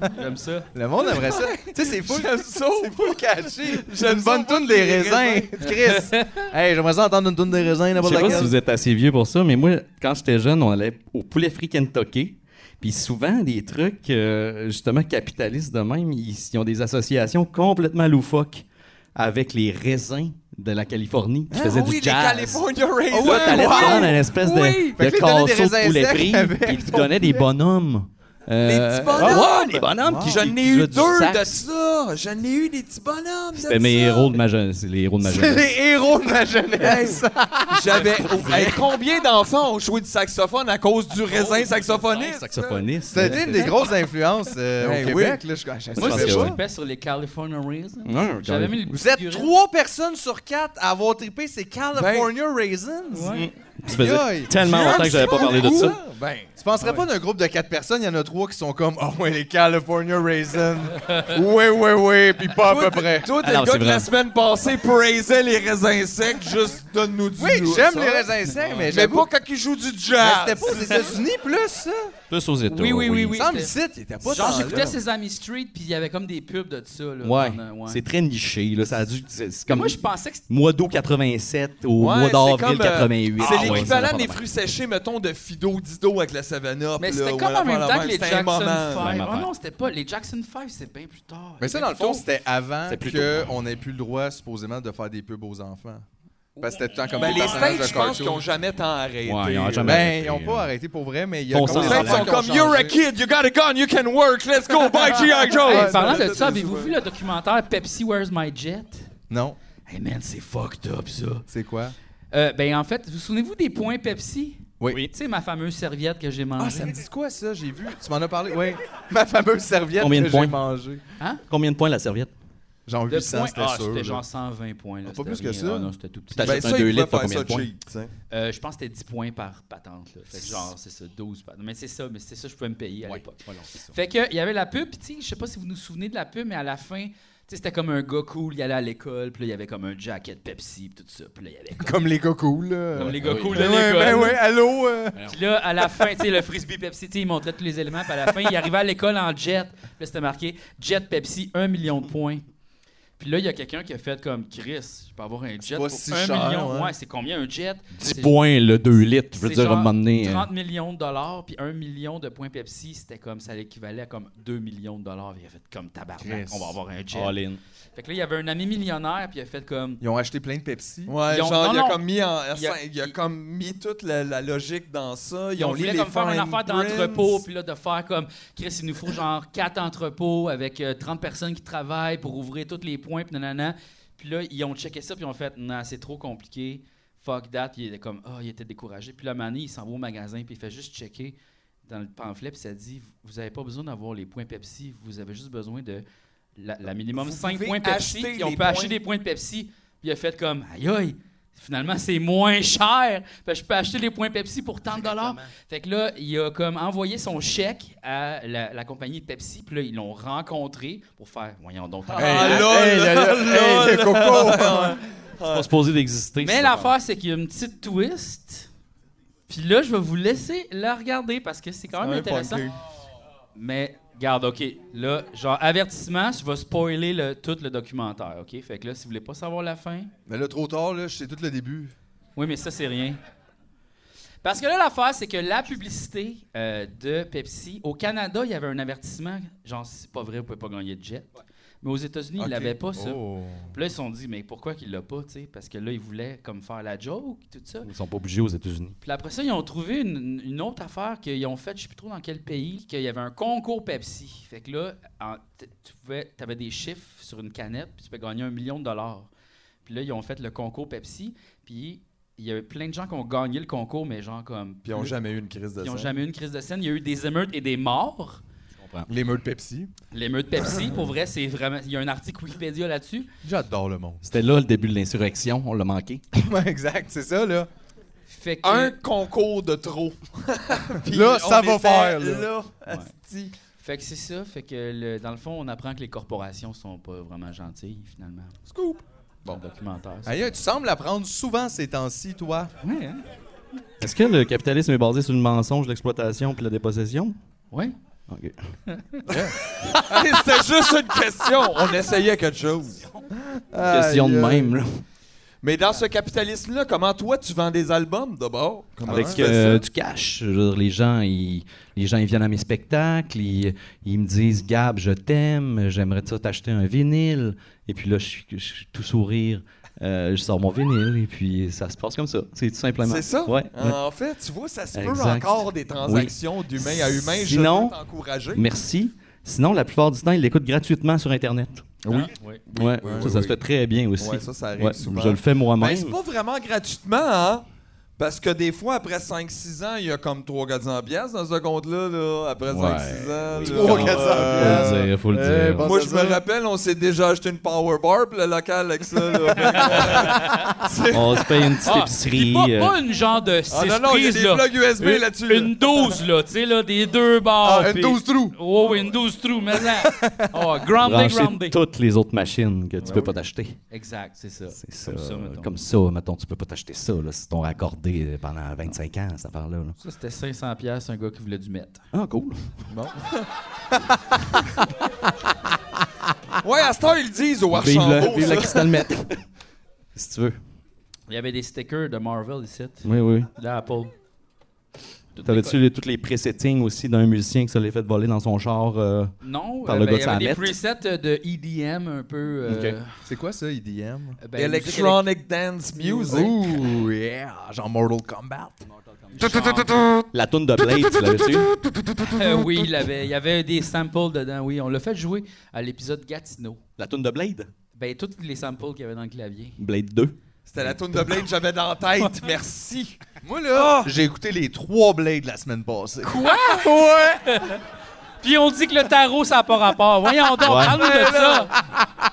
Speaker 1: J'aime ça.
Speaker 3: Le monde aimerait ça. tu sais, c'est full. C'est full catchy. J'aime une bonne toune des raisins. Chris. Hey, j'aimerais ça entendre une toune des raisins
Speaker 7: Je
Speaker 3: n'importe
Speaker 7: sais pas
Speaker 3: laquelle.
Speaker 7: si vous êtes assez vieux pour ça, mais moi, quand j'étais jeune, on allait au poulet frit Kentucky. Puis souvent, des trucs, euh, justement, capitalistes de même, ils, ils ont des associations complètement loufoques avec les raisins de la Californie qui faisaient
Speaker 2: oui,
Speaker 7: du jazz.
Speaker 2: les California Raisins.
Speaker 7: Toi, t'allais te prendre une espèce de,
Speaker 3: Oui.
Speaker 7: de
Speaker 3: Fait que là, il donnait des
Speaker 7: casseau de
Speaker 3: raisins
Speaker 7: poulet
Speaker 3: secs
Speaker 7: frit,
Speaker 3: avec
Speaker 7: puis il te
Speaker 3: ton
Speaker 7: donnait des bonhommes.
Speaker 2: Des
Speaker 7: Euh,
Speaker 2: petits bonhommes!
Speaker 7: ouais, des bonhommes qui
Speaker 2: Je
Speaker 7: qui
Speaker 2: n'ai
Speaker 7: jouaient
Speaker 2: eu
Speaker 7: du
Speaker 2: deux
Speaker 7: sax.
Speaker 2: de ça. Je n'ai eu des petits bonhommes. de
Speaker 7: C'était mes
Speaker 2: ça.
Speaker 7: héros de ma jeunesse. C'est les héros de ma
Speaker 3: C'est
Speaker 7: jeunesse.
Speaker 3: les héros de ma jeunesse.
Speaker 2: J'avais. Hey, combien d'enfants ont joué du saxophone à cause du raisin saxophoniste?
Speaker 7: Saxophoniste.
Speaker 3: C'était une des grosses influences euh,
Speaker 2: Ben
Speaker 3: au
Speaker 2: oui.
Speaker 3: Québec. Là, je, je- je-
Speaker 1: Moi,
Speaker 3: je-
Speaker 7: pense
Speaker 1: si
Speaker 7: que
Speaker 1: je
Speaker 7: ouais.
Speaker 1: tripais sur les California Raisins,
Speaker 7: Non, non,
Speaker 1: j'avais mis le
Speaker 3: Vous êtes
Speaker 1: figurine.
Speaker 3: trois personnes sur quatre à avoir trippé, c'est California Raisins.
Speaker 1: Ouais.
Speaker 7: Ça faisait
Speaker 3: Aïe.
Speaker 7: tellement longtemps que j'avais pas parlé de ça.
Speaker 2: Ben,
Speaker 3: Ah, Tu penserais pas d'un groupe de quatre personnes, il y en a trois qui sont comme Oh, ouais, les California Raisins. ouais, ouais, ouais, puis pas à peu près.
Speaker 2: Toi, t'es
Speaker 7: Ah non,
Speaker 2: le gars
Speaker 7: c'est
Speaker 2: de la
Speaker 7: vrai.
Speaker 2: semaine passée praisait les raisins secs, juste donne-nous du
Speaker 3: Oui,
Speaker 2: lourd,
Speaker 3: j'aime
Speaker 2: ça.
Speaker 3: les raisins secs, mais
Speaker 2: Mais
Speaker 3: j'aime
Speaker 2: pas
Speaker 3: pas.
Speaker 2: quand ils jouent du
Speaker 3: Mais
Speaker 2: jazz.
Speaker 3: c'était pas aux États-Unis plus, ça.
Speaker 7: Plus aux États.
Speaker 1: Oui, oui, oui,
Speaker 3: Il
Speaker 1: oui.
Speaker 3: me semble
Speaker 1: c'était-
Speaker 3: ici, il était pas
Speaker 1: Genre,
Speaker 3: tant
Speaker 1: j'écoutais
Speaker 3: là.
Speaker 1: Sesame Street, puis il y avait comme des pubs de ça. Là,
Speaker 7: Ouais.
Speaker 1: pendant- ouais.
Speaker 7: C'est très niché, là. Ça a dû. C'est c'est comme.
Speaker 1: Moi, je pensais que c'était.
Speaker 7: Mois d'août 87 au
Speaker 2: Ouais,
Speaker 7: mois
Speaker 2: c'est
Speaker 7: d'avril
Speaker 2: comme, euh,
Speaker 7: 88.
Speaker 2: C'est
Speaker 7: Ah ouais,
Speaker 2: l'équivalent
Speaker 7: n'importe
Speaker 2: des
Speaker 7: quoi.
Speaker 2: fruits séchés, mettons, de Fido Dido avec la 7-Up.
Speaker 1: Mais
Speaker 2: là,
Speaker 1: c'était
Speaker 2: ou
Speaker 1: comme
Speaker 2: la
Speaker 1: en même
Speaker 2: affaire
Speaker 1: temps
Speaker 2: la
Speaker 1: que les
Speaker 2: C'était un
Speaker 1: Jackson
Speaker 2: moment.
Speaker 1: 5.
Speaker 7: Même
Speaker 1: Ah
Speaker 7: affaire.
Speaker 1: non, c'était pas. Les Jackson 5, c'est bien plus tard.
Speaker 3: Mais ça, dans le
Speaker 1: Plutôt-
Speaker 3: fond, c'était avant
Speaker 7: C'est plus
Speaker 3: qu'on n'ait plus le droit, supposément, de faire des pubs aux enfants. Parce que c'était tout le temps comme
Speaker 2: Ben,
Speaker 3: des
Speaker 2: les
Speaker 3: personnages
Speaker 2: States,
Speaker 3: de
Speaker 2: je pense qu'ils
Speaker 3: cartoons.
Speaker 2: n'ont jamais tant arrêté.
Speaker 7: Ouais, ils ont jamais-
Speaker 3: Ben, ils n'ont pas arrêté pour vrai, mais il y a
Speaker 7: Font
Speaker 3: comme
Speaker 7: ça
Speaker 2: Les
Speaker 3: des
Speaker 7: en
Speaker 2: States
Speaker 3: enfants
Speaker 2: sont
Speaker 3: qui ont
Speaker 2: comme You're a
Speaker 3: changé.
Speaker 2: kid, you got a gun, you can work, let's go buy G.I. Joe.
Speaker 1: Hey,
Speaker 2: Ouais,
Speaker 1: parlant
Speaker 2: ça,
Speaker 1: de ça, avez-vous vu le documentaire Pepsi Where's My Jet?
Speaker 3: Non,
Speaker 1: Hey man, c'est fucked up ça.
Speaker 3: c'est quoi?
Speaker 1: Euh, ben en fait, vous souvenez-vous des points Pepsi?
Speaker 3: Oui.
Speaker 1: Tu sais, ma fameuse serviette que j'ai mangée.
Speaker 3: Ah, ça me dit quoi, ça? J'ai vu. Tu m'en as parlé? Oui. Ma fameuse serviette
Speaker 7: Combien de
Speaker 3: que j'ai
Speaker 7: points?
Speaker 3: mangée.
Speaker 7: Combien de points la serviette
Speaker 3: Genre
Speaker 1: Le
Speaker 3: 800,
Speaker 1: point-
Speaker 3: c'était
Speaker 1: ah,
Speaker 3: sûr.
Speaker 1: c'était
Speaker 3: là.
Speaker 1: genre 120 points. Là,
Speaker 3: pas
Speaker 1: c'était
Speaker 3: plus que
Speaker 1: rien.
Speaker 3: ça.
Speaker 1: Ah non, c'était tout petit.
Speaker 7: T'achètes-
Speaker 2: Ben,
Speaker 7: Achète un
Speaker 2: ça,
Speaker 7: deux
Speaker 2: ils
Speaker 7: litres,
Speaker 2: pouvaient
Speaker 7: t'as
Speaker 2: faire ça
Speaker 7: combien de
Speaker 2: cheap, tu sais.
Speaker 1: Euh, je pense que c'était 10 points par patente. Là. Fait que genre, c'est ça, 12 patentes. Mais c'est ça, mais c'est ça que je pouvais me payer à l'époque. Fait que il y avait la pub, puis tu sais, je sais pas si vous nous souvenez de la pub, mais à la fin, tu sais, c'était comme un gars cool, il allait à l'école, puis là, il y avait comme un jacket Pepsi, puis tout ça. Puis là, il y avait comme,
Speaker 3: Comme les gars cool, là.
Speaker 1: comme les gars cool de
Speaker 3: Ben ouais, ben
Speaker 1: l'école.
Speaker 3: ouais, allô? euh,
Speaker 1: Puis là, à la fin, tu sais, le frisbee Pepsi, tu sais, il montrait tous les éléments. Puis à la fin, il arrivait à l'école en jet. Puis là, c'était marqué Jet Pepsi, 1 million de points. Puis là, il y a quelqu'un qui a fait comme Chris, je peux avoir un jet
Speaker 3: pas
Speaker 1: pour
Speaker 3: si
Speaker 1: 1
Speaker 3: cher,
Speaker 1: million.
Speaker 3: hein.
Speaker 1: Ouais, c'est combien un jet
Speaker 7: 10
Speaker 1: C'est-
Speaker 7: points le 2 litres. Je veux
Speaker 1: c'est
Speaker 7: dire, à un
Speaker 1: genre
Speaker 7: moment donné. euh,
Speaker 1: 30 millions de dollars, puis 1 million de points Pepsi, c'était comme ça l'équivalait à comme 2 millions de dollars. Il a fait comme tabarnak,
Speaker 3: Chris.
Speaker 1: on va avoir un jet.
Speaker 7: euh, all in.
Speaker 1: Fait que là, il y avait un ami millionnaire, puis il a fait comme.
Speaker 3: Ils ont acheté plein de Pepsi.
Speaker 2: Ouais,
Speaker 1: Ils ont-
Speaker 2: genre,
Speaker 1: non,
Speaker 2: il a
Speaker 1: non.
Speaker 2: comme mis, en-
Speaker 1: Il y a-
Speaker 2: il a comme mis toute la, la logique dans ça. Ils
Speaker 1: Ils
Speaker 2: ont
Speaker 1: ont
Speaker 2: mis
Speaker 1: voulu
Speaker 2: les
Speaker 1: comme faire une
Speaker 2: fine
Speaker 1: affaire
Speaker 2: prints.
Speaker 1: d'entrepôt, puis là, de faire comme, Chris, il nous faut genre quatre entrepôts avec euh, 30 personnes qui travaillent pour ouvrir tous les points, puis nanana. Puis là, ils ont checké ça, puis ils ont fait, non, c'est trop compliqué, fuck that. Puis il était comme, ah, il était découragé. Puis là, Manny, il s'en va au magasin, puis il fait juste checker dans le pamphlet, puis ça dit, vous n'avez pas besoin d'avoir les points Pepsi, vous avez juste besoin de la, la minimum
Speaker 2: Vous
Speaker 1: 5
Speaker 2: pouvez
Speaker 1: points Pepsi,
Speaker 2: acheter
Speaker 1: puis on
Speaker 2: les
Speaker 1: peut acheter
Speaker 2: points.
Speaker 1: des points de Pepsi. Puis il a fait comme, aïe aïe, finalement, c'est moins cher. Fait que je peux acheter les points Pepsi pour tant de dollars. Fait que là, il a comme envoyé son chèque à la, la compagnie de Pepsi. Puis là, ils l'ont rencontré pour faire, voyons donc. t'as-
Speaker 2: Ah,
Speaker 3: Hey,
Speaker 2: lol,
Speaker 3: hey, le-
Speaker 2: lol,
Speaker 3: le- hey, le coco!
Speaker 7: C'est pas supposé d'exister.
Speaker 1: Mais l'affaire, c'est qu'il y a une petite twist. Puis là, je vais vous laisser la regarder parce que c'est quand même intéressant. Mais garde, OK. Là, genre, avertissement, je vais spoiler le, tout le documentaire, OK? Fait que là, si vous voulez pas savoir la fin...
Speaker 3: Mais là, trop tard, là, je sais tout le début.
Speaker 1: Oui, mais ça, c'est rien. Parce que là, l'affaire, c'est que la publicité euh, de Pepsi, au Canada, il y avait un avertissement, genre, c'est pas vrai, vous pouvez pas gagner de jet. Mais aux États-Unis, ils l'avaient pas, ça.
Speaker 3: Oh.
Speaker 1: Puis là, ils se sont dit, mais pourquoi qu'il l'a pas, tu sais? Parce que là, ils voulaient comme faire la joke, tout ça.
Speaker 7: Ils sont pas obligés aux États-Unis.
Speaker 1: Puis après ça, ils ont trouvé une, une autre affaire qu'ils ont faite, je sais plus trop dans quel pays, qu'il y avait un concours Pepsi. Fait que là, en- t- tu pouvais, avais des chiffres sur une canette, puis tu pouvais gagner un million de dollars. Puis là, ils ont fait le concours Pepsi, puis il y a eu plein de gens qui ont gagné le concours, mais genre comme...
Speaker 2: Puis ils ont
Speaker 1: plus-
Speaker 2: jamais eu une crise de
Speaker 1: ils ont
Speaker 2: ça.
Speaker 1: jamais eu une crise de scène. Il y a eu des émeutes et des morts.
Speaker 3: Les meurs de Pepsi.
Speaker 1: L'émeute Pepsi, pour vrai, c'est vraiment... Il y a un article Wikipédia là-dessus.
Speaker 3: J'adore le monde.
Speaker 7: C'était là le début de l'insurrection. On l'a manqué.
Speaker 3: Ouais, exact, c'est ça, là.
Speaker 1: Fait que...
Speaker 2: Un concours de trop. Puis
Speaker 3: Là, ça
Speaker 2: on
Speaker 3: va
Speaker 2: était
Speaker 3: faire, là.
Speaker 2: Là, asti.
Speaker 1: Fait que c'est ça. Fait que le- dans le fond, on apprend que les corporations sont pas vraiment gentilles, finalement.
Speaker 2: Scoop.
Speaker 1: Bon, documentaire. ça.
Speaker 3: Aïe, tu sembles apprendre souvent ces temps-ci, toi.
Speaker 1: Ouais, hein?
Speaker 7: Est-ce que le capitalisme est basé sur le mensonge, l'exploitation puis la dépossession?
Speaker 1: Ouais.
Speaker 7: OK.
Speaker 2: Hey, C'était juste une question. On essayait quelque chose.
Speaker 7: Question de même, là.
Speaker 2: Mais dans ce capitalisme-là, comment toi, tu vends des albums d'abord? Comment
Speaker 7: Avec
Speaker 2: tu fais
Speaker 7: euh,
Speaker 2: ça?
Speaker 7: du cash. Je veux dire, les gens, ils, les gens, ils viennent à mes spectacles, ils, ils me disent Gab, je t'aime, j'aimerais ça t'acheter un vinyle. Et puis là, je suis, je suis tout sourire. Euh, je sors mon vinyle et puis ça se passe comme ça. C'est tout simplement.
Speaker 2: C'est ça? Ah.
Speaker 7: Ouais. ouais.
Speaker 2: En fait, tu vois, ça se peut
Speaker 7: Exact.
Speaker 2: encore des transactions d'humain à humain.
Speaker 7: Sinon-
Speaker 2: je veux t'encourager.
Speaker 7: Merci. Sinon, la plupart du temps, ils l'écoutent gratuitement sur Internet.
Speaker 1: Oui. Ah, oui.
Speaker 7: ouais. ça, ça se fait très bien aussi.
Speaker 2: Ouais, ça, ça arrive souvent.
Speaker 7: Je le fais
Speaker 2: Ben,
Speaker 7: moi-même.
Speaker 2: c'est pas vraiment gratuitement, hein? Parce que des fois, après 5-6 ans, il y a comme 300-400 piastres dans ce compte-là, là, après 5-6 ans. là.
Speaker 3: Trois, quatre cents
Speaker 2: Euh,
Speaker 7: Faut le dire, Ah. faut
Speaker 3: Eh,
Speaker 7: le dire.
Speaker 3: bon,
Speaker 2: Moi,
Speaker 3: ça,
Speaker 2: je me
Speaker 3: ça.
Speaker 2: rappelle, on s'est déjà acheté une power bar pour le local avec ça. là. C'est-
Speaker 7: On se paye une petite
Speaker 1: Ah,
Speaker 7: épicerie.
Speaker 1: Pas,
Speaker 7: euh,
Speaker 1: pas une genre de 6
Speaker 2: Ah non, non, il y a
Speaker 1: prises,
Speaker 2: des
Speaker 1: là.
Speaker 2: plugs USB
Speaker 1: Une-
Speaker 2: là-dessus. là.
Speaker 1: Une 12, là, tu sais, là, des deux barres.
Speaker 3: Ah, une
Speaker 1: puis-
Speaker 3: 12 trous.
Speaker 1: Oh, oui, une 12 trous, mais là. Oh, groundé,
Speaker 7: brancher
Speaker 1: groundé.
Speaker 7: toutes les autres machines que tu peux pas t'acheter.
Speaker 1: Exact, c'est ça.
Speaker 7: C'est ça.
Speaker 1: Comme ça, mettons.
Speaker 7: Ben Comme ça, mettons, tu peux pas t'acheter ça là, si t'ont raccordé pendant 25 ans, cette affaire-là. là.
Speaker 1: Ça, c'était 500 pièces un gars qui voulait du mettre.
Speaker 7: Ah, cool.
Speaker 2: Ouais, à ce temps, ils le disent au
Speaker 7: Vive le,
Speaker 2: Archambault.
Speaker 7: vive
Speaker 2: ça.
Speaker 7: le cristal meth. si tu veux.
Speaker 1: Il y avait des stickers de Marvel ici.
Speaker 7: Oui, oui.
Speaker 1: Là, Apple. Toutes
Speaker 7: T'avais-tu les- tous les pré-settings aussi d'un musicien qui se l'est fait voler dans son char? euh?
Speaker 1: les- Non,
Speaker 7: Par
Speaker 1: euh,
Speaker 7: le
Speaker 1: ben,
Speaker 7: gars
Speaker 1: il y
Speaker 7: de
Speaker 1: avait des
Speaker 7: Samet.
Speaker 1: presets euh, de EDM un peu. euh,
Speaker 3: C'est quoi ça, EDM?
Speaker 1: ben, musique
Speaker 2: Electronic Dance Music.
Speaker 3: Ooh, yeah! Genre Mortal Kombat.
Speaker 7: La toune de Blade, tu l'avais-tu?
Speaker 1: élect- Euh, oui, il, avait, il y avait des samples dedans, oui. On l'a fait jouer à l'épisode Gatineau.
Speaker 7: La toune de Blade?
Speaker 1: Ben, tous les samples qu'il y avait dans le clavier.
Speaker 7: Blade 2.
Speaker 2: C'était la tune de Blade que j'avais dans la tête. Merci. Ah!
Speaker 3: Moi, là, j'ai écouté les trois Blades la semaine passée.
Speaker 1: Puis on dit que le tarot, ça n'a pas rapport. Voyons donc, parle-nous de ça.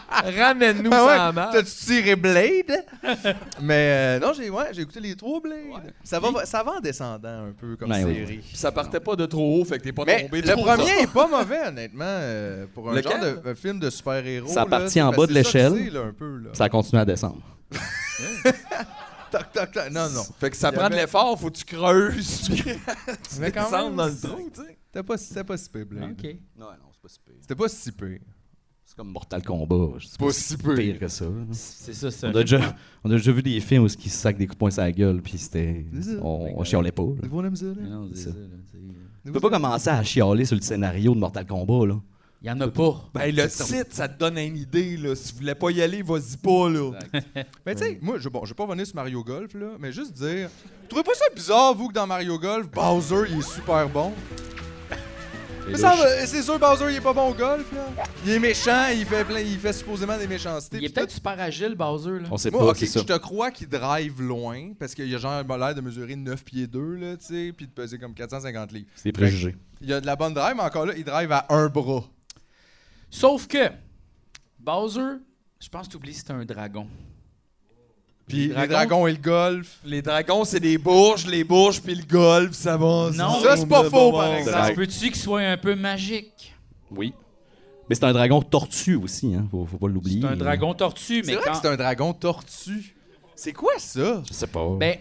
Speaker 2: Ramène-nous
Speaker 3: Ah
Speaker 2: ça en
Speaker 3: ouais? T'as-tu tiré Blade? Mais euh, non, j'ai ouais, j'ai écouté les trois Blades. Ça, va, ça va en descendant un peu comme
Speaker 7: Ben oui.
Speaker 3: série.
Speaker 2: Ça partait pas de trop haut, fait que t'es pas
Speaker 3: Mais
Speaker 2: tombé
Speaker 3: le
Speaker 2: trop
Speaker 3: premier est pas mauvais, honnêtement, euh, pour un
Speaker 2: Lequel?
Speaker 3: genre de un film de super-héros.
Speaker 7: Ça
Speaker 3: là,
Speaker 7: partit
Speaker 3: c'est-
Speaker 7: en
Speaker 3: ben,
Speaker 7: bas de
Speaker 3: c'est ça que
Speaker 7: l'échelle.
Speaker 3: c'est, là, un peu, là.
Speaker 7: Ça a continué à descendre.
Speaker 3: Toc, toc, toc. Non, non.
Speaker 2: Fait que ça
Speaker 3: Il y
Speaker 2: prend de
Speaker 3: avait-
Speaker 2: l'effort, faut que tu creuses. tu
Speaker 3: Mais quand
Speaker 2: descends
Speaker 3: même,
Speaker 2: dans le
Speaker 3: c'est-
Speaker 2: trou, tu sais.
Speaker 3: C'était pas, c'était pas si pire, Blade.
Speaker 1: Ah, OK.
Speaker 7: Non, non, c'est pas si pire.
Speaker 3: C'était pas si pire.
Speaker 7: C'est comme Mortal Kombat. C'est pas si pire. que ça. là.
Speaker 1: C'est ça, c'est
Speaker 7: On
Speaker 1: un
Speaker 7: a, déjà, on a déjà vu des films où ils se sacent des coups de poing sur la gueule, puis c'était.
Speaker 3: C'est ça.
Speaker 7: On, on chialait pas. là.
Speaker 3: Nouveau Nemzula.
Speaker 1: Mais non, c'est
Speaker 7: ça.
Speaker 1: ça, là, tu sais.
Speaker 7: Tu peux pas commencer à chialer sur le scénario de Mortal Kombat, là.
Speaker 1: Il y en a pas.
Speaker 2: Ben, le site, ça te donne une idée, là. Si tu voulais pas y aller, vas-y pas, là.
Speaker 3: Mais tu sais, moi, je, bon, je vais pas revenir sur Mario Golf, là, mais juste dire. Vous trouvez pas ça bizarre, vous, que dans Mario Golf, Bowser, il est super bon? Mais ça, euh, c'est sûr, Bowser, il est pas bon au golf, là. Il est méchant, il fait, plein, il fait supposément des méchancetés.
Speaker 1: Il est
Speaker 3: pis
Speaker 1: peut-être
Speaker 3: tout.
Speaker 1: super agile, Bowser, là.
Speaker 7: On sait
Speaker 3: Moi,
Speaker 7: pas,
Speaker 3: ok,
Speaker 7: c'est ça.
Speaker 3: je te crois qu'il drive loin, parce qu'il a genre l'air de mesurer 9 pieds 2, là, tu sais, puis de peser comme 450 livres.
Speaker 7: C'est des préjugés.
Speaker 3: Il a de la bonne drive, mais encore là, il drive à un bras.
Speaker 1: Sauf que Bowser, je pense que t'oublies c'est un dragon.
Speaker 3: Puis les dragons,
Speaker 1: dragons-
Speaker 3: et le golf.
Speaker 2: Les dragons, c'est des bourges, les bourges, puis le golf, ça va.
Speaker 1: Non.
Speaker 3: ça, c'est pas faux, par exemple.
Speaker 1: Ça se peut-tu qu'il soit un peu magique?
Speaker 7: Oui. Mais c'est un dragon tortue aussi, hein. Faut, faut pas l'oublier.
Speaker 1: C'est un dragon tortue,
Speaker 3: C'est
Speaker 1: mais
Speaker 3: vrai que
Speaker 1: quand...
Speaker 3: c'est un dragon tortue. C'est quoi ça?
Speaker 7: Je sais pas.
Speaker 1: Ben,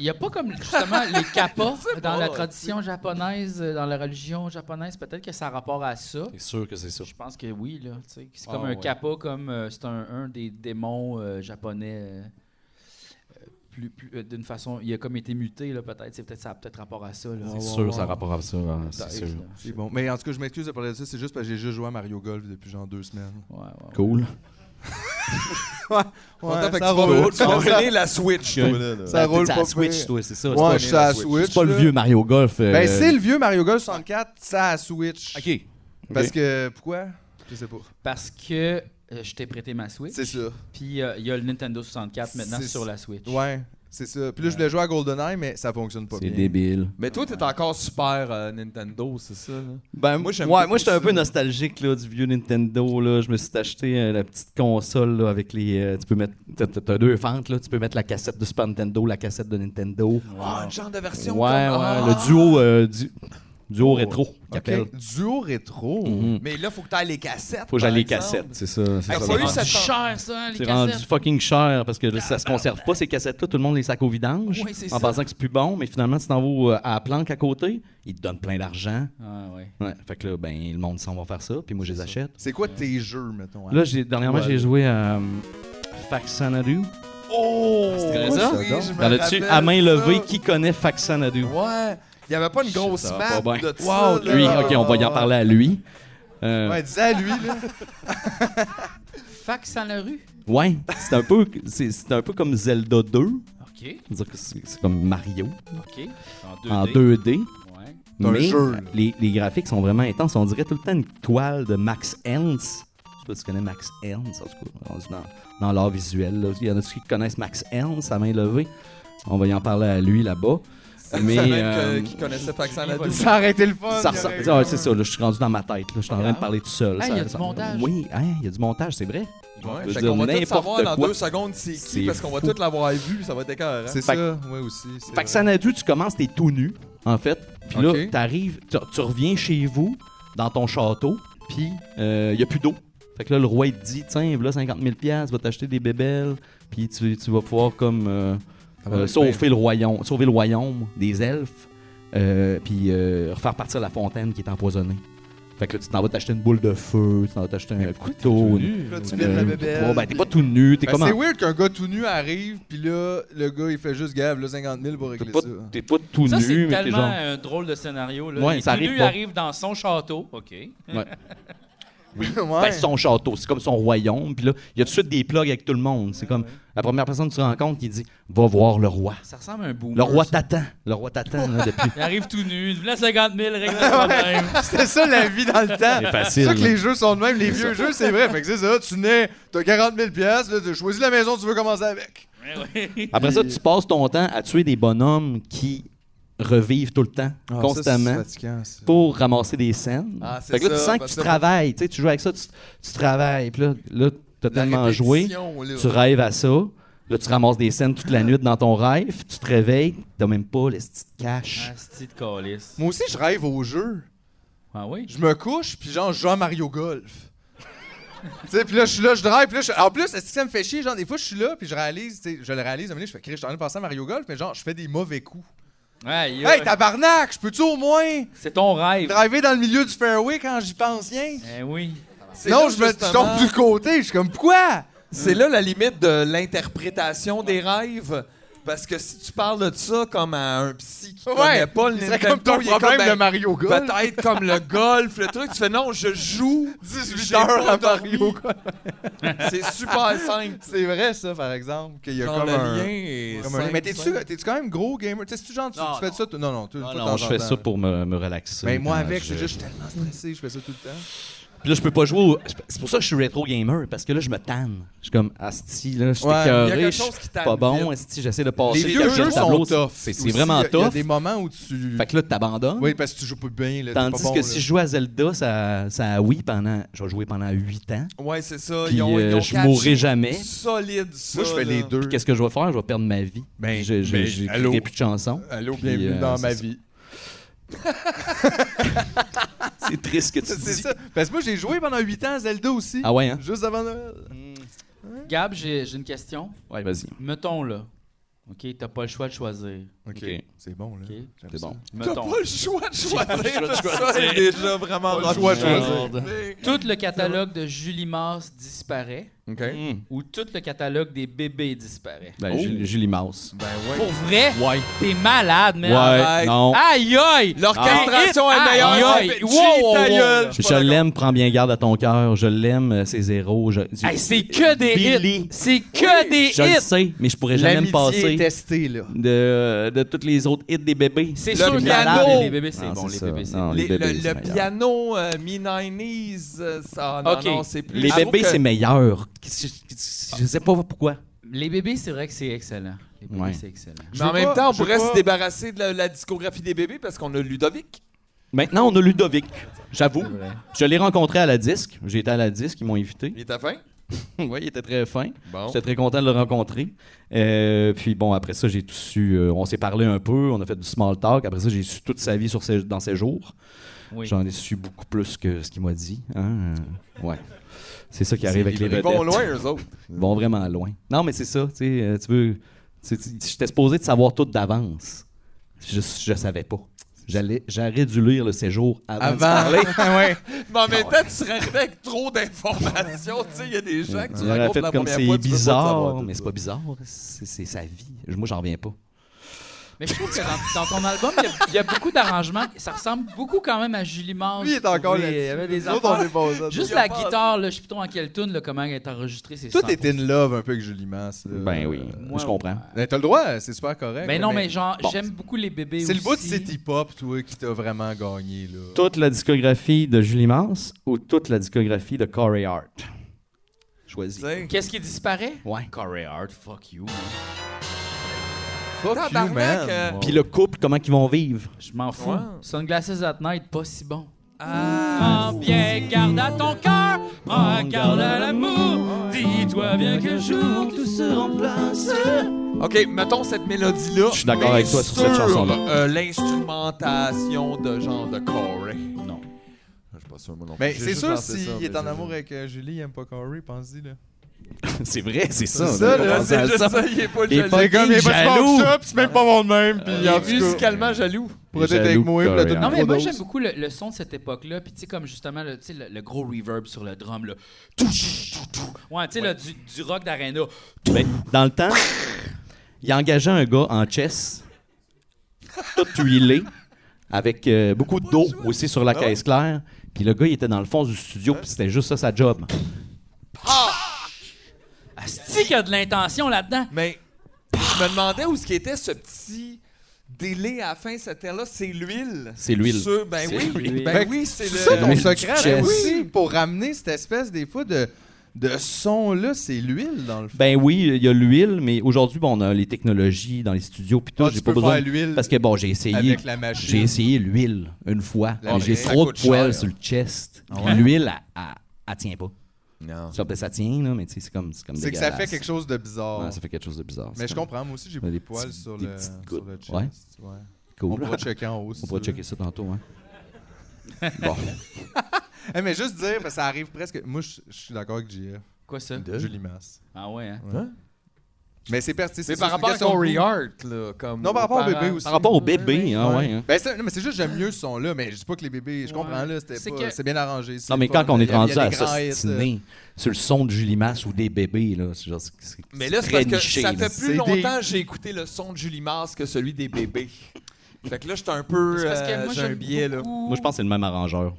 Speaker 1: il n'y a pas comme justement les kappas dans la tradition japonaise, euh, dans la religion japonaise, peut-être que ça a rapport à ça.
Speaker 7: c'est sûr que c'est ça.
Speaker 1: Je pense que oui, là. tu sais, que C'est
Speaker 7: Ah,
Speaker 1: comme un
Speaker 7: ouais.
Speaker 1: kappa, comme euh, c'est un, un des démons euh, japonais. euh, euh, plus, plus, euh, d'une façon, il a comme été muté, là, peut-être. C'est peut-être ça a peut-être rapport à ça. là.
Speaker 7: C'est sûr, ça a rapport à ça. hein,
Speaker 1: Ouais,
Speaker 7: C'est sûr.
Speaker 1: ouais,
Speaker 3: C'est bon. Mais en tout cas, je m'excuse de parler de ça, c'est juste parce que j'ai juste joué à Mario Golf depuis genre deux semaines.
Speaker 1: ouais.
Speaker 7: Cool.
Speaker 2: Content, fait que
Speaker 3: ça
Speaker 2: tu vas-
Speaker 3: roule.
Speaker 2: tu vas revenir la Switch, toi, là. là.
Speaker 3: Ça roule
Speaker 7: T'es à
Speaker 3: pas
Speaker 7: Switch,
Speaker 3: pire.
Speaker 7: toi, c'est ça.
Speaker 3: Ouais,
Speaker 7: c'est pas-
Speaker 3: je suis à la
Speaker 7: c'est
Speaker 3: Switch.
Speaker 7: pas le
Speaker 3: là.
Speaker 7: vieux Mario Golf. euh,
Speaker 3: Ben, c'est le vieux Mario Golf 64, ça à Switch.
Speaker 7: OK.
Speaker 3: Parce que, pourquoi? Je sais pas.
Speaker 1: Parce que euh, je t'ai prêté ma Switch.
Speaker 3: C'est ça.
Speaker 1: Puis euh, il y a le Nintendo 64 maintenant
Speaker 3: C'est-
Speaker 1: sur la Switch.
Speaker 3: Ouais, c'est ça. Puis là, je voulais jouer à GoldenEye, mais ça fonctionne pas
Speaker 7: C'est
Speaker 3: bien.
Speaker 7: débile.
Speaker 2: Mais toi, t'es encore super euh, Nintendo, c'est ça, là.
Speaker 7: Ben, moi,
Speaker 2: j'aime
Speaker 7: ouais,
Speaker 2: beaucoup
Speaker 7: moi j'étais un peu
Speaker 2: ça.
Speaker 7: nostalgique là, du vieux Nintendo. Là. Je me suis acheté euh, la petite console là, avec les. euh, tu peux mettre. T'as, t'as- t'as deux fentes, là. tu peux mettre la cassette de Super Nintendo, la cassette de Nintendo. Ouais,
Speaker 2: Ah, une genre de
Speaker 7: ouais,
Speaker 2: version. comme- Ah!
Speaker 7: le duo, euh, du- duo rétro
Speaker 3: Ok.
Speaker 7: qu'appelle.
Speaker 3: Duo rétro.
Speaker 2: Mais là, faut que t'ailles les cassettes.
Speaker 7: Faut que j'aille
Speaker 2: par exemple.
Speaker 7: les cassettes, c'est ça. C'est,
Speaker 2: Hey,
Speaker 7: ça,
Speaker 2: salut,
Speaker 7: le-
Speaker 2: ça
Speaker 1: C'est
Speaker 2: te-
Speaker 1: cher, ça, les
Speaker 7: c'est rendu
Speaker 1: cassettes.
Speaker 7: fucking cher parce que là, ça se conserve pas ces cassettes-là. Tout le monde les sac au vidange
Speaker 1: Ouais, c'est
Speaker 7: en
Speaker 1: ça.
Speaker 7: pensant que c'est plus bon, mais finalement, tu t'en vas euh, à la planque à côté, ils te donnent plein d'argent.
Speaker 1: Ah, ouais.
Speaker 7: Ouais, fait que là, ben, le monde s'en va faire ça, puis moi, je les achète.
Speaker 3: C'est quoi tes jeux, mettons?
Speaker 7: Là, j'ai, dernièrement,
Speaker 3: Ouais.
Speaker 7: j'ai joué à euh, Faxanadu.
Speaker 2: Oh!
Speaker 7: C'était
Speaker 2: oui,
Speaker 7: ça?
Speaker 2: oui, je me
Speaker 7: Dans là-dessus,
Speaker 2: rappelle
Speaker 7: à main
Speaker 2: ça.
Speaker 7: levée, qui connaît Faxanadu?
Speaker 2: Ouais. Il y avait pas une grosse
Speaker 7: Ça va
Speaker 2: map
Speaker 7: pas bien.
Speaker 2: de ça, là.
Speaker 7: Lui, ok, on va y en parler à lui. Euh,
Speaker 3: Ouais, dis à lui, là.
Speaker 1: Fax à la rue.
Speaker 7: ouais, c'est un, peu, c'est, c'est un peu comme Zelda 2.
Speaker 1: OK.
Speaker 7: C'est-à-dire que c'est, c'est comme Mario
Speaker 1: OK. En 2D.
Speaker 7: en 2D.
Speaker 1: Ouais.
Speaker 3: C'est un
Speaker 7: mais
Speaker 3: jeu, là.
Speaker 7: les, les graphiques sont vraiment intenses. On dirait tout le temps une toile de Max Ernst. Je sais pas si tu connais Max Ernst, en tout cas, rendu dans, dans l'art visuel. là. Il y en a ceux qui connaissent Max Ernst à main levée. On va y en parler à lui là-bas. Mais.
Speaker 2: Même que-
Speaker 7: euh,
Speaker 2: qui connaissait Paxson Nadeau.
Speaker 3: Ça aurait été le fun.
Speaker 7: ça
Speaker 3: il y
Speaker 7: ressemble-
Speaker 3: aurait eu
Speaker 7: Ah,
Speaker 3: un-
Speaker 7: c'est ça, là, je suis rendu dans ma tête. là. Je suis en train de parler tout seul.
Speaker 1: Ah,
Speaker 7: Ça-
Speaker 1: il y a du
Speaker 7: ça-
Speaker 1: montage.
Speaker 7: Oui, hein, il y a du montage, c'est vrai.
Speaker 2: Ouais,
Speaker 7: Je
Speaker 2: fait
Speaker 7: veux
Speaker 2: qu'on va
Speaker 7: dire,
Speaker 2: tout savoir
Speaker 7: n'importe
Speaker 2: dans
Speaker 7: quoi.
Speaker 2: deux secondes c'est
Speaker 7: C'est
Speaker 2: qui, parce qu'on va
Speaker 7: fou.
Speaker 2: tout l'avoir vu, ça va être écœurant.
Speaker 3: C'est
Speaker 7: Fait-
Speaker 3: ça, moi aussi. c'est
Speaker 7: Fait que
Speaker 3: vrai.
Speaker 7: Sanadu, tu commences, t'es tout nu, en fait. Puis là,
Speaker 3: Ok.
Speaker 7: t'arrives, tu, tu reviens chez vous, dans ton château, puis il n'y a plus d'eau. Fait que là, le roi, il te dit, tiens, voilà 50 000 piastres, va t'acheter des bébelles, puis tu, tu vas pouvoir, comme, euh, euh, sauver, le royaume, sauver le royaume des elfes, euh, puis euh, refaire partir la fontaine qui est empoisonnée. Fait que là, tu t'en vas t'acheter une boule de feu, tu t'en vas t'acheter un couteau. une-
Speaker 3: Là, tu
Speaker 7: une-
Speaker 3: vides la
Speaker 7: une-
Speaker 3: bébelle.
Speaker 7: Ouais, ben, t'es pas tout nu, t'es
Speaker 3: Ben,
Speaker 7: comme en-
Speaker 3: c'est weird qu'un gars tout nu arrive, puis là, le gars, il fait juste gave, là, 50 000 pour
Speaker 7: T'es
Speaker 3: régler
Speaker 7: pas,
Speaker 3: ça.
Speaker 7: t'es pas tout
Speaker 1: Ça,
Speaker 7: nu,
Speaker 1: c'est
Speaker 7: mais t'es
Speaker 1: tellement
Speaker 7: genre.
Speaker 1: un drôle de scénario. Là.
Speaker 7: Ouais,
Speaker 1: Les
Speaker 7: ça arrive
Speaker 1: tenus
Speaker 7: pas.
Speaker 1: arrivent dans son château. OK.
Speaker 3: Ouais.
Speaker 7: Ben, c'est son château, c'est comme son royaume. Puis là, il y a tout de suite des plugs avec tout le monde. C'est comme la première personne que tu rencontres qui dit Va voir le roi.
Speaker 1: Ça ressemble à un boom.
Speaker 7: Le roi t'attend. Le roi t'attend là, depuis.
Speaker 1: Il arrive tout nu, il voulait 50 000, règle le problème.
Speaker 3: C'était ça la vie dans le temps.
Speaker 7: C'est
Speaker 3: C'est
Speaker 7: facile.
Speaker 3: ça que les jeux sont de même, les vieux jeux, c'est vrai. Fait que c'est ça, tu nais, t'as 40 000 pièces, là, tu choisis la maison que tu veux commencer avec.
Speaker 1: Ouais, ouais.
Speaker 7: Après ça, tu passes ton temps à tuer des bonhommes qui revivent tout le temps, constamment, pour ramasser des scènes.
Speaker 2: Ah, c'est
Speaker 7: fait que
Speaker 2: ça,
Speaker 7: là, tu sens que
Speaker 2: parce
Speaker 7: tu
Speaker 2: que-
Speaker 7: travailles. Tu sais, tu joues avec ça, tu, tu travailles. Puis là, là t'as
Speaker 2: La
Speaker 7: tellement joué.
Speaker 2: répétition, là.
Speaker 7: Tu rêves à ça. Là, tu ramasses des scènes toute la nuit dans ton rêve. Tu te réveilles. T'as même pas les petites cash.
Speaker 1: Asti de calice.
Speaker 3: Moi aussi, je rêve au jeu.
Speaker 1: Ah oui?
Speaker 3: Je me couche, puis genre, je joue à Mario Golf. tu sais, puis là, je suis là, je drive, puis là, je... En plus, est-ce que ça me fait chier? Genre, des fois, je suis là, puis je réalise, tu sais, je le réalise, un moment donné, je fais, Chris, je suis en train de penser à Mario Golf, mais genre, je fais des mauvais coups.
Speaker 1: Ouais, yo,
Speaker 3: Hey, tabarnak, je peux-tu au moins
Speaker 1: c'est ton rêve.
Speaker 3: driver dans le milieu du fairway quand j'y pense rien?
Speaker 1: Eh oui.
Speaker 2: C'est
Speaker 3: Non,
Speaker 2: là,
Speaker 3: je me je
Speaker 2: justement,
Speaker 3: tombe du côté, je suis comme, pourquoi?
Speaker 2: C'est là la limite de l'interprétation des rêves. Parce que si tu parles de ça comme à un psy qui connaît pas le
Speaker 3: il serait
Speaker 2: Nintendo,
Speaker 3: comme ton
Speaker 2: il est
Speaker 3: problème
Speaker 2: comme, ben,
Speaker 3: de Mario Golf.
Speaker 2: Peut-être comme le golf, le truc. Tu fais non, je joue
Speaker 3: 18
Speaker 2: j'ai pas
Speaker 3: heures à
Speaker 2: dormi.
Speaker 3: Mario Golf.
Speaker 2: C'est super simple.
Speaker 3: C'est vrai, ça, par exemple, qu'il y a
Speaker 2: Genre,
Speaker 3: comme
Speaker 2: le
Speaker 3: un...
Speaker 2: lien est
Speaker 3: comme un-
Speaker 2: simple,
Speaker 3: Mais t'es-tu
Speaker 2: simple.
Speaker 3: t'es-tu quand même gros gamer? Tu sais, tu genre, tu, tu fais ça? t- Non, non, tu- toi,
Speaker 7: Non,
Speaker 3: de temps
Speaker 7: Ah, je
Speaker 3: en
Speaker 7: fais
Speaker 3: temps.
Speaker 7: ça pour me, me relaxer.
Speaker 3: Mais moi,
Speaker 7: quand
Speaker 3: avec,
Speaker 7: je-
Speaker 3: c'est juste, je suis tellement stressé, je fais ça tout le temps.
Speaker 7: Puis là, je peux pas jouer. au- C'est pour ça que je suis rétro gamer, parce que là, je me tanne. Je suis comme, Asti, là, je suis
Speaker 3: Ouais,
Speaker 7: écoeuré,
Speaker 2: il y a quelque
Speaker 7: je
Speaker 2: chose qui
Speaker 7: suis
Speaker 2: tanne
Speaker 7: pas bon,
Speaker 2: vite.
Speaker 7: Asti, j'essaie de passer.
Speaker 3: Les vieux
Speaker 7: quelques
Speaker 3: jeux sont
Speaker 7: tableaux.
Speaker 3: tough.
Speaker 7: C'est c'est
Speaker 3: aussi.
Speaker 7: vraiment
Speaker 3: Il y a-
Speaker 7: tough.
Speaker 3: Il y a des moments où tu.
Speaker 7: Fait que là, t'abandonnes.
Speaker 3: Oui, parce que tu joues pas bien. Là, t'es
Speaker 7: Tandis
Speaker 3: pas bon,
Speaker 7: que
Speaker 3: là.
Speaker 7: si je joue à Zelda, ça, ça oui pendant. Je vais jouer pendant 8 ans.
Speaker 2: Ouais, c'est ça.
Speaker 7: Puis
Speaker 2: Ils ont, ils
Speaker 7: euh,
Speaker 2: ont
Speaker 7: je
Speaker 2: catché
Speaker 7: mourrai jamais.
Speaker 2: Solide, ça.
Speaker 3: Moi, je fais
Speaker 2: là.
Speaker 3: les deux.
Speaker 7: Puis qu'est-ce que je vais faire? Je vais perdre ma vie.
Speaker 3: Ben,
Speaker 7: Je- je-
Speaker 3: ben, allô?
Speaker 7: J'écrirai plus de chansons.
Speaker 3: Allô,
Speaker 7: Puis,
Speaker 3: bienvenue
Speaker 7: euh,
Speaker 3: dans
Speaker 7: c'est
Speaker 3: ma
Speaker 7: ça.
Speaker 3: vie.
Speaker 7: C'est triste que tu
Speaker 3: C'est
Speaker 7: dis.
Speaker 3: ça. Parce que moi, j'ai joué pendant 8 ans à Zelda aussi.
Speaker 7: Ah ouais, hein?
Speaker 3: Juste avant Noël.
Speaker 1: Gab, j'ai j'ai une question.
Speaker 7: Ouais, vas-y.
Speaker 1: Mettons là. OK, t'as pas le choix de choisir.
Speaker 7: Ok.
Speaker 3: C'est bon, là.
Speaker 1: OK?
Speaker 3: J'aime
Speaker 7: C'est
Speaker 3: ça.
Speaker 7: bon.
Speaker 2: T'as
Speaker 1: Mettons.
Speaker 2: pas le choix de choisir. Ça est déjà vraiment
Speaker 3: le choix de choisir.
Speaker 1: Tout le catalogue de Julie Mars disparaît
Speaker 2: OK.
Speaker 7: Mm.
Speaker 1: ou tout le catalogue des bébés disparaît?
Speaker 7: Ben, Julie- Julie Mouse.
Speaker 2: Ben ouais.
Speaker 1: Pour vrai?
Speaker 7: Ouais.
Speaker 1: T'es malade, man.
Speaker 7: Ouais, non.
Speaker 1: Aïe aïe!
Speaker 2: L'orchestration
Speaker 1: Ah,
Speaker 2: est meilleure.
Speaker 1: aïe,
Speaker 2: c'est-
Speaker 1: aïe.
Speaker 2: Gee,
Speaker 1: Wow, wow,
Speaker 2: ta
Speaker 1: wow.
Speaker 2: gueule, suis
Speaker 7: Je,
Speaker 2: pas
Speaker 7: l'aime, prends bien garde à ton cœur. Je l'aime, euh, c'est zéro. Je, je-
Speaker 1: Hey, c'est que des
Speaker 7: Billy.
Speaker 1: hits! C'est que des
Speaker 7: Je le
Speaker 1: hits!
Speaker 7: sais, mais je pourrais jamais me passer
Speaker 3: testé, là.
Speaker 7: de, de toutes les autres hits des bébés.
Speaker 1: C'est
Speaker 2: Le
Speaker 1: sûr que
Speaker 2: piano.
Speaker 1: les- les bébés, c'est
Speaker 7: Non,
Speaker 1: bon,
Speaker 7: c'est
Speaker 1: les
Speaker 7: ça.
Speaker 1: bébés, c'est
Speaker 7: Non,
Speaker 1: bon.
Speaker 2: Les-
Speaker 7: bébés,
Speaker 2: le
Speaker 7: c'est
Speaker 2: le
Speaker 7: meilleur.
Speaker 2: piano euh, mi-90s, euh, ça, non,
Speaker 1: Ok.
Speaker 2: non, c'est plus...
Speaker 7: Les
Speaker 2: J'avoue
Speaker 7: bébés,
Speaker 2: que-
Speaker 7: c'est meilleur. Je, je- je sais pas pourquoi.
Speaker 1: Les bébés, c'est vrai que c'est excellent. Les bébés,
Speaker 7: Ouais.
Speaker 1: c'est excellent.
Speaker 2: Mais en
Speaker 3: veux
Speaker 2: même
Speaker 3: pas-
Speaker 2: temps, on
Speaker 3: je veux
Speaker 2: pourrait
Speaker 3: pas-
Speaker 2: se débarrasser de la, la discographie des bébés parce qu'on a Ludovic.
Speaker 7: Maintenant, on a Ludovic. J'avoue. Je l'ai rencontré à la disque. J'ai été à la disque, ils m'ont invité.
Speaker 2: Il est à fin.
Speaker 7: oui, il était très fin.
Speaker 2: Bon.
Speaker 7: J'étais très content de le rencontrer. Euh, puis bon, après ça, j'ai tout su. euh, on s'est parlé un peu, on a fait du small talk. Après ça, j'ai su toute sa vie sur ses- dans ses jours.
Speaker 1: Oui.
Speaker 7: J'en ai su beaucoup plus que ce qu'il m'a dit. hein. Euh, Ouais. C'est ça qui arrive avec les
Speaker 2: Ils
Speaker 7: vedettes.
Speaker 2: vont loin, eux autres.
Speaker 7: Ils vont vraiment loin. Non, mais c'est ça. Tu sais, euh, tu veux. tu- tu- J'étais supposé de savoir tout d'avance. Je, je savais pas. J'allais, j'aurais dû lire le séjour avant. de
Speaker 3: Avant. ouais.
Speaker 2: Mais en même temps, tu serais arrivé avec trop d'informations. tu sais, il y a des gens que tu
Speaker 7: Il aurait
Speaker 2: rencontres
Speaker 7: fait
Speaker 2: la
Speaker 7: comme
Speaker 2: première fois, tu
Speaker 7: c'est
Speaker 2: peux pas savoir
Speaker 7: bizarre,
Speaker 2: tout
Speaker 7: mais
Speaker 2: ça.
Speaker 7: c'est pas bizarre, c'est c'est sa vie. Je- Moi, j'en reviens pas.
Speaker 1: Mais je trouve que dans, dans ton album, il y a- il y, a beaucoup d'arrangements. Ça ressemble beaucoup quand même à Julie Mars.
Speaker 3: Lui, il est encore
Speaker 1: Oui,
Speaker 3: là.
Speaker 1: Il y avait des
Speaker 3: Nous autres, on
Speaker 1: affaires.
Speaker 3: est pas aux autres.
Speaker 1: Juste
Speaker 3: Il y a
Speaker 1: la
Speaker 3: pas-
Speaker 1: guitare, là, je sais plus trop en quelle tune, là, comment elle est enregistrée, c'est
Speaker 3: Tout
Speaker 1: 100%.
Speaker 3: est in love un peu avec Julie Masse.
Speaker 2: Euh,
Speaker 3: là.
Speaker 1: Moi,
Speaker 7: Ben je comprends.
Speaker 3: Ben, t'as le droit, c'est super correct.
Speaker 7: Ben
Speaker 1: Mais
Speaker 3: là,
Speaker 1: non, mais genre,
Speaker 7: Bon.
Speaker 1: j'aime beaucoup les bébés
Speaker 3: C'est le bout de
Speaker 1: aussi.
Speaker 3: City Pop, toi, qui t'a vraiment gagné, là.
Speaker 7: Toute la discographie de Julie Mars ou toute la discographie de Corey Hart? Choisis.
Speaker 2: Tu sais,
Speaker 1: Qu'est-ce qui disparaît?
Speaker 7: Ouais.
Speaker 1: Corey Hart, fuck you.
Speaker 3: Fuck you, man.
Speaker 2: Tabarnak, euh,
Speaker 7: Puis le couple, comment qu'ils vont vivre?
Speaker 1: Je m'en fous.
Speaker 2: Ouais.
Speaker 1: Sunglasses at night, pas si bon.
Speaker 2: Ah,
Speaker 1: Prends bien garde à ton cœur, prends garde à l'amour. Dis-toi bien qu'un jour tout se remplace.
Speaker 2: OK, mettons cette mélodie-là.
Speaker 7: Je suis d'accord avec toi sur cette
Speaker 2: sur,
Speaker 7: chanson-là.
Speaker 2: euh, L'instrumentation de genre de Corey.
Speaker 7: Non.
Speaker 2: Je suis pas sûr, moi non
Speaker 3: Mais
Speaker 2: plus. J'ai
Speaker 3: c'est
Speaker 2: juste
Speaker 3: sûr,
Speaker 2: lancé ça,
Speaker 3: s'il
Speaker 2: mais
Speaker 3: est en
Speaker 2: j'ai-
Speaker 3: amour avec euh, Julie, il aime pas Corey, pense-y. là.
Speaker 7: C'est vrai, c'est ça.
Speaker 3: C'est
Speaker 7: on a
Speaker 3: ça,
Speaker 7: pas
Speaker 3: là,
Speaker 7: pensé
Speaker 2: C'est
Speaker 7: à
Speaker 2: juste
Speaker 7: ça.
Speaker 2: ça, il est pas
Speaker 7: Les
Speaker 2: jaloux.
Speaker 7: fucking
Speaker 3: Comme il est pas
Speaker 7: jaloux.
Speaker 3: si bon que ça, pis c'est même pas bon de même. Puis
Speaker 2: Il
Speaker 3: en
Speaker 2: est
Speaker 3: tout cas,
Speaker 2: musicalement jaloux.
Speaker 3: pour être avec
Speaker 7: Jaloux,
Speaker 3: moi, pis la
Speaker 7: Corey,
Speaker 3: toute
Speaker 7: hein.
Speaker 1: Non, mais moi,
Speaker 3: microdose.
Speaker 1: j'aime beaucoup le, le son de cette époque-là. Puis, tu sais, comme justement, le, tu sais, le, le gros reverb sur le drum, là. Tou, chou, chou, chou. Ouais, tu sais, là, du, du rock d'arena.
Speaker 7: Ben, dans le temps, il engageait un gars en chess, tout huilé, avec euh, beaucoup d'eau aussi sur la caisse claire. Puis le gars, il était dans le fond du studio, puis c'était juste ça sa job.
Speaker 1: Asti qu'il y a de l'intention là-dedans.
Speaker 2: Mais je me demandais où ce qui était ce petit délai à la fin, c'était là, c'est l'huile.
Speaker 7: C'est l'huile.
Speaker 2: Sur- Ben
Speaker 7: C'est
Speaker 2: oui,
Speaker 7: l'huile.
Speaker 2: ben
Speaker 3: Fait
Speaker 2: oui, c'est
Speaker 3: C'est ça
Speaker 2: le.
Speaker 3: ton
Speaker 7: l'huile du
Speaker 3: secret là,
Speaker 7: chess.
Speaker 3: aussi, pour ramener cette espèce des fois de, de son-là, c'est l'huile dans le fond.
Speaker 7: Ben oui, il y a l'huile, mais aujourd'hui, bon, on a les technologies dans les studios, puis tout,
Speaker 3: Ah, tu
Speaker 7: j'ai pas
Speaker 3: peux
Speaker 7: besoin.
Speaker 3: faire l'huile
Speaker 7: Parce que bon, j'ai essayé.
Speaker 3: avec la machine.
Speaker 7: J'ai essayé l'huile une fois,
Speaker 2: La
Speaker 7: mais j'ai
Speaker 2: vraie. Ça
Speaker 7: trop de
Speaker 2: coûte cher.
Speaker 7: poils sur le chest.
Speaker 3: Ah
Speaker 7: L'huile, elle, elle- elle tient pas.
Speaker 2: Non.
Speaker 7: Ça, ben, ça tient, là, mais tu sais, c'est comme, c'est comme
Speaker 3: C'est que ça fait
Speaker 7: dégueulasse.
Speaker 3: quelque chose de bizarre.
Speaker 7: Ouais, ça fait quelque chose de bizarre.
Speaker 3: Mais
Speaker 7: C'est
Speaker 3: je
Speaker 7: comme-
Speaker 3: comprends, moi aussi j'ai
Speaker 7: Des
Speaker 3: beaucoup de
Speaker 7: petits-
Speaker 3: poils sur
Speaker 7: des
Speaker 3: le,
Speaker 7: petites
Speaker 3: sur
Speaker 7: gouttes.
Speaker 3: le chest.
Speaker 7: Ouais.
Speaker 3: ouais.
Speaker 7: Cool.
Speaker 3: On pourra checker en haut. si
Speaker 7: On
Speaker 3: tu
Speaker 7: pourra
Speaker 3: veux.
Speaker 7: checker ça tantôt. Hein.
Speaker 3: Eh, mais juste dire, parce que ça arrive presque. Moi, je je suis d'accord avec JF.
Speaker 1: Quoi ça?
Speaker 3: Julie Masse.
Speaker 1: Ah ouais, hein?
Speaker 3: Mais c'est per- c'est-
Speaker 2: Mais
Speaker 3: c'est
Speaker 2: par
Speaker 3: une
Speaker 2: rapport à
Speaker 3: question de
Speaker 2: Corey
Speaker 3: goût.
Speaker 2: Hart, là, comme.
Speaker 3: Non, par rapport Ah au bébé aussi.
Speaker 7: Par rapport au bébé, hein, ouais. hein.
Speaker 3: Ben, c'est- non, mais c'est juste, j'aime mieux ce son-là, mais je dis pas que les bébés, je comprends, là, c'était
Speaker 1: C'est
Speaker 3: pas-
Speaker 1: que-
Speaker 3: c'est bien arrangé. c'est
Speaker 7: Non, mais
Speaker 3: fun,
Speaker 7: quand on
Speaker 3: il
Speaker 7: est
Speaker 3: y a- il
Speaker 7: rendu
Speaker 3: y a
Speaker 7: à
Speaker 3: des grands hits, euh.
Speaker 7: s'ostiner sur le son de Julie Masse ou des bébés, là, c'est genre, c'est- c'est-
Speaker 2: Mais là, c'est
Speaker 7: c'est
Speaker 2: parce
Speaker 7: très
Speaker 2: que
Speaker 7: niché,
Speaker 2: ça
Speaker 7: là.
Speaker 2: fait plus
Speaker 3: C'est des-
Speaker 2: longtemps que j'ai écouté le son de Julie Mars que celui des bébés. fait que là, j'étais un peu.
Speaker 1: C'est parce que
Speaker 2: euh,
Speaker 1: moi,
Speaker 2: j'ai un
Speaker 1: j'aime
Speaker 2: biais, là.
Speaker 1: beaucoup-
Speaker 7: Moi, je pense que c'est le même arrangeur.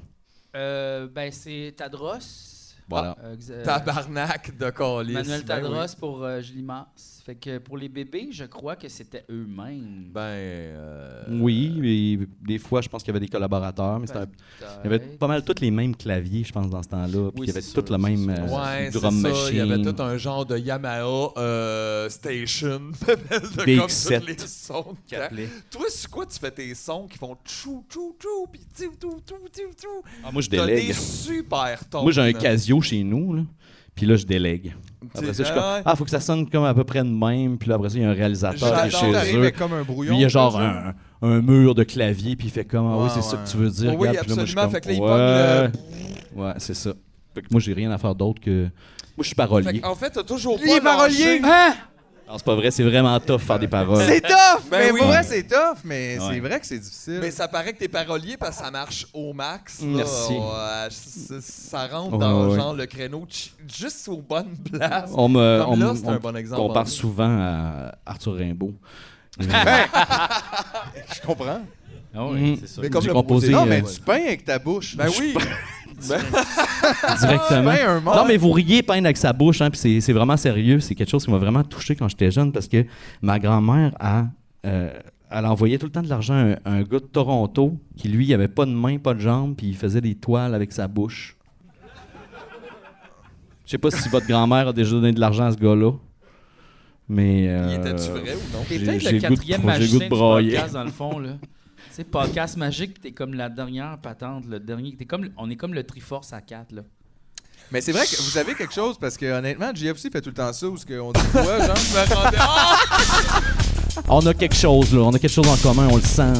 Speaker 1: Euh, ben, c'est Tadros.
Speaker 7: Voilà.
Speaker 1: Euh, exa-
Speaker 2: Tabarnak de Ben colis.
Speaker 1: Manuel Tadros pour euh, Julie Mars. Fait que pour les bébés, je crois que c'était eux-mêmes.
Speaker 2: Ben. euh,
Speaker 7: Oui, et des fois, je pense qu'il y avait des collaborateurs, mais c'était un- il y avait
Speaker 2: Ben,
Speaker 7: pas mal tous les mêmes claviers, je pense, dans ce temps-là. Puis
Speaker 1: Oui,
Speaker 7: il y avait
Speaker 1: c'est
Speaker 7: tout
Speaker 1: sûr,
Speaker 7: le même
Speaker 1: c'est sûr.
Speaker 7: euh,
Speaker 2: Ouais, c'est ça.
Speaker 7: drum
Speaker 2: Il y avait
Speaker 7: machine.
Speaker 2: tout un genre de Yamaha euh, Station. de
Speaker 7: DX7.
Speaker 2: Comme tous les sons. de temps. Toi, c'est quoi tu fais tes sons qui font tchou, tchou, tchou, pis tiu, tou, tou, tiu, tou.
Speaker 7: Ah, moi, je
Speaker 2: T'as des
Speaker 7: délègue.
Speaker 2: super tons.
Speaker 7: Moi, j'ai un casio chez nous, là. Puis là, je délègue. Après ça, je suis comme,
Speaker 2: Ah ouais.
Speaker 7: ah, faut que ça sonne comme à peu près de même. Puis là, après ça, il y a un réalisateur qui est
Speaker 2: J'adore,
Speaker 7: chez
Speaker 3: t'arrives
Speaker 7: eux.
Speaker 3: avec comme un brouillon.
Speaker 7: Lui, il y a genre
Speaker 3: là,
Speaker 7: un, un mur de clavier, puis il fait comme Ah oui,
Speaker 3: Ouais,
Speaker 7: c'est ça
Speaker 3: ouais.
Speaker 7: que tu veux dire.
Speaker 2: Oh oui,
Speaker 7: regarde. Puis là, moi, je suis
Speaker 2: absolument.
Speaker 7: comme,
Speaker 2: Fait que là, il
Speaker 7: ouais, ouais, c'est ça. Fait que moi, j'ai rien à faire d'autre que. Moi, je suis parolier.
Speaker 2: En fait, oh. t'as toujours
Speaker 3: Il est
Speaker 2: pas
Speaker 3: parolier.
Speaker 2: lâché.
Speaker 7: Non, c'est pas vrai, c'est vraiment tough faire des paroles.
Speaker 3: C'est tough!
Speaker 2: Ben
Speaker 3: mais
Speaker 2: oui.
Speaker 3: pour vrai, c'est tough, mais
Speaker 7: Ouais.
Speaker 3: c'est vrai que c'est difficile.
Speaker 2: Mais ça paraît que t'es parolier parce que ça marche au max. là.
Speaker 7: Merci.
Speaker 2: Ouais, c- c- ça rentre
Speaker 7: Ouais,
Speaker 2: dans
Speaker 7: ouais.
Speaker 2: genre le créneau ch- juste aux bonnes places.
Speaker 7: On me
Speaker 2: Comme
Speaker 7: on,
Speaker 2: là,
Speaker 7: me-
Speaker 2: c'est
Speaker 7: on
Speaker 2: un
Speaker 7: me
Speaker 2: bon exemple. hein.
Speaker 7: compare souvent à Arthur Rimbaud. Euh,
Speaker 3: Je comprends.
Speaker 1: Ah
Speaker 7: oui,
Speaker 1: oui,
Speaker 7: c'est
Speaker 1: c'est ça.
Speaker 2: Mais comme
Speaker 7: J'ai
Speaker 2: le-
Speaker 7: composé
Speaker 3: Non,
Speaker 7: euh,
Speaker 3: mais tu peins avec ta bouche.
Speaker 2: Ben oui.
Speaker 7: Ah, directement.
Speaker 3: Ben, un mort.
Speaker 7: Non, mais vous riez peindre avec sa bouche, hein, puis c'est- c'est vraiment sérieux. C'est quelque chose qui m'a vraiment touché quand j'étais jeune parce que ma grand-mère a. euh, elle envoyait tout le temps de l'argent à un, un gars de Toronto qui, lui, il avait pas de main, pas de jambes, puis il faisait des toiles avec sa bouche. Je sais pas si votre grand-mère a déjà donné de l'argent à ce gars-là, mais...
Speaker 2: Il
Speaker 7: euh,
Speaker 2: était-tu vrai ou non?
Speaker 1: T'es
Speaker 7: j'ai-
Speaker 1: peut-être
Speaker 7: j'ai
Speaker 1: le
Speaker 7: goût de-
Speaker 1: quatrième
Speaker 7: j'ai goût
Speaker 1: magicien
Speaker 7: de
Speaker 1: du
Speaker 7: brailler.
Speaker 1: podcast, dans le fond, là. Tu sais, podcast magique, t'es comme la dernière patente, le dernier. T'es comme, on est comme le Triforce à 4, là.
Speaker 3: Mais c'est vrai que vous avez quelque chose, parce que honnêtement, JFC fait tout le temps ça, où ce qu'on dit quoi, genre.
Speaker 2: Je me rendais- Ah!
Speaker 7: On a quelque chose, là. On a quelque chose en commun, on le sent.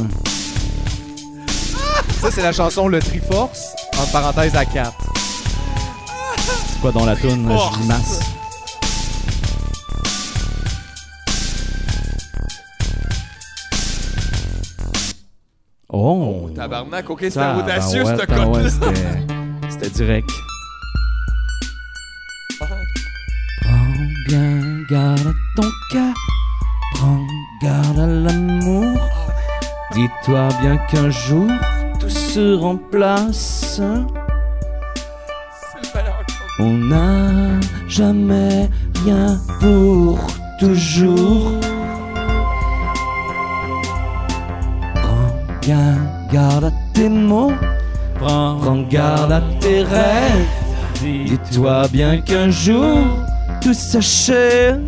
Speaker 3: Ça, c'est la chanson Le Triforce, en parenthèse à 4.
Speaker 7: C'est quoi dans la toune,
Speaker 2: Force.
Speaker 7: Julie Masse? Oh!
Speaker 2: Tabarnak, ok, c'était
Speaker 7: Ah,
Speaker 2: audacieux
Speaker 7: ben ouais,
Speaker 2: ce
Speaker 7: ben
Speaker 2: code-là.
Speaker 7: ouais, c'était- C'était direct. Prends bien garde à ton cœur, prends garde à l'amour. Dis-toi bien qu'un jour tout se remplace. On n'a jamais rien pour toujours. Prends bien garde à tes mots,
Speaker 1: Prends,
Speaker 7: prends garde à tes rêves. Dis-toi bien qu'un jour tout s'achève.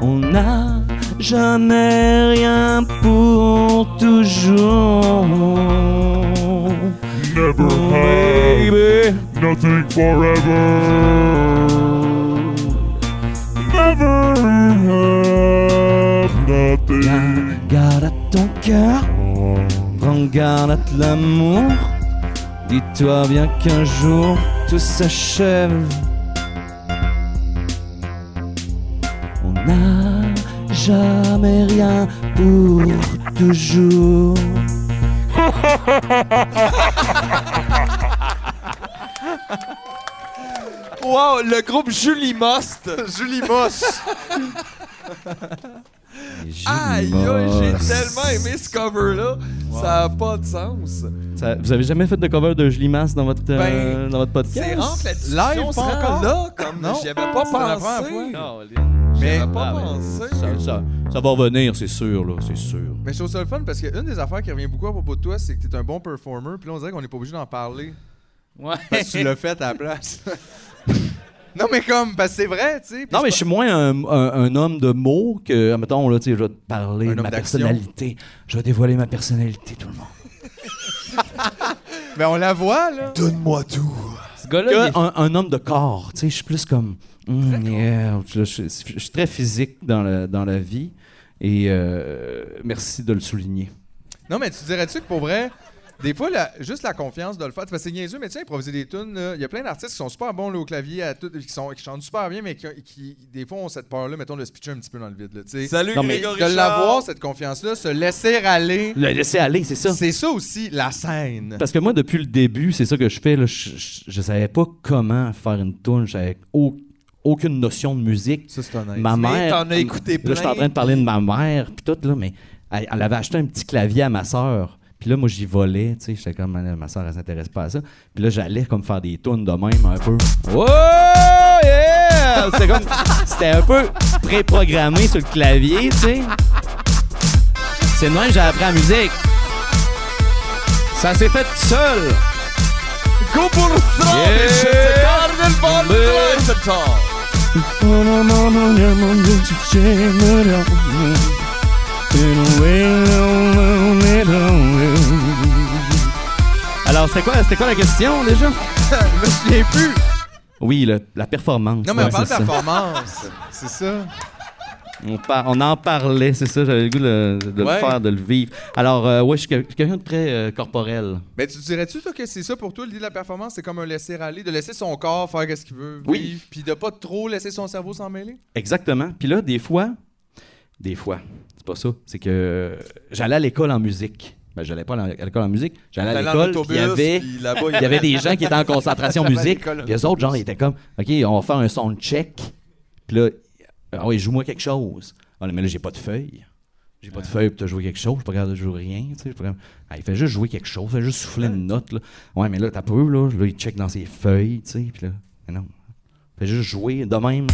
Speaker 7: On n'a jamais rien pour toujours. Never baby.
Speaker 9: Nothing forever. Never have nothing.
Speaker 7: Prends garde à ton cœur, prends garde à de l'amour. Dis-toi bien qu'un jour tout s'achève. On n'a jamais rien pour toujours.
Speaker 2: Wow, le groupe Julie Most.
Speaker 3: Julie Moss.
Speaker 2: Aïe, aïe, j'ai tellement aimé ce cover-là. Ça n'a pas de sens.
Speaker 7: Ça- vous avez jamais fait de cover de Julie Masse dans votre, euh,
Speaker 2: Ben,
Speaker 7: dans votre podcast?
Speaker 2: C'est rare que la
Speaker 3: Live,
Speaker 2: discussion
Speaker 3: pas
Speaker 2: se rend
Speaker 3: encore?
Speaker 2: là, comme
Speaker 3: Non.
Speaker 2: j'y avais pas
Speaker 3: C'était la première
Speaker 2: pensé.
Speaker 3: fois.
Speaker 2: J'y
Speaker 3: Mais-
Speaker 2: avais pas
Speaker 7: Ah ouais.
Speaker 2: pensé.
Speaker 7: Ça, ça- ça va revenir, c'est sûr, là, c'est sûr.
Speaker 3: Mais je trouve ça le fun parce qu'une des affaires qui revient beaucoup à propos de toi, c'est que t'es un bon performer. Puis là, on dirait qu'on n'est pas obligé d'en parler.
Speaker 1: Ouais.
Speaker 3: Parce que tu l'as fait à la place. non, mais comme, parce que c'est vrai, tu sais. puis
Speaker 7: Non, mais je
Speaker 3: c'est
Speaker 7: suis moins un, un- un homme de mots que, mettons, là, tu sais, je vais te parler
Speaker 3: Un
Speaker 7: de
Speaker 3: homme
Speaker 7: ma
Speaker 3: d'action.
Speaker 7: personnalité. Je vais dévoiler ma personnalité, tout le monde.
Speaker 3: pas- Mais on la voit, là.
Speaker 4: Donne-moi tout.
Speaker 1: Ce gars-là, il est
Speaker 7: Que un, un homme de corps, tu sais, je suis plus comme. Hmm, yeah. je, je- je- je suis très physique dans, la- dans la vie. Et euh, merci de le souligner.
Speaker 3: Non, mais tu dirais-tu que pour vrai, des fois, la- juste la confiance de le faire. Parce que c'est niaiseux, mais tu sais, improviser des tunes, là, il y a plein d'artistes qui sont super bons là, au clavier, à tout- qui, sont, qui chantent super bien, mais qui, qui, des fois, ont cette peur-là, mettons, de se pitcher un petit peu dans le vide, là, tu sais.
Speaker 2: Salut,
Speaker 7: Non, mais-
Speaker 2: Grégory
Speaker 3: De l'avoir,
Speaker 2: Charles.
Speaker 3: cette confiance-là, se laisser aller.
Speaker 7: Le laisser aller, c'est ça.
Speaker 3: C'est ça aussi, la scène.
Speaker 7: Parce que moi, depuis le début, c'est ça que je fais. Là, je, je- je savais pas comment faire une tune. J'avais au- aucune notion de musique.
Speaker 3: Ça, c'est honnête.
Speaker 7: ma
Speaker 2: Mais
Speaker 7: mère.
Speaker 2: t'en as écouté
Speaker 7: Là, je suis en
Speaker 2: plein.
Speaker 7: train de parler de ma mère, puis tout, là, mais elle, elle avait acheté un petit clavier à ma sœur. Puis là, moi, j'y volais, tu sais. J'étais comme, Ah, ma sœur, elle s'intéresse pas à ça. Puis là, j'allais comme faire des tunes de même, un peu. Oh, yeah! C'était comme, c'était un peu préprogrammé sur le clavier, tu sais. C'est de même que j'ai appris la musique. Ça s'est fait tout seul.
Speaker 2: Go pour le strong!
Speaker 7: Yeah.
Speaker 2: Carmen von
Speaker 7: Mais-
Speaker 2: Blumenthal.
Speaker 7: Alors, c'était quoi, c'était quoi la question déjà?
Speaker 3: Je me souviens plus.
Speaker 7: Oui, le- la performance.
Speaker 3: Non, mais
Speaker 7: ouais,
Speaker 3: on parle de
Speaker 7: c'est ça.
Speaker 3: performance. c'est ça.
Speaker 7: On, par- on en parlait, c'est ça. J'avais le goût de, de
Speaker 3: Ouais.
Speaker 7: le faire, de le vivre. Alors, euh, ouais, je suis quel- quelqu'un de très euh, corporel.
Speaker 3: Mais tu dirais-tu, toi, que c'est ça pour toi, le lit de la performance, c'est comme un laisser-aller, de laisser son corps faire quest ce qu'il veut,
Speaker 7: Oui.
Speaker 3: vivre, puis de pas trop laisser son cerveau s'en mêler?
Speaker 7: Exactement. Puis là, des fois, des fois, c'est pas ça. C'est que euh, j'allais à l'école en musique. Ben, j'allais pas à l'école en musique. J'allais à
Speaker 2: T'allais en
Speaker 7: l'école. puis
Speaker 2: autobus,
Speaker 7: Il y avait,
Speaker 2: puis là-bas,
Speaker 7: il y avait des gens qui étaient en concentration musique.
Speaker 2: l'école en
Speaker 7: Puis eux autres, genre, ils étaient comme, OK, on va faire un sound check. Puis là, ah oui, joue-moi quelque chose. Ah, mais là, j'ai pas de feuille. J'ai pas de feuille pour te jouer quelque chose. Je suis pas capable de jouer rien. Tu sais, Je suis pas capable- ah, il fait juste jouer quelque chose. Il fait juste souffler une note. Là. Ouais, mais là, t'as peu, là. Là, il check dans ses feuilles, tu sais. Puis là, mais non. Il fait juste jouer de même.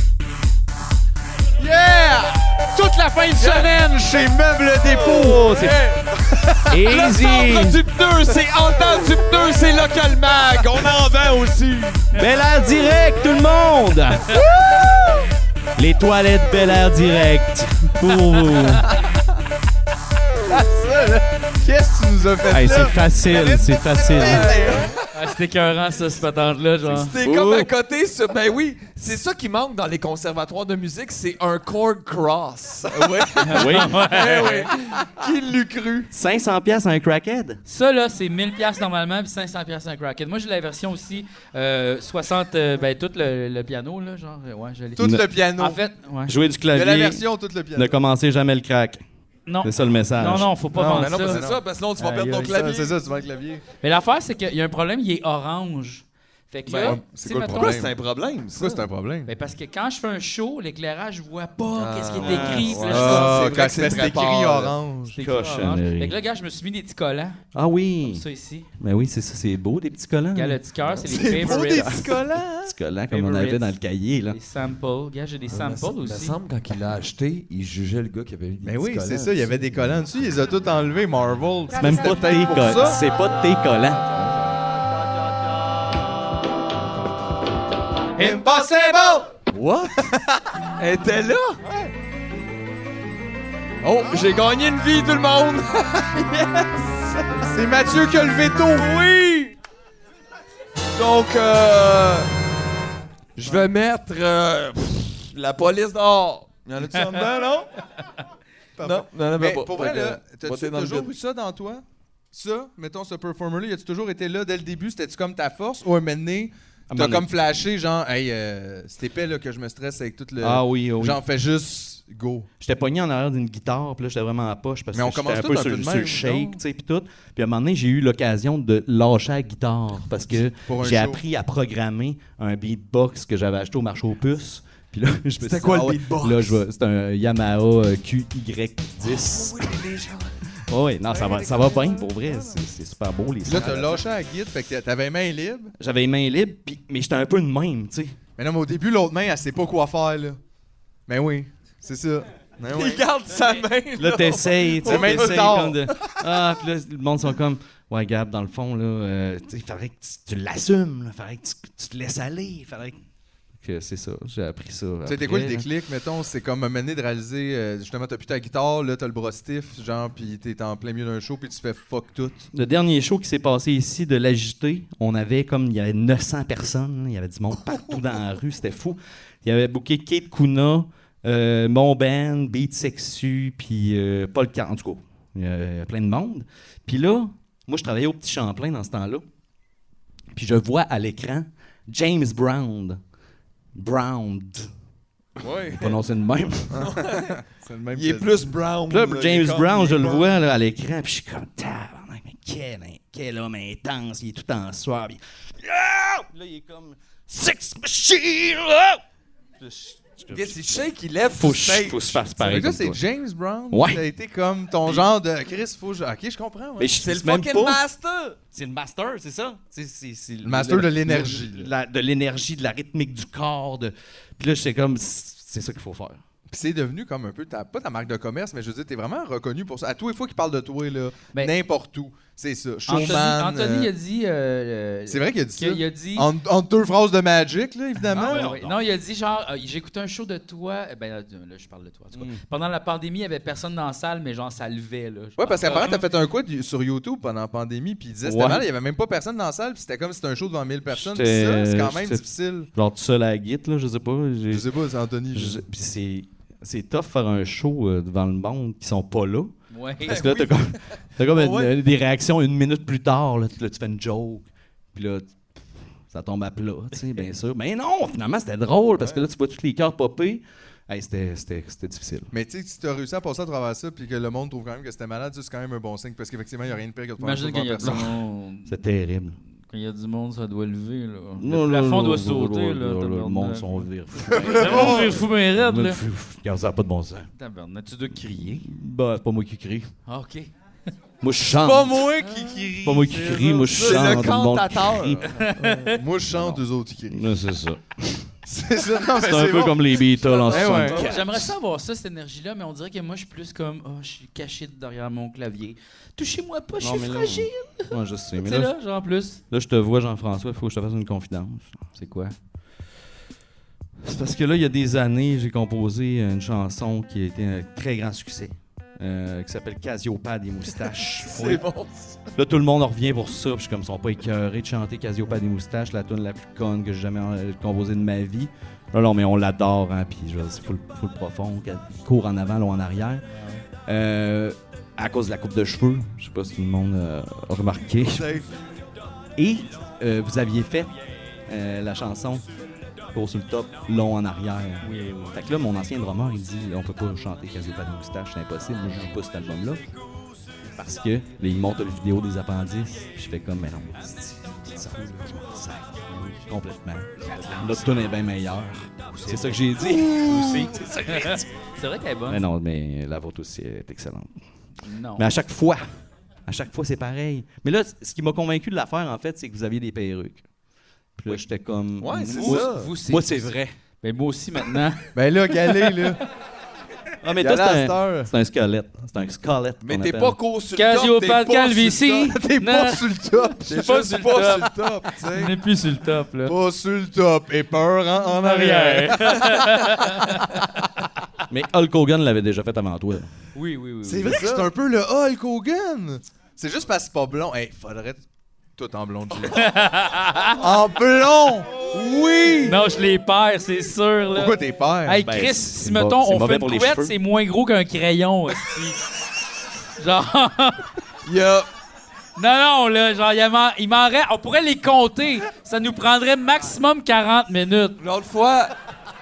Speaker 2: Toute la fin de semaine chez Meuble Dépôt.
Speaker 7: Oh, c'est
Speaker 2: Centre
Speaker 7: easy.
Speaker 2: du pneu, c'est entendre du pneu, c'est local mag. On en vend aussi.
Speaker 7: Bel Air Direct, tout le monde. Les toilettes Bel Air Direct pour vous.
Speaker 3: Qu'est-ce que tu nous as fait
Speaker 7: Hey,
Speaker 3: là?
Speaker 7: c'est facile, c'est facile.
Speaker 1: Ah, c'est écœurant, ça, ce patente-là, genre.
Speaker 2: C'est comme à côté. ce- Ben oui, c'est ça qui manque dans les conservatoires de musique, c'est un chord cross. Ouais.
Speaker 7: Oui.
Speaker 2: Eh oui. Qui l'eût cru?
Speaker 7: 500 pièces un crackhead.
Speaker 1: Ça, là, c'est 1000 pièces normalement, puis 500 pièces un cracket. Moi, j'ai la version aussi euh, 60, euh, ben, tout le, le piano, là, genre, euh, ouais, je l'ai.
Speaker 3: Tout le piano.
Speaker 1: En fait, ouais.
Speaker 7: Jouer du
Speaker 3: de la
Speaker 7: clavier.
Speaker 3: version, tout le piano.
Speaker 7: Ne commencez jamais le crack.
Speaker 1: Non,
Speaker 7: C'est ça le message.
Speaker 1: non, non, faut pas
Speaker 3: Non,
Speaker 1: vendre
Speaker 3: mais non,
Speaker 1: ça.
Speaker 3: parce
Speaker 2: C'est ça, parce que sinon tu vas
Speaker 1: Aïe,
Speaker 2: perdre ton
Speaker 1: aïe,
Speaker 3: C'est ça,
Speaker 2: clavier.
Speaker 3: C'est ça, tu vois le clavier.
Speaker 1: Mais l'affaire, c'est qu'il y a un problème, il est orange. Fait que là,
Speaker 3: Ben,
Speaker 1: tu
Speaker 3: c'est
Speaker 1: sais,
Speaker 3: quoi le
Speaker 1: mettons-
Speaker 2: Pourquoi
Speaker 3: problème?
Speaker 2: c'est un problème? ça?
Speaker 3: Ça, c'est un problème.
Speaker 1: Ben, parce que quand je fais un show, l'éclairage, je vois pas qu'est-ce qui est
Speaker 2: ouais.
Speaker 1: écrit. puis là, je suis comme,
Speaker 3: Ah,
Speaker 2: c'est vrai
Speaker 3: quand
Speaker 2: que c'est
Speaker 3: c'est
Speaker 2: très
Speaker 3: écrit
Speaker 2: pâle.
Speaker 3: orange.
Speaker 1: c'est écrit orange.
Speaker 7: Cochonnerie.
Speaker 1: Fait que là, gars, je me suis mis des petits collants,
Speaker 7: Ah oui.
Speaker 1: ça ici.
Speaker 7: Mais oui, c'est ça, c'est beau des petits collants.
Speaker 1: Gars, le
Speaker 7: Des
Speaker 1: petit cœur, c'est les favorites.
Speaker 7: petits collants comme on avait
Speaker 1: Favorites.
Speaker 7: dans le cahier là.
Speaker 1: Des samples. Gars,
Speaker 3: Ah,
Speaker 1: j'ai des samples aussi.
Speaker 2: quand il l'a acheté, il jugeait le gars qui avait eu des
Speaker 3: Mais Ben oui, c'est ça, il y avait des collants dessus, ils ont tout enlevé, Marvel.
Speaker 7: C'est même pas tes collants.
Speaker 3: ça.
Speaker 7: C'est pas tes collants.
Speaker 3: Impossible!
Speaker 2: Elle était là? Oh, j'ai gagné une vie, tout le monde!
Speaker 3: C'est Mathieu qui a le veto.
Speaker 2: oui! Donc, euh, je vais mettre euh, pff, la police dehors. Il y en a-tu en dedans, non? non, non, non,
Speaker 3: Mais
Speaker 2: pas.
Speaker 3: pour vrai,
Speaker 2: Fait que, euh,
Speaker 3: là,
Speaker 2: botter
Speaker 3: t'as-tu
Speaker 2: dans le
Speaker 3: toujours
Speaker 2: vide.
Speaker 3: eu ça dans toi? Ça, mettons, ce performer-là, as-tu toujours été là dès le début? C'était-tu comme ta force? Ou un moment donné,
Speaker 7: Un
Speaker 3: t'as
Speaker 7: moment
Speaker 3: comme flashé, genre, hey, euh, c'est épais là, que je me stresse avec tout le.
Speaker 7: Ah oui, oui.
Speaker 3: Genre, fais juste go.
Speaker 7: J'étais pogné en arrière d'une guitare, puis là, j'étais vraiment à poche parce que
Speaker 3: Mais on
Speaker 7: j'étais
Speaker 3: commence
Speaker 7: un
Speaker 3: tout
Speaker 7: peu
Speaker 3: un
Speaker 7: sur,
Speaker 3: peu de
Speaker 7: sur
Speaker 3: même,
Speaker 7: le shake,
Speaker 3: donc.
Speaker 7: tu sais, puis tout. Puis à un moment donné, j'ai eu l'occasion de lâcher la guitare parce que
Speaker 3: Pour un
Speaker 7: j'ai
Speaker 3: show.
Speaker 7: appris à programmer un beatbox que j'avais acheté au marché aux puces. Puis là, je me suis dit,
Speaker 4: quoi le
Speaker 7: ah ouais,
Speaker 4: beatbox?
Speaker 7: Là, je vais- c'est un Yamaha euh, QY10.
Speaker 4: Ah
Speaker 7: Oh, oui, non, ça va, ça va bien, pour vrai. C'est c'est super beau, les
Speaker 3: Puis là,
Speaker 7: sons.
Speaker 3: t'as lâché à guide, fait que t'avais main libre.
Speaker 7: J'avais les mains libres, puis- mais j'étais un peu de même, tu sais.
Speaker 3: Mais non, mais au début, l'autre main, elle sait pas quoi faire, là. Mais oui, c'est ça. Mais oui.
Speaker 2: Il garde sa main.
Speaker 7: Là, t'essayes, tu sais,
Speaker 3: Au même
Speaker 7: t'essayes
Speaker 3: tard.
Speaker 7: comme de... Ah, puis là, le monde sont comme... Ouais, Gab, dans le fond, là, euh, tu sais, faudrait que tu, tu l'assumes, là, faudrait que tu, tu te laisses aller, faudrait que... que c'est ça, j'ai appris ça.
Speaker 3: C'était
Speaker 7: après,
Speaker 3: quoi le
Speaker 7: là.
Speaker 3: déclic, mettons? C'est comme un moment donné de réaliser, euh, justement, t'as plus ta guitare, là, t'as le bras stiff, genre, puis t'es en plein milieu d'un show, puis tu fais fuck tout.
Speaker 7: Le dernier show qui s'est passé ici de l'agité, on avait comme il y avait 900 personnes, il y avait du monde partout dans la rue, c'était fou. Il y avait booké Kate Kuna, euh, mon band, Beat Sexu, puis euh, Paul Car en tout cas, il y a plein de monde. Puis là, moi je travaillais au Petit Champlain dans ce temps-là. Puis je vois à l'écran James Brown. Brown.
Speaker 2: Ouais.
Speaker 7: Prononcé de même.
Speaker 3: C'est le même
Speaker 2: Il est plus brown.
Speaker 7: Puis là,
Speaker 2: là, il est
Speaker 7: James
Speaker 2: comme-
Speaker 7: Brown,
Speaker 2: il est
Speaker 7: je le
Speaker 2: brown.
Speaker 7: vois là, à l'écran, puis je suis comme tabarnak, mais quel, quel homme intense, il est tout en soir. Puis, Ah! Puis là, il est comme Six Machine! ah! Puis là, je- je-
Speaker 2: Qu'est-ce qu'il shake? Il lève.
Speaker 7: Faut,
Speaker 2: il shake.
Speaker 7: faut se faire
Speaker 3: Mais
Speaker 7: pareil.
Speaker 3: toi,
Speaker 7: comme
Speaker 3: c'est
Speaker 7: toi.
Speaker 3: James Brown.
Speaker 7: Ouais.
Speaker 3: Ça a été comme ton genre de Chris, faut. que je- Ok, je comprends. ouais.
Speaker 7: Mais je
Speaker 2: C'est le
Speaker 7: dis même
Speaker 2: fucking
Speaker 7: pas-
Speaker 2: master.
Speaker 7: C'est le master, c'est ça? C'est- c'est- c'est le
Speaker 3: master de l'énergie,
Speaker 7: le-
Speaker 3: là.
Speaker 7: la- De l'énergie, de la rythmique du corps. de- Puis là, c'est comme, c'est ça qu'il faut faire.
Speaker 3: Puis c'est devenu comme un peu ta, pas ta marque de commerce, mais je veux dire, t'es vraiment reconnu pour ça. À tous les fois qu'il parle de toi, là,
Speaker 1: Ben,
Speaker 3: n'importe où, c'est ça. Showman.
Speaker 1: Anthony, Anthony
Speaker 3: euh,
Speaker 1: a dit. euh, euh,
Speaker 3: c'est vrai qu'il a dit ça.
Speaker 1: qu'il a dit.
Speaker 3: En, entre deux phrases de Magic, là, évidemment.
Speaker 1: Ah ouais, ouais. Non, il a dit genre, euh, j'écoutais un show de toi. euh, Ben là, là, je parle de toi. en
Speaker 3: Hmm.
Speaker 1: tout cas. Pendant la pandémie, il n'y avait personne dans la salle, mais genre, ça levait. Là, Je
Speaker 3: Ouais,
Speaker 1: pense
Speaker 3: parce qu'apparemment,
Speaker 1: que-
Speaker 3: t'as fait un quoi du- sur YouTube pendant la pandémie, puis il disait c'était
Speaker 7: Ouais.
Speaker 3: mal, il y avait même pas personne dans la salle, puis c'était comme si c'était un show devant 1000 personnes. puis
Speaker 7: J'étais-
Speaker 3: ça, c'est quand même
Speaker 7: j'étais-
Speaker 3: difficile.
Speaker 7: Genre, tout seul à la guite, là, je sais pas. j'ai-
Speaker 3: Je sais pas, c'est Anthony. je-
Speaker 7: je- Puis c'est. C'est tough faire un show euh, devant le monde qui sont pas là.
Speaker 1: Ouais.
Speaker 7: Parce que là, t'as comme, t'as comme une-
Speaker 2: Ben Ouais.
Speaker 7: une- des réactions une minute plus tard. Là, tu, là, tu fais une joke. Puis là, tu- ça tombe à plat, tu sais, bien sûr. Mais non, finalement, c'était drôle parce que là, tu vois tous les cœurs popper. Hey, c'était, c'était, c'était difficile.
Speaker 3: Mais tu sais, si t'as réussi à passer à travers ça, puis que le monde trouve quand même que c'était malade, ça, c'est quand même un bon signe, parce qu'effectivement, il n'y a rien de pire que de faire un show
Speaker 1: Imagine quand
Speaker 3: devant
Speaker 1: il y a du
Speaker 3: personne.
Speaker 1: monde.
Speaker 7: C'était terrible.
Speaker 1: Quand il y a du monde, ça doit lever. Là.
Speaker 7: Non,
Speaker 1: le plafond
Speaker 7: non,
Speaker 1: doit
Speaker 7: non,
Speaker 1: sauter.
Speaker 7: non,
Speaker 1: là,
Speaker 7: non, Le
Speaker 1: tabarnak.
Speaker 7: monde sont virés fous.
Speaker 1: Le monde est fou, mais raide.
Speaker 7: Le
Speaker 1: Là.
Speaker 7: fou, fou. Regarde, ça n'a pas de bon sens.
Speaker 1: Tabarnak, tu dois crier.
Speaker 7: Bah, c'est pas moi qui crie.
Speaker 1: Ah, OK.
Speaker 7: Moi, je chante.
Speaker 2: Pas moi qui, qui rit.
Speaker 7: C'est pas moi qui crie, moi, je
Speaker 2: C'est le
Speaker 7: chante. le monde
Speaker 2: cantateur.
Speaker 7: crie.
Speaker 3: Moi, je chante, eux autres, ils crient.
Speaker 7: Là, c'est ça.
Speaker 3: C'est ça, non, mais
Speaker 7: C'est un peu
Speaker 3: bon.
Speaker 7: comme les Beatles en
Speaker 3: Eh
Speaker 7: 60.
Speaker 3: ouais.
Speaker 1: J'aimerais ça avoir ça, cette énergie-là, mais on dirait que moi, je suis plus comme, oh, je suis caché derrière mon clavier. Touchez-moi pas, je
Speaker 7: Non,
Speaker 1: suis
Speaker 7: mais là,
Speaker 1: fragile.
Speaker 7: Ouais, je sais.
Speaker 1: Tu
Speaker 7: Mais
Speaker 1: sais,
Speaker 7: là,
Speaker 1: là, genre, en plus.
Speaker 7: Là, je te vois, Jean-François, il faut que je te fasse une confidence. C'est quoi? C'est parce que là, il y a des années, j'ai composé une chanson qui a été un très grand succès, euh, qui s'appelle Casiopa des moustaches. Oui.
Speaker 2: C'est bon.
Speaker 7: Là, tout le monde en revient pour ça, puis je suis comme, ils sont pas écœurés de chanter Casiopa des moustaches, la tune la plus conne que j'ai jamais euh, composée de ma vie. Là, non, mais on l'adore, hein, puis je veux dire, c'est full, full profond, qu'elle court en avant, long en arrière. Euh, à cause de la coupe de cheveux, je sais pas si tout le monde euh, a remarqué. Et euh, vous aviez fait euh, la chanson Cours sur le top, long en arrière. Oui, oui. Fait que là, mon ancien drummer, il dit on peut pas chanter Casio pas de moustache, c'est impossible, moi je joue pas cet album-là. Parce que là, il montre la vidéo des appendices, puis je fais comme mais non, c'est c'est ça, je m'en sac. Oui, Complètement. Notre tune est bien meilleure. C'est ça que j'ai dit. Aussi.
Speaker 1: C'est vrai qu'elle est bonne.
Speaker 7: Mais non, mais la vôtre aussi est excellente.
Speaker 1: Non.
Speaker 7: Mais à chaque fois, à chaque fois, c'est pareil. Mais là, c- ce qui m'a convaincu de la faire, en fait, c'est que vous aviez des perruques. Puis là, j'étais comme.
Speaker 3: Ouais, c'est
Speaker 7: moi,
Speaker 3: ça.
Speaker 1: Vous, c'est-
Speaker 7: Moi, c'est vrai.
Speaker 1: Mais moi aussi, maintenant.
Speaker 3: Ben là, galé, là.
Speaker 7: Ah, mais
Speaker 3: Galé
Speaker 7: toi,
Speaker 3: à
Speaker 7: c'est
Speaker 3: cette
Speaker 1: hein.
Speaker 7: un,
Speaker 3: heure.
Speaker 7: c'est un squelette. C'est un squelette.
Speaker 2: Mais
Speaker 7: qu'on
Speaker 2: t'es
Speaker 7: appelle.
Speaker 2: pas court sur le top.
Speaker 1: Casio
Speaker 2: t'es
Speaker 1: pas de
Speaker 2: sur le
Speaker 1: calvitie.
Speaker 2: top.
Speaker 3: T'es pas
Speaker 1: Non.
Speaker 3: sur le top. T'es
Speaker 2: T'es pas
Speaker 3: juste
Speaker 2: sur le
Speaker 3: pas
Speaker 2: top.
Speaker 3: sur le top, tu sais.
Speaker 1: On n'est plus sur le top, là.
Speaker 3: Pas sur le top. Et peur en, en arrière.
Speaker 7: Mais Hulk Hogan l'avait déjà fait avant toi.
Speaker 1: Oui, oui, oui.
Speaker 3: C'est vrai que c'est un peu le Hulk Hogan. C'est juste parce que c'est pas blond. Hey, faudrait tout en blond. Jay. en blond! Oui!
Speaker 1: Non, je les perds, c'est sûr. Là.
Speaker 3: Pourquoi t'es père?
Speaker 1: Hey,
Speaker 7: Ben,
Speaker 1: Chris,
Speaker 7: c'est-
Speaker 1: si
Speaker 7: c'est
Speaker 1: mettons,
Speaker 7: bon- c'est
Speaker 1: on
Speaker 7: mauvais
Speaker 1: fait
Speaker 7: pour
Speaker 1: une
Speaker 7: les
Speaker 1: couette,
Speaker 7: cheveux.
Speaker 1: c'est moins gros qu'un crayon. esti. genre,
Speaker 3: Il y a-
Speaker 1: non, non, là, genre, il m'en, il m'en reste- on pourrait les compter. Ça nous prendrait maximum 40 minutes.
Speaker 2: L'autre fois,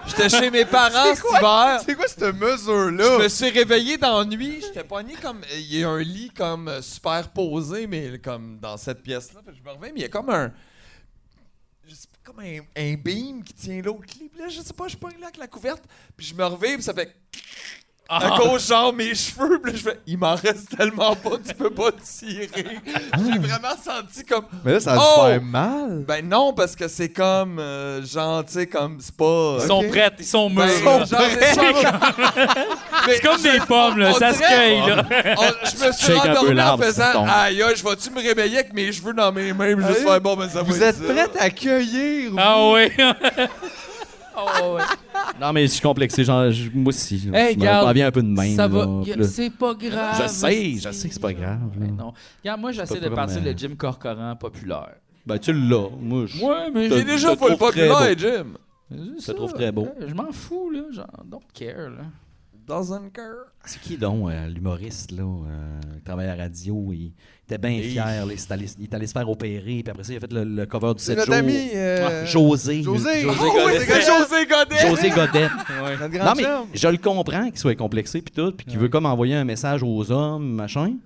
Speaker 2: j'étais chez mes parents cet hiver.
Speaker 3: C'est quoi cette
Speaker 2: Je me
Speaker 3: mesure-là?
Speaker 2: suis réveillé d'ennui. J'étais poigné comme. Il y a un lit comme euh, superposé, mais comme dans cette pièce-là. Fait que Je me reviens, mais il y a comme un. Je sais pas, comme un, un beam qui tient l'autre lit. Puis là, je sais pas, je pogne là avec la couverte. Puis je me reviens, puis ça fait. À cause, genre, mes cheveux, puis là, je fais, il m'en reste tellement pas, tu peux pas tirer. J'ai vraiment senti comme.
Speaker 3: Mais là, ça va
Speaker 2: Oh!
Speaker 3: se faire mal.
Speaker 2: Ben non, parce que c'est comme. euh, genre, tu sais, comme. C'est pas.
Speaker 1: Ils sont
Speaker 3: Ok.
Speaker 1: prêts, ils sont mûrs.
Speaker 2: Ben,
Speaker 1: là.
Speaker 2: genre, c'est ça,
Speaker 1: euh, c'est comme des pommes, là,
Speaker 2: on
Speaker 1: ça se
Speaker 2: dirait-
Speaker 1: cueille. Là.
Speaker 2: On- je me suis
Speaker 7: Shake un peu
Speaker 2: endormi en
Speaker 7: l'arbre, ça
Speaker 2: faisant
Speaker 7: tombe.
Speaker 2: Aïe, aïe, je vais-tu me réveiller avec mes cheveux dans mes mains? Puis Juste
Speaker 3: Allez.
Speaker 2: faire bon, ben ça va
Speaker 3: Vous
Speaker 2: être
Speaker 3: êtes
Speaker 2: ça.
Speaker 3: prête à accueillir?
Speaker 1: Ah oui. oh, ouais.
Speaker 7: Non, mais je suis complexé. Genre, je- moi aussi. je
Speaker 1: Hey,
Speaker 7: me
Speaker 1: garde,
Speaker 7: reviens un peu de même.
Speaker 1: Ça va,
Speaker 7: là,
Speaker 1: y a-
Speaker 7: puis là.
Speaker 1: c'est pas grave.
Speaker 7: Je sais, je
Speaker 1: esti.
Speaker 7: sais que c'est pas grave,
Speaker 1: Ben
Speaker 7: là.
Speaker 1: non. Regarde, moi, j'essaie
Speaker 7: pas
Speaker 1: de
Speaker 7: grave,
Speaker 1: partir
Speaker 7: mais-
Speaker 1: le Jim Corcoran populaire.
Speaker 7: Ben, tu l'as. Moi, je
Speaker 1: Ouais, mais
Speaker 2: J'ai
Speaker 7: Je
Speaker 2: déjà
Speaker 7: te
Speaker 2: full
Speaker 7: trouve très
Speaker 2: populaire, Jim.
Speaker 7: te trouve très beau.
Speaker 1: Je m'en fous, là. Genre, don't care, là.
Speaker 2: Dans un cœur.
Speaker 7: C'est qui donc, euh, l'humoriste, là, euh, qui travaille à la radio, il était bien fier, là, il est allé- il est allé se faire opérer, puis après ça, il a fait le, le cover du 7
Speaker 3: notre
Speaker 7: jours.
Speaker 3: ami, euh,
Speaker 7: Ah, José.
Speaker 3: José.
Speaker 7: José
Speaker 3: Oh,
Speaker 7: Godet.
Speaker 3: oui, c'est José.
Speaker 2: José Godet!
Speaker 7: José Godet.
Speaker 3: Notre
Speaker 7: Non,
Speaker 3: grand
Speaker 7: mais
Speaker 3: chum.
Speaker 7: je le comprends qu'il soit complexé, puis tout, puis qu'il veut comme envoyer un message aux hommes, machin.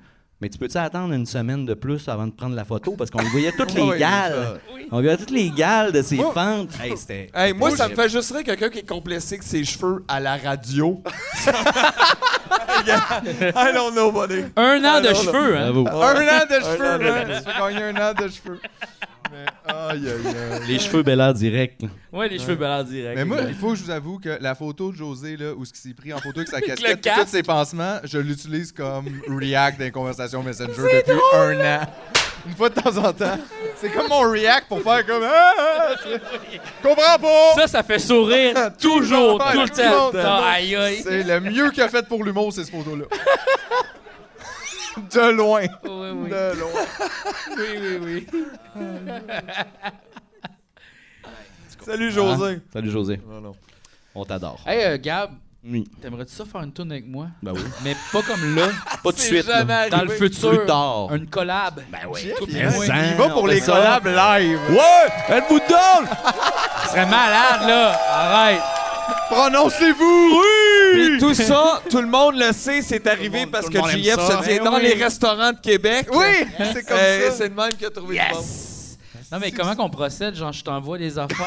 Speaker 7: Mais tu peux-tu attendre une semaine de plus avant de prendre la photo? Parce qu'on voyait toutes les
Speaker 3: Oui,
Speaker 7: gales. On voyait toutes les gales de ses
Speaker 2: Moi-
Speaker 7: fentes. Hey, c'était...
Speaker 2: Hey, moi, ça me fait juste rire quelqu'un qui est complexé que ses cheveux à la radio. I don't know, buddy.
Speaker 1: Un
Speaker 7: Ah,
Speaker 1: an de
Speaker 2: non,
Speaker 1: cheveux, hein.
Speaker 2: Ah.
Speaker 7: Bravo.
Speaker 3: Un an de cheveux,
Speaker 2: an de
Speaker 3: man. Tu fais gagner un an de cheveux. Mais aïe, aïe, aïe.
Speaker 7: Les cheveux bel air direct. là.
Speaker 1: Ouais, les cheveux baladent direct.
Speaker 3: Mais moi,
Speaker 1: exact.
Speaker 3: il faut que je vous avoue que la photo de José, là, où ce qu'il s'est pris en photo avec sa
Speaker 1: le
Speaker 3: casquette,
Speaker 1: casque.
Speaker 3: tous ses pansements, je l'utilise comme React dans les conversations Messenger depuis un an. Une fois de temps en temps. C'est comme mon React pour faire comme. Ah, ah, tu sais. comprends pas!
Speaker 1: ça, ça fait sourire toujours,
Speaker 3: Tout le
Speaker 1: tout
Speaker 3: temps,
Speaker 1: le
Speaker 3: tout le
Speaker 1: temps.
Speaker 3: monde.
Speaker 1: Ah, Aïe, aïe.
Speaker 3: C'est le mieux qu'il a fait pour l'humour, c'est ce photo-là. De loin.
Speaker 1: Oui, oui.
Speaker 3: De loin.
Speaker 1: oui, oui, oui.
Speaker 2: Salut, José.
Speaker 7: Salut, José. On t'adore.
Speaker 1: Hey, euh, Gab,
Speaker 7: Oui.
Speaker 1: t'aimerais-tu ça faire une tourne avec moi?
Speaker 7: Ben oui.
Speaker 1: Mais pas comme là,
Speaker 7: Pas tout de suite. là.
Speaker 2: jamais
Speaker 1: dans le
Speaker 2: arrivé.
Speaker 1: futur.
Speaker 7: Plus tard.
Speaker 1: Une collab. Ben oui. Ah,
Speaker 7: Hein,
Speaker 3: Il va
Speaker 7: on
Speaker 3: pour
Speaker 7: fait
Speaker 3: les
Speaker 7: ça.
Speaker 3: collabs live.
Speaker 7: Ouais! Êtes-vous drôle?
Speaker 1: serait malade, là. Arrête.
Speaker 3: Prononcez-vous!
Speaker 2: Puis tout ça, tout le monde le sait, c'est arrivé parce que JF se tient dans les restaurants de Québec.
Speaker 3: Oui! C'est comme
Speaker 2: Euh,
Speaker 3: ça.
Speaker 2: C'est le même qui a trouvé le bon.
Speaker 1: Yes! Non, mais comment qu'on procède? Genre, je t'envoie des affaires?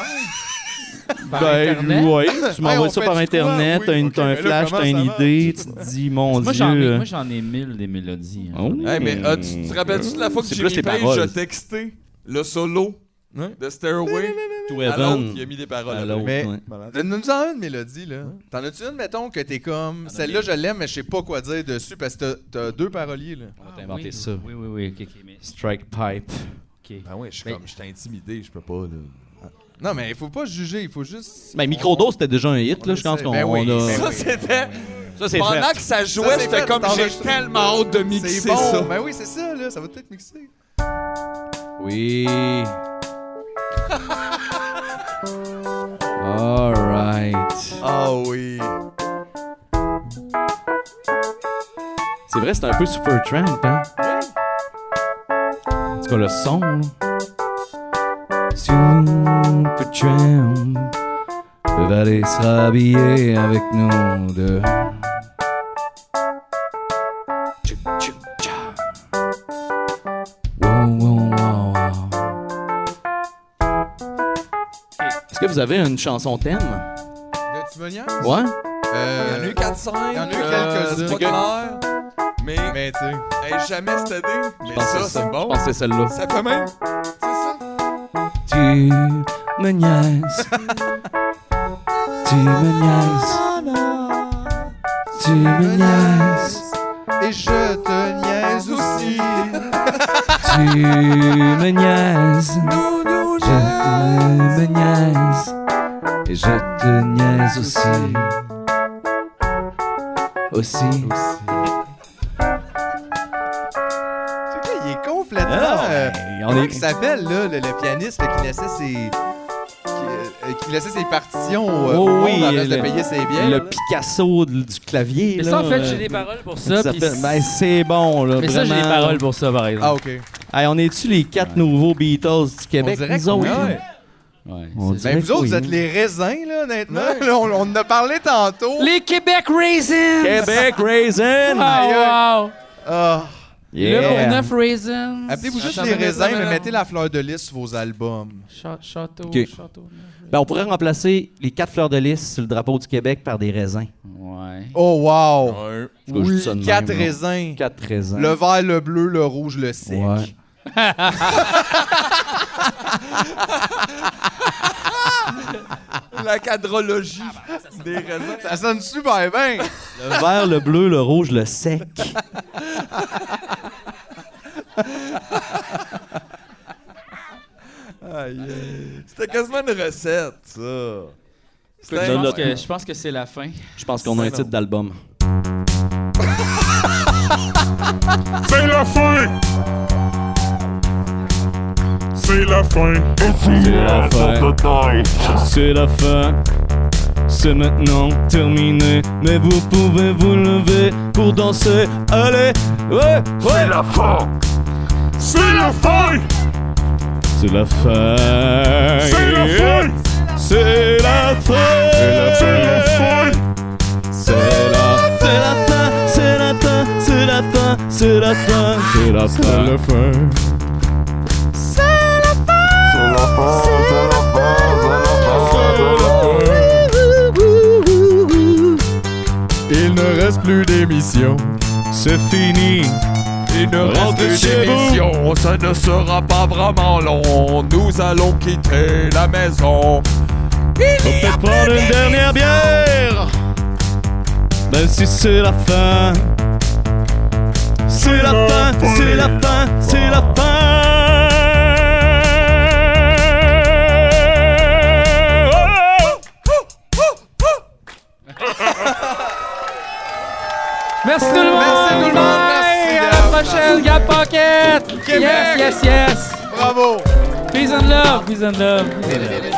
Speaker 1: Par Internet?
Speaker 7: Ben oui, tu
Speaker 3: Hey, on
Speaker 7: m'envoies ça
Speaker 3: fait
Speaker 7: par
Speaker 3: du
Speaker 7: Internet,
Speaker 3: quoi?
Speaker 7: t'as une-
Speaker 3: Oui,
Speaker 7: t'as
Speaker 3: ok,
Speaker 7: un
Speaker 3: mais là,
Speaker 7: flash,
Speaker 3: comment
Speaker 7: t'as une
Speaker 3: ça marche?
Speaker 7: idée, tu te dis, mon
Speaker 1: Moi, j'en ai,
Speaker 7: Dieu.
Speaker 1: moi, j'en ai mille des mélodies. hein.
Speaker 7: Oh.
Speaker 1: J'en ai-
Speaker 2: Hey, mais ah,
Speaker 7: Mm.
Speaker 2: tu te rappelles-tu de la fois que
Speaker 7: C'est plus
Speaker 2: Jimmy
Speaker 7: les
Speaker 2: Page
Speaker 7: paroles.
Speaker 2: a texté le solo de Stairway
Speaker 7: To
Speaker 2: à l'autre, il a
Speaker 7: Heaven.
Speaker 2: mis des paroles.
Speaker 7: À
Speaker 2: après.
Speaker 7: l'autre,
Speaker 3: Mais-
Speaker 7: ouais.
Speaker 3: Donne-nous en une mélodie, là. T'en as-tu une, mettons, que t'es comme. Celle-là, je l'aime, mais je sais pas quoi dire dessus parce que t'as- t'as deux paroliers, là.
Speaker 7: On va
Speaker 1: Ah,
Speaker 7: t'inventer
Speaker 1: oui.
Speaker 7: ça.
Speaker 1: Oui, oui, oui. OK, OK, mais-
Speaker 7: Strike Pipe.
Speaker 1: OK.
Speaker 2: Ah ouais, je suis
Speaker 1: Mais-
Speaker 2: comme, je t'ai intimidé, je peux pas. Là.
Speaker 3: Non, mais il faut pas juger, il faut juste.
Speaker 7: Ben, Microdose, c'était déjà un hit, là, je pense
Speaker 3: essaie.
Speaker 7: qu'on
Speaker 3: Ben oui,
Speaker 7: on
Speaker 3: ben
Speaker 7: a...
Speaker 2: Ça,
Speaker 3: oui.
Speaker 2: c'était.
Speaker 7: Ça, c'est
Speaker 2: Pendant
Speaker 7: fait.
Speaker 2: que ça
Speaker 3: Ça,
Speaker 2: jouait,
Speaker 3: c'est
Speaker 2: j'étais
Speaker 3: fait,
Speaker 2: comme,
Speaker 3: t'en
Speaker 2: j'ai
Speaker 3: as-
Speaker 2: tellement hâte de mixer
Speaker 3: C'est bon.
Speaker 2: ça.
Speaker 3: Ben oui, c'est ça, là. Ça va peut-être mixer.
Speaker 7: Oui. All right.
Speaker 3: Ah oui.
Speaker 7: C'est vrai, c'est un peu super trend, hein? En tout cas, le son. là. Super trend. Le valet sera habillé avec nous deux. Tchou, tchou, tcha. Wow, wow, wow, wow. Est-ce que vous avez une chanson thème?
Speaker 3: Tu veux venir?
Speaker 7: Ouais?
Speaker 2: Il y en a
Speaker 3: Euh,
Speaker 2: eu 4-5.
Speaker 3: Il y en a eu
Speaker 2: euh,
Speaker 3: quelques-unes.
Speaker 2: C'est pas clair. Mais,
Speaker 3: mais tu sais.
Speaker 2: hey, jamais cette année. Mais
Speaker 7: pense que
Speaker 2: ça,
Speaker 7: c'est
Speaker 2: c'est
Speaker 7: Je
Speaker 2: bon.
Speaker 7: pense que c'est celle-là.
Speaker 2: Ça fait même.
Speaker 7: Tu me niaises. tu me niaises. Tu me niaises.
Speaker 3: Et je te niaise aussi.
Speaker 7: Tu me niaises. Je te me niaise. Et je te niaise aussi. aussi.
Speaker 3: C'est quoi, il est complètement.
Speaker 7: Ah,
Speaker 3: euh,
Speaker 7: ben, on
Speaker 3: comment
Speaker 7: est-
Speaker 3: il s'appelle, là, le, le pianiste là, qui laissait ses. qui, euh, qui laissait ses partitions au, euh,
Speaker 7: Oh
Speaker 3: au monde
Speaker 7: oui,
Speaker 3: en place de
Speaker 7: le-
Speaker 3: payer ses biens.
Speaker 7: Le
Speaker 3: là.
Speaker 7: Picasso de- du clavier.
Speaker 1: Mais
Speaker 7: là,
Speaker 1: ça, en fait,
Speaker 7: euh,
Speaker 1: j'ai des paroles pour ça.
Speaker 7: ça
Speaker 1: puis
Speaker 7: fait- ben, c'est bon, là.
Speaker 1: mais ça, j'ai des
Speaker 7: vraiment.
Speaker 1: paroles pour ça, par exemple.
Speaker 3: Ah, ok.
Speaker 7: Hey, on est-tu les quatre nouveaux Beatles du Québec?
Speaker 3: dirait
Speaker 7: nous
Speaker 3: que
Speaker 7: autres,
Speaker 3: oui.
Speaker 7: là?
Speaker 3: Ouais.
Speaker 1: Ouais,
Speaker 7: On
Speaker 1: c'est-
Speaker 7: dirait
Speaker 3: Ben, vous
Speaker 7: que
Speaker 3: autres,
Speaker 7: oui.
Speaker 3: vous êtes les raisins, là, honnêtement. Là, on, on en a parlé tantôt.
Speaker 1: Les Québec Raisins! Oh,
Speaker 7: Québec Raisin!
Speaker 1: Wow, wow!
Speaker 3: Ah.
Speaker 7: Yeah.
Speaker 1: Là, pour 9 Raisins.
Speaker 3: Appelez-vous juste
Speaker 2: Attends,
Speaker 3: les
Speaker 2: mais-
Speaker 3: raisins,
Speaker 2: mais-
Speaker 3: mais mettez la fleur de lys sur vos albums.
Speaker 1: Cha- Château,
Speaker 7: Ok.
Speaker 1: château. neuf
Speaker 7: Ben, on pourrait remplacer les quatre fleurs de lys sur le drapeau du Québec par des raisins.
Speaker 1: raisins. Ouais.
Speaker 3: Oh, wow.
Speaker 2: Un.
Speaker 7: Je dis
Speaker 3: Oui,
Speaker 7: ça de même,
Speaker 3: quatre
Speaker 7: là.
Speaker 3: raisins.
Speaker 7: Quatre raisins.
Speaker 3: Le vert, le bleu, le rouge, le sec.
Speaker 7: Ouais.
Speaker 2: La cadrologie des raisins.
Speaker 3: Ah, bah, Ça sonne super bien.
Speaker 7: Le vert, le bleu, le rouge, le sec.
Speaker 2: C'était quasiment une recette, ça.
Speaker 1: Écoute,
Speaker 2: C'était-
Speaker 1: je, pense
Speaker 7: Note-
Speaker 1: que, euh, je pense que c'est la fin.
Speaker 7: Je pense qu'on a un titre d'album.
Speaker 9: C'est la fin. C'est la fin. C'est la fin.
Speaker 7: C'est la fin. C'est maintenant terminé. Mais vous pouvez vous lever pour danser. Allez, ouais, ouais.
Speaker 9: C'est la fin. C'est la fin.
Speaker 7: C'est la fin.
Speaker 9: C'est la fin.
Speaker 7: C'est la fin.
Speaker 9: C'est la fin.
Speaker 7: C'est la fin. C'est la fin. C'est la fin. C'est la fin. C'est la fin. C'est la fin.
Speaker 9: C'est la fin. C'est la fin.
Speaker 3: Il ne reste plus d'émission.
Speaker 7: C'est fini.
Speaker 2: Il ne
Speaker 7: Rentrez
Speaker 2: reste plus
Speaker 7: chez vous.
Speaker 2: d'émission, ça ne sera pas vraiment long. Nous allons quitter la maison.
Speaker 7: Peut-être prendre une dernière bière. Même si c'est la fin. C'est la fin, c'est la fin, c'est la fin.
Speaker 1: Merci tout le monde!
Speaker 3: Merci tout le monde, merci
Speaker 1: Bye! À
Speaker 3: d'avoir-
Speaker 1: la prochaine, Gap Pocket! Yes, yes, yes!
Speaker 3: Bravo.
Speaker 1: Peace and love! Peace and love! Peace and love.